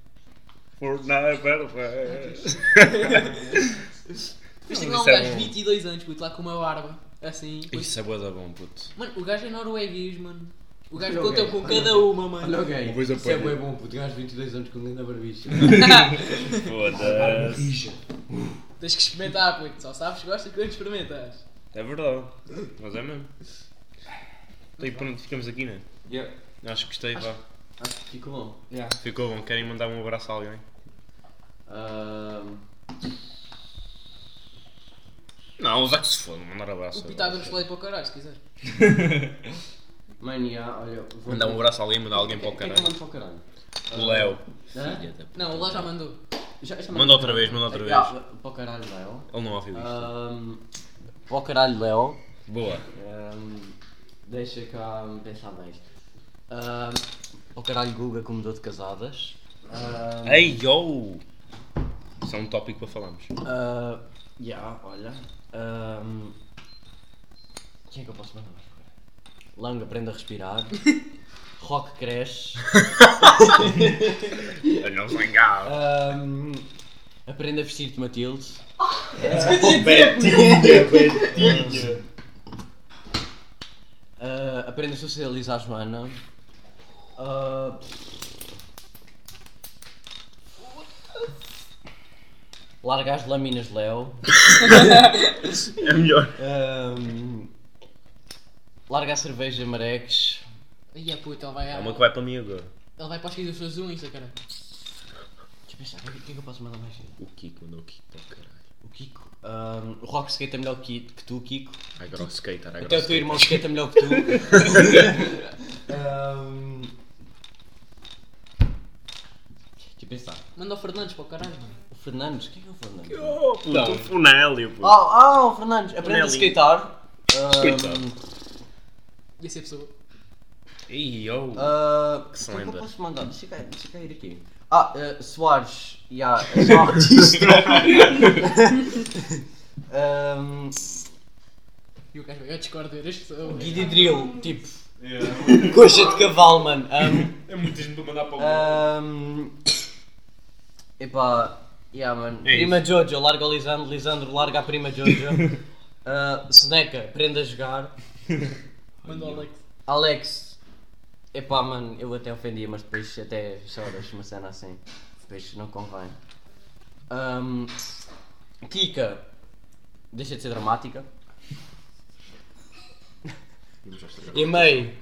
S1: Fortnite, Battle Não,
S4: Depois tem lá um
S1: isso é
S4: gajo
S1: bom.
S4: de 22 anos, puto, lá com uma barba, assim. depois-
S1: Isso é bué da bom, puto.
S4: Mano, o gajo é norueguês, mano. O gajo
S7: Olha o
S4: conta
S7: gajo,
S4: com
S7: olha
S4: cada uma, mano.
S7: Olha o gajo,
S1: coisa
S7: isso é
S1: apanha.
S7: bem bom, puto, gajo de 22 anos com linda <laughs> barbicha.
S1: Foda-se.
S4: Tens que experimentar, puto, só sabes que gostas quando experimentas.
S1: É verdade. Mas é mesmo. Então, e pronto, ficamos aqui, né?
S2: Yeah.
S1: Acho que gostei, vá.
S7: Acho que ficou bom.
S1: Ficou bom, querem mandar um abraço a alguém?
S7: Ahm,
S1: Não, vai que se foda, mandar abraço.
S4: O Pitágoras falei para o caralho, se quiser.
S7: mano, já, olha. Vou
S1: Mandar um abraço a alguém, mandar alguém para o
S7: Quem é que
S1: caralho.
S7: eu mando para o caralho?
S1: O Léo.
S7: Hã?
S4: Não, o Lá já mandou.
S7: Já- já
S1: Manda outra vez, manda outra
S7: Ah,
S1: vez.
S7: Para o caralho, Léo.
S1: Ele não ouviu isto.
S7: Ahm, Para o caralho, Léo.
S1: Boa.
S7: Ahm, deixa cá pensar mais. Um, Ahm, para o caralho, Guga, como dou de casadas. Ahm,
S1: Ei, yo! Isso é um tópico para falarmos.
S7: Ah, yeah, olha. Ahm, quem é que eu posso mandar? Lang aprende a respirar. Rock cresce.
S1: Eu não sei cá.
S7: Ahm, aprende a vestir-te, Matilde. Ah, aprende a socializar, Joana. Ah, larga as lâminas, Léo.
S1: É melhor.
S7: Ahm, larga a cerveja, Marex.
S4: Ai a puta, ele vai,
S7: Ah.
S1: É uma que vai para mim agora.
S4: ele vai para os filhos dos seus unhos, cara.
S7: Deixa eu pensar, o que é que eu posso mandar mais? gente?
S1: O Kiko mandou o Kiko para o caralho.
S7: O Kiko. Ahm, o Rock skate é melhor que, que tu, Kiko.
S1: Ai, grosso skater, ai,
S7: Até
S1: grosso
S7: o teu
S1: skater.
S7: irmão skate é melhor <laughs> que tu. Eh, Ahm, Deixa eu pensar.
S4: Manda o Fernandes para o caralho, mano.
S7: O Fernandes? Quem é o Fernandes?
S1: Oh, puto, o Funélio,
S7: Ah,
S1: puto.
S7: ah, o Fernandes! Aprende a
S1: Nelly.
S7: skatear. Ahm, Ah.
S1: Coitado.
S4: E essa pessoa.
S1: Ei, yo! Que
S7: ah, o é que eu
S1: slender.
S7: posso mandar? Deixa eu cair, deixa eu cair aqui. Ah, ah, Soares. Ya,
S1: <laughs>
S7: é só <laughs> artista. Ahm,
S4: E o gajo vai, eu discordo, eras pessoa.
S7: Guidi Drill, tipo. Coxa de cavalo, mano. Um, Amo.
S1: É muita gente para mandar para
S7: Ahm, epá, yeah, mano.
S1: É
S7: prima Jojo, larga o Lisandro, Lisandro, larga a prima Jojo.
S1: <laughs>
S7: Ah, Seneca, aprende a jogar.
S4: Manda o Alex.
S7: Alex, epá, mano, eu até ofendia, mas depois até choras uma cena assim. Depois não convém. Ahm, Kika, deixa de ser dramática. E meio.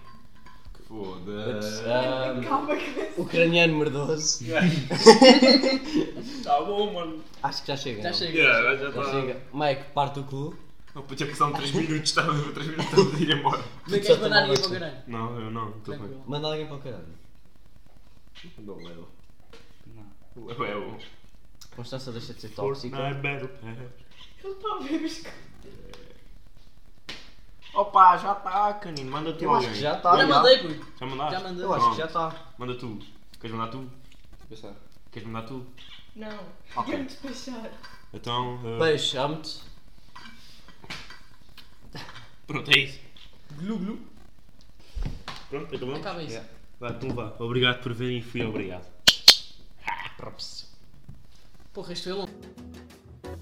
S8: Foda-se.
S7: Ucraniano merdoso.
S1: Tá bom, mano.
S7: Acho que já chega.
S4: Já
S7: não?
S4: chega.
S1: Yeah, já tá.
S7: Já
S1: está.
S7: chega. Mike, parte o cu.
S1: Não podia passar 3 um minutos, <laughs> estava 3 minutos, estava a ir embora.
S4: Não
S7: Só
S4: queres
S7: tem
S4: mandar
S7: uma Tá
S4: ninguém para o
S7: Alexa.
S4: caralho.
S1: Não, eu não, tudo bem.
S4: Tranquilo.
S7: Manda alguém para o caralho.
S1: Não, Léo.
S2: Não.
S1: Léo é o.
S7: Constança deixa de ser tóxica.
S1: Fortnite Battle Pass.
S5: Opa, já está, canino. Manda tu
S7: Eu acho
S5: alguém.
S7: que já
S4: Já
S7: está.
S4: mandei, puto.
S1: Já mandaste?
S4: Já mandei.
S7: Eu acho que já está.
S1: Manda tu. Queres mandar tu?
S2: Pensar.
S1: Queres mandar tu?
S10: Não,
S1: Ok.
S10: quero-te fechar.
S1: Então, eh,
S7: Peixe, amo-te.
S1: pronto, é isso.
S4: Glu glu.
S1: Pronto, acabamos.
S4: Acaba isso.
S1: Vá, então vá. Obrigado por verem e fui obrigado.
S4: Porra, isto é longo.